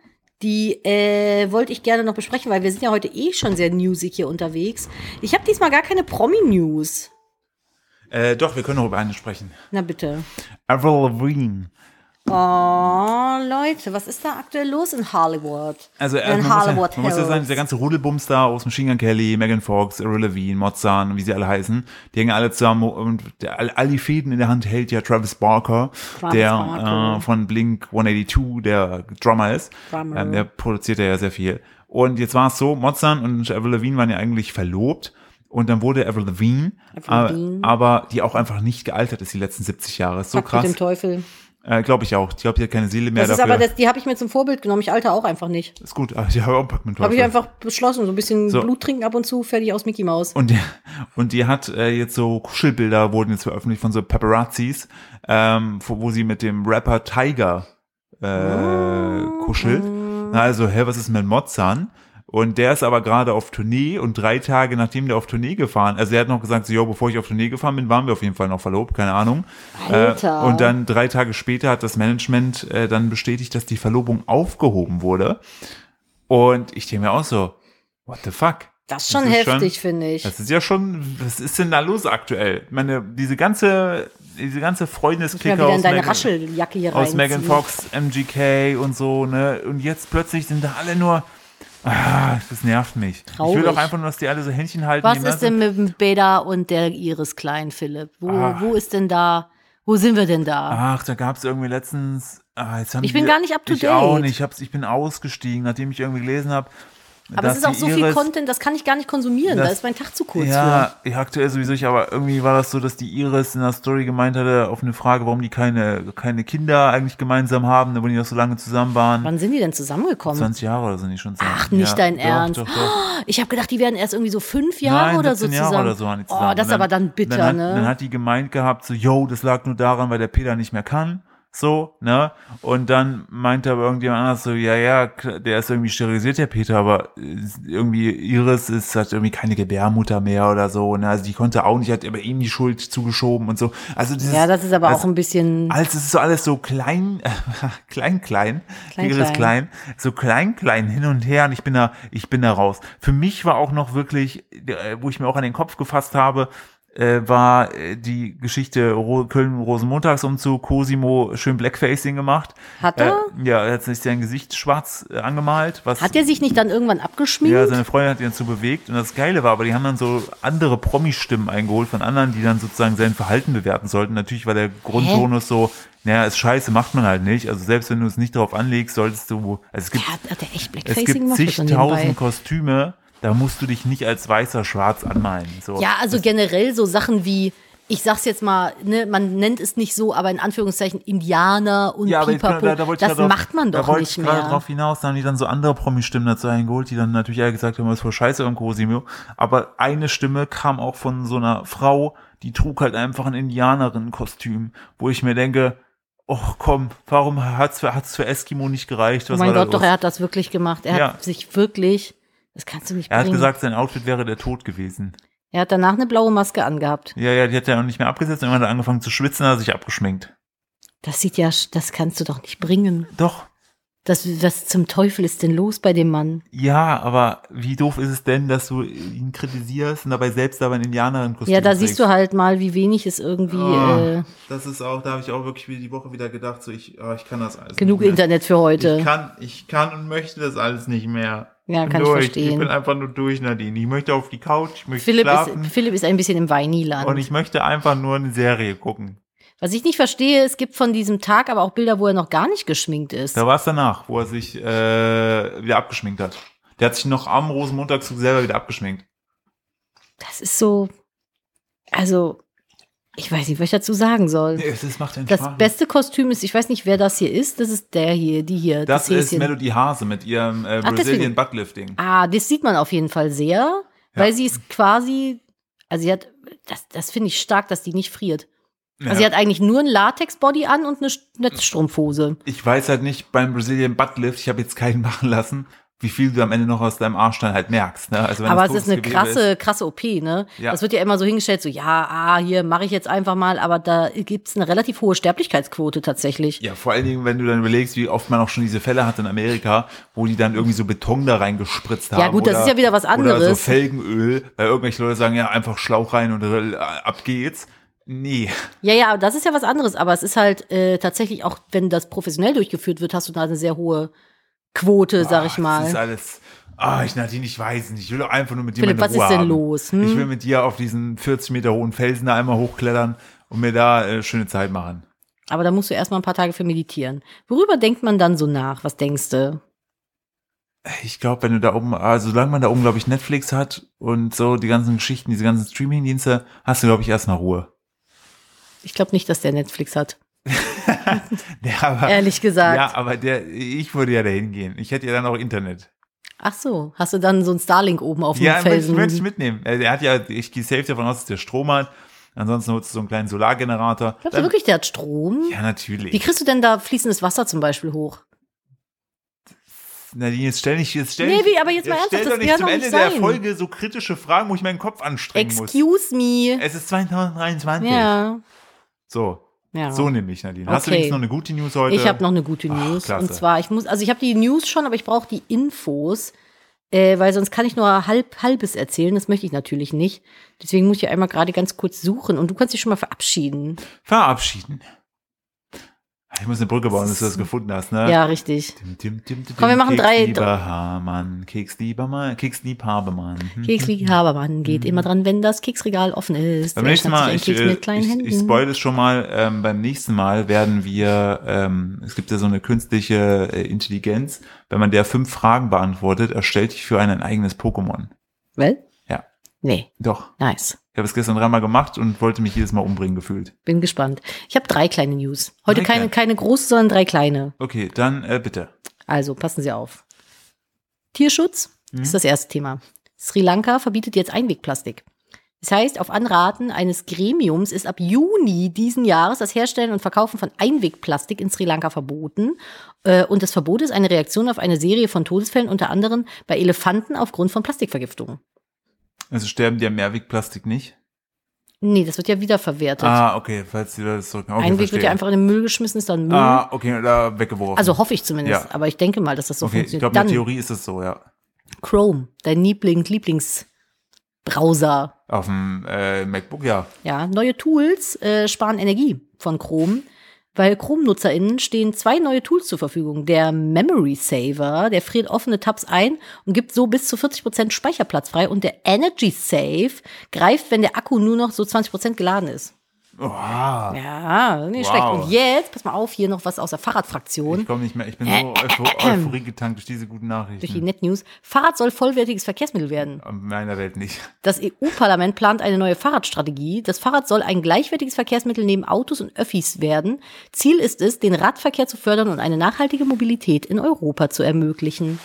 [SPEAKER 2] Die äh, wollte ich gerne noch besprechen, weil wir sind ja heute eh schon sehr newsig hier unterwegs. Ich habe diesmal gar keine Promi-News.
[SPEAKER 1] Äh, doch, wir können noch über eine sprechen.
[SPEAKER 2] Na bitte.
[SPEAKER 1] Avril Lavigne.
[SPEAKER 2] Oh, Leute, was ist da aktuell los in Hollywood?
[SPEAKER 1] Also äh, man, muss
[SPEAKER 2] in
[SPEAKER 1] ja, man
[SPEAKER 2] Hollywood
[SPEAKER 1] muss ja sagen,
[SPEAKER 2] Hills.
[SPEAKER 1] dieser ganze Rudelbums da aus Machine Gun Kelly, Megan Fox, Avril Lavigne, Mozart, wie sie alle heißen, die hängen alle zusammen und der, all, all die Fäden in der Hand hält ja Travis Barker,
[SPEAKER 2] Travis
[SPEAKER 1] der
[SPEAKER 2] Barker.
[SPEAKER 1] Äh, von Blink 182 der Drummer ist.
[SPEAKER 2] Drummer.
[SPEAKER 1] Ähm, der produziert ja sehr viel. Und jetzt war es so, Mozart und Avril Lavigne waren ja eigentlich verlobt. Und dann wurde Avril Lavigne,
[SPEAKER 2] Avril
[SPEAKER 1] äh,
[SPEAKER 2] Lavigne.
[SPEAKER 1] aber die auch einfach nicht gealtert ist die letzten 70 Jahre. Ist so
[SPEAKER 2] Pakt mit
[SPEAKER 1] krass.
[SPEAKER 2] dem Teufel.
[SPEAKER 1] Äh, glaube ich auch. Ich glaube, die hat keine Seele mehr
[SPEAKER 2] Das ist
[SPEAKER 1] dafür.
[SPEAKER 2] aber, das, die habe ich mir zum Vorbild genommen. Ich alte auch einfach nicht.
[SPEAKER 1] ist gut, aber ich habe auch einen Pack mit
[SPEAKER 2] Habe ich
[SPEAKER 1] Teufel.
[SPEAKER 2] einfach beschlossen. So ein bisschen
[SPEAKER 1] So.
[SPEAKER 2] Blut trinken ab und zu, fertig aus Mickey Mouse.
[SPEAKER 1] Und, die- und die hat äh, jetzt so Kuschelbilder wurden jetzt veröffentlicht von so Paparazzis, ähm, wo, wo sie mit dem Rapper Tiger äh, kuschelt. Also, hä, was ist mit Mozan? Und der ist aber gerade auf Tournee und drei Tage nachdem der auf Tournee gefahren, also er hat noch gesagt, so, jo, bevor ich auf Tournee gefahren bin, waren wir auf jeden Fall noch verlobt, keine Ahnung.
[SPEAKER 2] Alter.
[SPEAKER 1] Äh, und dann drei Tage später hat das Management äh, dann bestätigt, dass die Verlobung aufgehoben wurde. Und ich denke mir auch so, what the fuck?
[SPEAKER 2] Das ist schon
[SPEAKER 1] Das ist schon-
[SPEAKER 2] heftig, finde ich.
[SPEAKER 1] Das ist ja schon, was ist denn da los aktuell? Ich meine, diese ganze, diese ganze
[SPEAKER 2] Ich mal
[SPEAKER 1] Freundesklicke
[SPEAKER 2] wieder in
[SPEAKER 1] aus,
[SPEAKER 2] deine
[SPEAKER 1] Megan,
[SPEAKER 2] Rascheljacke hier
[SPEAKER 1] aus
[SPEAKER 2] rein.
[SPEAKER 1] Megan Fox, MGK und so, ne? Und jetzt plötzlich sind da alle nur, ah, das nervt mich. Ich will
[SPEAKER 2] Traurig.
[SPEAKER 1] doch einfach nur, dass die alle so Händchen halten.
[SPEAKER 2] Was
[SPEAKER 1] die
[SPEAKER 2] ist
[SPEAKER 1] Nase-
[SPEAKER 2] denn mit dem Beda und der Iris Klein, Philipp? Wo,
[SPEAKER 1] Ah.
[SPEAKER 2] wo ist denn da? Wo sind wir denn da?
[SPEAKER 1] Ach, da gab es irgendwie letztens, ah, jetzt haben
[SPEAKER 2] Ich bin
[SPEAKER 1] die-
[SPEAKER 2] gar nicht up to
[SPEAKER 1] Ich auch
[SPEAKER 2] date.
[SPEAKER 1] nicht, ich, hab's, ich bin ausgestiegen, nachdem ich irgendwie gelesen habe.
[SPEAKER 2] Aber es ist auch so viel Content, das kann ich gar nicht konsumieren. Da
[SPEAKER 1] das-
[SPEAKER 2] ist mein Tag zu kurz
[SPEAKER 1] ja, ja, aktuell sowieso nicht, aber irgendwie war das so, dass die Iris in der Story gemeint hatte, auf eine Frage, warum die keine, keine Kinder eigentlich gemeinsam haben, ne, wo die noch so lange zusammen
[SPEAKER 2] für.
[SPEAKER 1] waren.
[SPEAKER 2] Wann sind die denn zusammengekommen?
[SPEAKER 1] 20 Jahre oder so nicht schon zusammen.
[SPEAKER 2] Ach, nicht
[SPEAKER 1] ja,
[SPEAKER 2] dein
[SPEAKER 1] doch,
[SPEAKER 2] Ernst.
[SPEAKER 1] Doch, doch.
[SPEAKER 2] Ich habe gedacht, die werden erst irgendwie so fünf Jahre
[SPEAKER 1] Nein,
[SPEAKER 2] oder so
[SPEAKER 1] 17 Jahre
[SPEAKER 2] zusammen.
[SPEAKER 1] oder so waren die zusammen.
[SPEAKER 2] Oh, das
[SPEAKER 1] Und
[SPEAKER 2] ist aber dann bitter,
[SPEAKER 1] dann hat,
[SPEAKER 2] ne?
[SPEAKER 1] Dann hat die gemeint gehabt, so, yo, das lag nur daran, weil der Peter nicht mehr kann. So, ne? Und dann meinte aber irgendjemand anders so, ja, ja, klar, der ist irgendwie sterilisiert, der Peter, aber äh, irgendwie Iris ist, hat irgendwie keine Gebärmutter mehr oder so, ne? Also die konnte auch nicht, hat aber ihm die Schuld zugeschoben und so. Also dieses,
[SPEAKER 2] ja, das ist aber
[SPEAKER 1] also,
[SPEAKER 2] auch ein bisschen.
[SPEAKER 1] alles es ist so alles so klein, *laughs* klein, klein, klein,
[SPEAKER 2] Klein, klein.
[SPEAKER 1] klein, so klein, klein hin und her und ich bin da, ich bin da raus. Für mich war auch noch wirklich, äh, wo ich mir auch an den Kopf gefasst habe, äh, war äh, die Geschichte Ro Köln-Rosenmontagsumzug, Cosimo schön Blackfacing gemacht.
[SPEAKER 2] Hat er?
[SPEAKER 1] Äh, ja, er hat sich sein Gesicht schwarz äh, angemalt, was
[SPEAKER 2] Hat der sich nicht dann irgendwann abgeschminkt?
[SPEAKER 1] ja, seine Freundin hat ihn dazu bewegt und das Geile war, aber die haben dann so andere Promi-Stimmen eingeholt von anderen, die dann sozusagen sein Verhalten bewerten sollten. Natürlich war der Grundtonus so, naja, ist scheiße, macht man halt nicht. Also selbst wenn du es nicht drauf anlegst, solltest du, also es gibt,
[SPEAKER 2] Der hat, hat der echt
[SPEAKER 1] es
[SPEAKER 2] Blackfacing
[SPEAKER 1] gibt
[SPEAKER 2] gemacht? Das dann
[SPEAKER 1] zigtausend
[SPEAKER 2] nebenbei.
[SPEAKER 1] Kostüme, da musst du dich nicht als weißer schwarz anmalen. So.
[SPEAKER 2] Ja, also generell so Sachen wie, ich sag's jetzt mal, ne, man nennt es nicht so, aber in Anführungszeichen Indianer und
[SPEAKER 1] Ja, aber jetzt,
[SPEAKER 2] Pipapo,
[SPEAKER 1] da, da wollte ich
[SPEAKER 2] das
[SPEAKER 1] gerade drauf-
[SPEAKER 2] macht man
[SPEAKER 1] da
[SPEAKER 2] doch
[SPEAKER 1] wollte
[SPEAKER 2] nicht
[SPEAKER 1] ich gerade
[SPEAKER 2] mehr.
[SPEAKER 1] drauf hinaus, da haben die dann so andere Promi-Stimmen dazu eingeholt, die dann natürlich alle gesagt haben, was für Scheiße im Cosimo. Aber eine Stimme kam auch von so einer Frau, die trug halt einfach ein Indianerin-Kostüm, wo ich mir denke, och komm, warum hat's für, hat's für Eskimo nicht gereicht?
[SPEAKER 2] Oh
[SPEAKER 1] Was
[SPEAKER 2] mein
[SPEAKER 1] war da
[SPEAKER 2] Gott, doch,
[SPEAKER 1] los?
[SPEAKER 2] er hat das wirklich gemacht. Er
[SPEAKER 1] Ja.
[SPEAKER 2] hat sich wirklich, das kannst du nicht
[SPEAKER 1] er hat
[SPEAKER 2] bringen.
[SPEAKER 1] gesagt, sein Outfit wäre der Tod gewesen.
[SPEAKER 2] er hat danach eine blaue Maske angehabt.
[SPEAKER 1] Ja, ja, die hat er auch nicht mehr abgesetzt, irgendwann hat er angefangen zu schwitzen, hat er sich abgeschminkt.
[SPEAKER 2] Das sieht ja, das kannst du doch nicht bringen.
[SPEAKER 1] Doch,
[SPEAKER 2] Das, was zum Teufel ist denn los bei dem Mann?
[SPEAKER 1] ja, aber wie doof ist es denn, dass du ihn kritisierst und dabei selbst aber ein Indianerin-Kostüm
[SPEAKER 2] Ja, da
[SPEAKER 1] trägst?
[SPEAKER 2] siehst du halt mal, wie wenig es irgendwie
[SPEAKER 1] Oh,
[SPEAKER 2] äh,
[SPEAKER 1] das ist auch, da habe ich auch wirklich wieder die Woche wieder gedacht, so ich, ah, ich kann das alles.
[SPEAKER 2] genug
[SPEAKER 1] nicht mehr.
[SPEAKER 2] Internet für
[SPEAKER 1] Ich
[SPEAKER 2] heute.
[SPEAKER 1] kann, ich kann und möchte das alles nicht mehr.
[SPEAKER 2] Ja,
[SPEAKER 1] Bin
[SPEAKER 2] kann ich
[SPEAKER 1] durch. Ich
[SPEAKER 2] verstehen.
[SPEAKER 1] bin einfach nur durch, Nadine. Ich möchte auf die Couch, ich möchte
[SPEAKER 2] Philipp
[SPEAKER 1] schlafen
[SPEAKER 2] ist, Philipp ist ein bisschen im
[SPEAKER 1] und
[SPEAKER 2] Weiniland.
[SPEAKER 1] ich möchte einfach nur eine Serie gucken.
[SPEAKER 2] Was ich nicht verstehe, es gibt von diesem Tag aber auch Bilder, wo er noch gar nicht geschminkt ist.
[SPEAKER 1] Da war es danach, wo er sich äh, wieder abgeschminkt hat. Der hat sich noch am Rosenmontagszug selber wieder abgeschminkt.
[SPEAKER 2] Das ist so, also ich weiß nicht, was ich dazu sagen soll.
[SPEAKER 1] Nee, es ist- macht einen
[SPEAKER 2] Das
[SPEAKER 1] Spaß.
[SPEAKER 2] beste Kostüm ist, ich weiß nicht, wer das hier ist, das ist der hier, die hier,
[SPEAKER 1] das ist
[SPEAKER 2] Häschen.
[SPEAKER 1] Melody Hase mit ihrem äh,
[SPEAKER 2] Ach, deswegen.
[SPEAKER 1] Brazilian Buttlifting.
[SPEAKER 2] Ah, das sieht man auf jeden Fall sehr, weil sie ist quasi, also sie hat, das, das finde ich stark, dass die nicht friert. Also sie hat eigentlich nur ein Latex-Body an und eine Sch-
[SPEAKER 1] Hm.
[SPEAKER 2] Netzstrumpfhose.
[SPEAKER 1] Ich weiß halt nicht beim Brazilian Buttlift, ich habe jetzt keinen *laughs* machen lassen, wie viel du am Ende noch aus deinem Arsch dann halt merkst. Ne? Also wenn
[SPEAKER 2] Aber
[SPEAKER 1] das
[SPEAKER 2] es ist eine
[SPEAKER 1] Kokosgewebe
[SPEAKER 2] krasse, krasse OP, ne?
[SPEAKER 1] Ja.
[SPEAKER 2] Das wird ja immer so hingestellt, so ja, ah, hier mache ich jetzt einfach mal, aber da gibt's eine relativ hohe Sterblichkeitsquote tatsächlich.
[SPEAKER 1] Ja, vor allen Dingen, wenn du dann überlegst, wie oft man auch schon diese Fälle hat in Amerika, wo die dann irgendwie so Beton da reingespritzt haben.
[SPEAKER 2] gut, das ist ja wieder was
[SPEAKER 1] Oder so
[SPEAKER 2] anderes.
[SPEAKER 1] Felgenöl, weil irgendwelche Leute sagen, ja, einfach Schlauch rein und äh, ab geht's. Nee.
[SPEAKER 2] Ja, ja, das ist ja was anderes, aber es ist halt äh, tatsächlich auch, wenn das professionell durchgeführt wird, hast du da eine sehr hohe Quote, sag ich
[SPEAKER 1] Ah, Das ist
[SPEAKER 2] mal.
[SPEAKER 1] alles. Ah, ich Nadine, ich weiß nicht. Ich will doch einfach nur mit dir
[SPEAKER 2] Philipp,
[SPEAKER 1] meine
[SPEAKER 2] was
[SPEAKER 1] Ruhe
[SPEAKER 2] ist denn
[SPEAKER 1] haben.
[SPEAKER 2] los, hm?
[SPEAKER 1] Ich will mit dir auf diesen 40 Meter hohen Felsen da einmal hochklettern und mir da äh, schöne Zeit machen.
[SPEAKER 2] Aber da musst du erstmal ein paar Tage für meditieren. Worüber denkt man dann so nach? Was denkst du?
[SPEAKER 1] Ich glaube, wenn du da oben, also solange man da oben, glaube ich, Netflix hat und so die ganzen Geschichten, diese ganzen Streaming-Dienste, hast du, glaube ich, erstmal Ruhe. *laughs*
[SPEAKER 2] Ich glaube nicht, dass der Netflix hat.
[SPEAKER 1] Ja, aber,
[SPEAKER 2] Ehrlich gesagt.
[SPEAKER 1] ja, aber der, ich würde ja dahin gehen. Ich hätte ja dann auch Internet.
[SPEAKER 2] Ach so, hast du dann so ein Starlink oben auf dem
[SPEAKER 1] Ja, möchte
[SPEAKER 2] Felsen?
[SPEAKER 1] möchte ich mitnehmen. Äh, Der hat ja, ich gehe safe davon aus, dass der Strom hat. Ansonsten holst du so einen kleinen Solargenerator.
[SPEAKER 2] Glaubst du
[SPEAKER 1] Dann-
[SPEAKER 2] wirklich, der hat Strom?
[SPEAKER 1] Ja, natürlich.
[SPEAKER 2] Wie kriegst du denn da fließendes Wasser zum Beispiel hoch?
[SPEAKER 1] Nadine, jetzt stell nicht, jetzt stell
[SPEAKER 2] Nee,
[SPEAKER 1] nicht,
[SPEAKER 2] wie, aber jetzt mal ernsthaft,
[SPEAKER 1] stell
[SPEAKER 2] das
[SPEAKER 1] doch nicht
[SPEAKER 2] kann
[SPEAKER 1] zum
[SPEAKER 2] doch
[SPEAKER 1] Ende
[SPEAKER 2] nicht
[SPEAKER 1] der
[SPEAKER 2] sein.
[SPEAKER 1] Folge so kritische Fragen, wo ich meinen Kopf anstrengen muss.
[SPEAKER 2] Excuse me.
[SPEAKER 1] Es ist 2023.
[SPEAKER 2] Ja,
[SPEAKER 1] So,
[SPEAKER 2] ja.
[SPEAKER 1] so nehme ich, Nadine. Hast du
[SPEAKER 2] Okay.
[SPEAKER 1] wenigstens noch eine gute News heute?
[SPEAKER 2] ich habe noch eine gute
[SPEAKER 1] Ach,
[SPEAKER 2] News.
[SPEAKER 1] klasse.
[SPEAKER 2] und zwar, ich muss, also ich habe die News schon, aber ich brauche die Infos. äh, weil sonst kann ich nur halb, halbes erzählen. Das möchte ich natürlich nicht. Deswegen muss ich einmal gerade ganz kurz suchen und du kannst dich schon mal verabschieden.
[SPEAKER 1] Verabschieden. Ah, Ich muss eine Brücke bauen, dass du das gefunden hast, ne?
[SPEAKER 2] Ja, richtig.
[SPEAKER 1] Dim, dim, dim, dim,
[SPEAKER 2] Komm, wir
[SPEAKER 1] dim.
[SPEAKER 2] machen
[SPEAKER 1] Keks
[SPEAKER 2] drei-
[SPEAKER 1] Lieber Hamann, Keks lieber Mann, Keks lieb Habermann. Hm.
[SPEAKER 2] Kekslieb Habermann geht immer dran, wenn das Keksregal offen ist.
[SPEAKER 1] Beim
[SPEAKER 2] Er
[SPEAKER 1] nächsten
[SPEAKER 2] schnappt
[SPEAKER 1] Mal, ich,
[SPEAKER 2] sich einen Keks
[SPEAKER 1] äh,
[SPEAKER 2] mit kleinen
[SPEAKER 1] ich,
[SPEAKER 2] Händen.
[SPEAKER 1] ich spoil es schon mal, ähm, beim nächsten Mal werden wir, ähm, es gibt ja so eine künstliche äh, Intelligenz, wenn man der fünf Fragen beantwortet, erstellt sich für einen ein eigenes Pokémon.
[SPEAKER 2] Well?
[SPEAKER 1] Ja.
[SPEAKER 2] Nee,
[SPEAKER 1] Doch,
[SPEAKER 2] nice.
[SPEAKER 1] ich habe es gestern dreimal gemacht und wollte mich jedes Mal umbringen gefühlt.
[SPEAKER 2] Bin gespannt. Ich habe drei kleine News. Heute
[SPEAKER 1] Drei
[SPEAKER 2] keine,
[SPEAKER 1] kleine.
[SPEAKER 2] keine große, sondern drei kleine.
[SPEAKER 1] Okay, dann äh, bitte.
[SPEAKER 2] Also passen Sie auf. Tierschutz
[SPEAKER 1] Mhm.
[SPEAKER 2] ist das erste Thema. Sri Lanka verbietet jetzt Einwegplastik. Das heißt, auf Anraten eines Gremiums ist ab Juni diesen Jahres das Herstellen und Verkaufen von Einwegplastik in Sri Lanka verboten. Äh, Und das Verbot ist eine Reaktion auf eine Serie von Todesfällen, unter anderem bei Elefanten aufgrund von Plastikvergiftungen.
[SPEAKER 1] Also sterben die am Mehrwegplastik nicht?
[SPEAKER 2] Nee, das wird ja wiederverwertet.
[SPEAKER 1] Ah, okay, falls die das zurück. Okay,
[SPEAKER 2] Einweg wird
[SPEAKER 1] verstehe.
[SPEAKER 2] ja einfach in den Müll geschmissen, ist dann Müll.
[SPEAKER 1] Ah, okay, oder weggeworfen.
[SPEAKER 2] Also hoffe ich zumindest,
[SPEAKER 1] Ja.
[SPEAKER 2] aber ich denke mal, dass das so
[SPEAKER 1] okay, ich
[SPEAKER 2] funktioniert.
[SPEAKER 1] glaube, in
[SPEAKER 2] Dann
[SPEAKER 1] der Theorie ist es so, ja.
[SPEAKER 2] Chrome, dein Liebling, Lieblingsbrowser.
[SPEAKER 1] Auf dem äh, MacBook, ja.
[SPEAKER 2] Ja, neue Tools äh, sparen Energie von Chrome, weil Chrome-NutzerInnen stehen zwei neue Tools zur Verfügung. Der Memory Saver, der friert offene Tabs ein und gibt so bis zu 40% Speicherplatz frei und der Energy Save greift, wenn der Akku nur noch so 20% geladen ist.
[SPEAKER 1] Oha.
[SPEAKER 2] Ja, nicht
[SPEAKER 1] Wow. Hm.
[SPEAKER 2] schlecht. Und jetzt, pass mal auf, hier noch was aus der Fahrradfraktion.
[SPEAKER 1] Ich komme nicht mehr, ich bin
[SPEAKER 2] Äh,
[SPEAKER 1] so Eupho Euphorie getankt durch diese guten
[SPEAKER 2] Durch die
[SPEAKER 1] Nachrichten.
[SPEAKER 2] Net News. Fahrrad soll vollwertiges Verkehrsmittel werden.
[SPEAKER 1] In meiner Welt nicht. *laughs*
[SPEAKER 2] Das EU-Parlament plant eine neue Fahrradstrategie. Das Fahrrad soll ein gleichwertiges Verkehrsmittel neben Autos und Öffis werden. Ziel ist es, den Radverkehr zu fördern und eine nachhaltige Mobilität in Europa zu ermöglichen.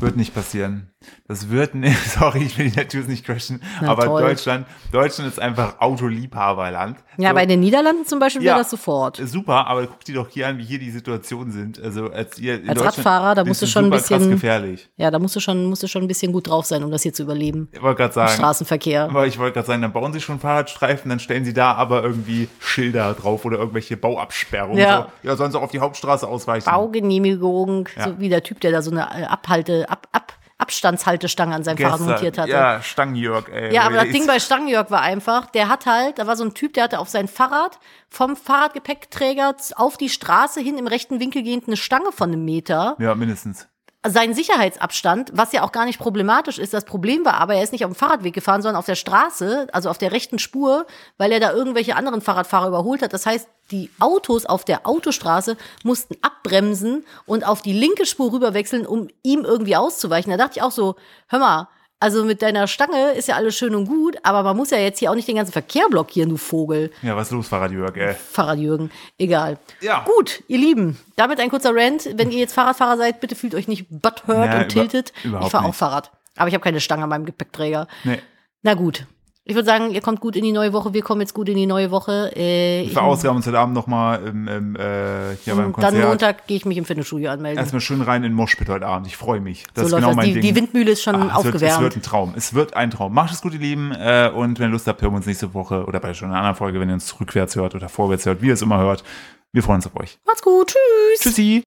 [SPEAKER 1] Wird nicht passieren. Das wird nicht, *laughs* sorry, ich will die Netnews nicht crashen, aber
[SPEAKER 2] toll.
[SPEAKER 1] Deutschland, Deutschland ist einfach Autoliebhaberland.
[SPEAKER 2] Ja,
[SPEAKER 1] so,
[SPEAKER 2] bei den Niederlanden zum Beispiel
[SPEAKER 1] Ja. Äh,
[SPEAKER 2] wäre das sofort.
[SPEAKER 1] Super, aber guck dir doch hier an, wie hier die Situationen sind. Also als ihr in
[SPEAKER 2] Als
[SPEAKER 1] Deutschland
[SPEAKER 2] Radfahrer, da
[SPEAKER 1] ist
[SPEAKER 2] musst du
[SPEAKER 1] es
[SPEAKER 2] schon ein
[SPEAKER 1] super krass
[SPEAKER 2] bisschen-
[SPEAKER 1] gefährlich.
[SPEAKER 2] Ja, da musst du schon, musst du schon ein bisschen gut drauf sein, um das hier zu überleben.
[SPEAKER 1] Ich wollte gerade sagen.
[SPEAKER 2] Straßenverkehr.
[SPEAKER 1] Aber ich wollte gerade sagen, dann bauen sie schon Fahrradstreifen, dann stellen sie da aber irgendwie Schilder drauf oder irgendwelche Bauabsperrungen.
[SPEAKER 2] Ja.
[SPEAKER 1] so. ja sollen sie auch auf die Hauptstraße ausweichen.
[SPEAKER 2] Baugenehmigung,
[SPEAKER 1] Ja.
[SPEAKER 2] so wie der Typ, der da so eine äh, Abhalte, ab, ab, Abstandshaltestange an seinem Fahrrad
[SPEAKER 1] Gestern.
[SPEAKER 2] montiert hatte.
[SPEAKER 1] Ja, Stangenjörg, ey.
[SPEAKER 2] Ja, aber das Ding
[SPEAKER 1] bei
[SPEAKER 2] bei Stangenjörg war einfach, der hat halt, da war so ein Typ, der hatte auf sein Fahrrad vom Fahrradgepäckträger z- auf die Straße hin im rechten Winkel gehend eine Stange von einem Meter.
[SPEAKER 1] Ja, mindestens.
[SPEAKER 2] Sein Sicherheitsabstand, was ja auch gar nicht problematisch ist, das Problem war aber, er ist nicht auf dem Fahrradweg gefahren, sondern auf der Straße, also auf der rechten Spur, weil er da irgendwelche anderen Fahrradfahrer überholt hat. Das heißt, die Autos auf der Autostraße mussten abbremsen und auf die linke Spur rüberwechseln, um ihm irgendwie auszuweichen. Da dachte ich auch so, hör mal, also mit deiner Stange ist ja alles schön und gut, aber man muss ja jetzt hier auch nicht den ganzen Verkehr blockieren, du Vogel.
[SPEAKER 1] Ja, was ist los, Fahrradjörg, ey?
[SPEAKER 2] Fahrradjürgen, egal.
[SPEAKER 1] Ja.
[SPEAKER 2] Gut, ihr Lieben, damit ein kurzer Rant. Wenn ihr jetzt Fahrradfahrer seid, bitte fühlt euch nicht butthurt
[SPEAKER 1] Ja,
[SPEAKER 2] und
[SPEAKER 1] über-
[SPEAKER 2] tiltet.
[SPEAKER 1] überhaupt
[SPEAKER 2] ich fahre auch
[SPEAKER 1] nicht.
[SPEAKER 2] Fahrrad, aber ich habe keine Stange an meinem Gepäckträger.
[SPEAKER 1] Nee.
[SPEAKER 2] Na gut, ich würde sagen, ihr kommt gut in die neue Woche, wir kommen jetzt gut in die neue Woche. Äh, ich,
[SPEAKER 1] Wir verausgaben uns heute Abend nochmal im, im, äh, hier beim
[SPEAKER 2] Hm, dann
[SPEAKER 1] Konzert.
[SPEAKER 2] Montag gehe ich mich im Fitnessstudio anmelden.
[SPEAKER 1] Erstmal schön rein in Moshpit heute Abend. Ich freue mich. Das
[SPEAKER 2] so
[SPEAKER 1] ist
[SPEAKER 2] läuft
[SPEAKER 1] genau
[SPEAKER 2] das.
[SPEAKER 1] mein
[SPEAKER 2] Die,
[SPEAKER 1] Ding.
[SPEAKER 2] die Windmühle ist schon
[SPEAKER 1] Ah, es, wird, es
[SPEAKER 2] aufgewärmt.
[SPEAKER 1] wird ein Traum. Es wird ein Traum. Macht es gut, ihr Lieben. Äh, und wenn ihr Lust habt, hören wir uns nächste Woche oder bei schon einer anderen Folge, wenn ihr uns rückwärts hört oder vorwärts hört, wie ihr es immer hört. Wir freuen uns auf euch.
[SPEAKER 2] Macht's gut, tschüss.
[SPEAKER 1] Tschüssi.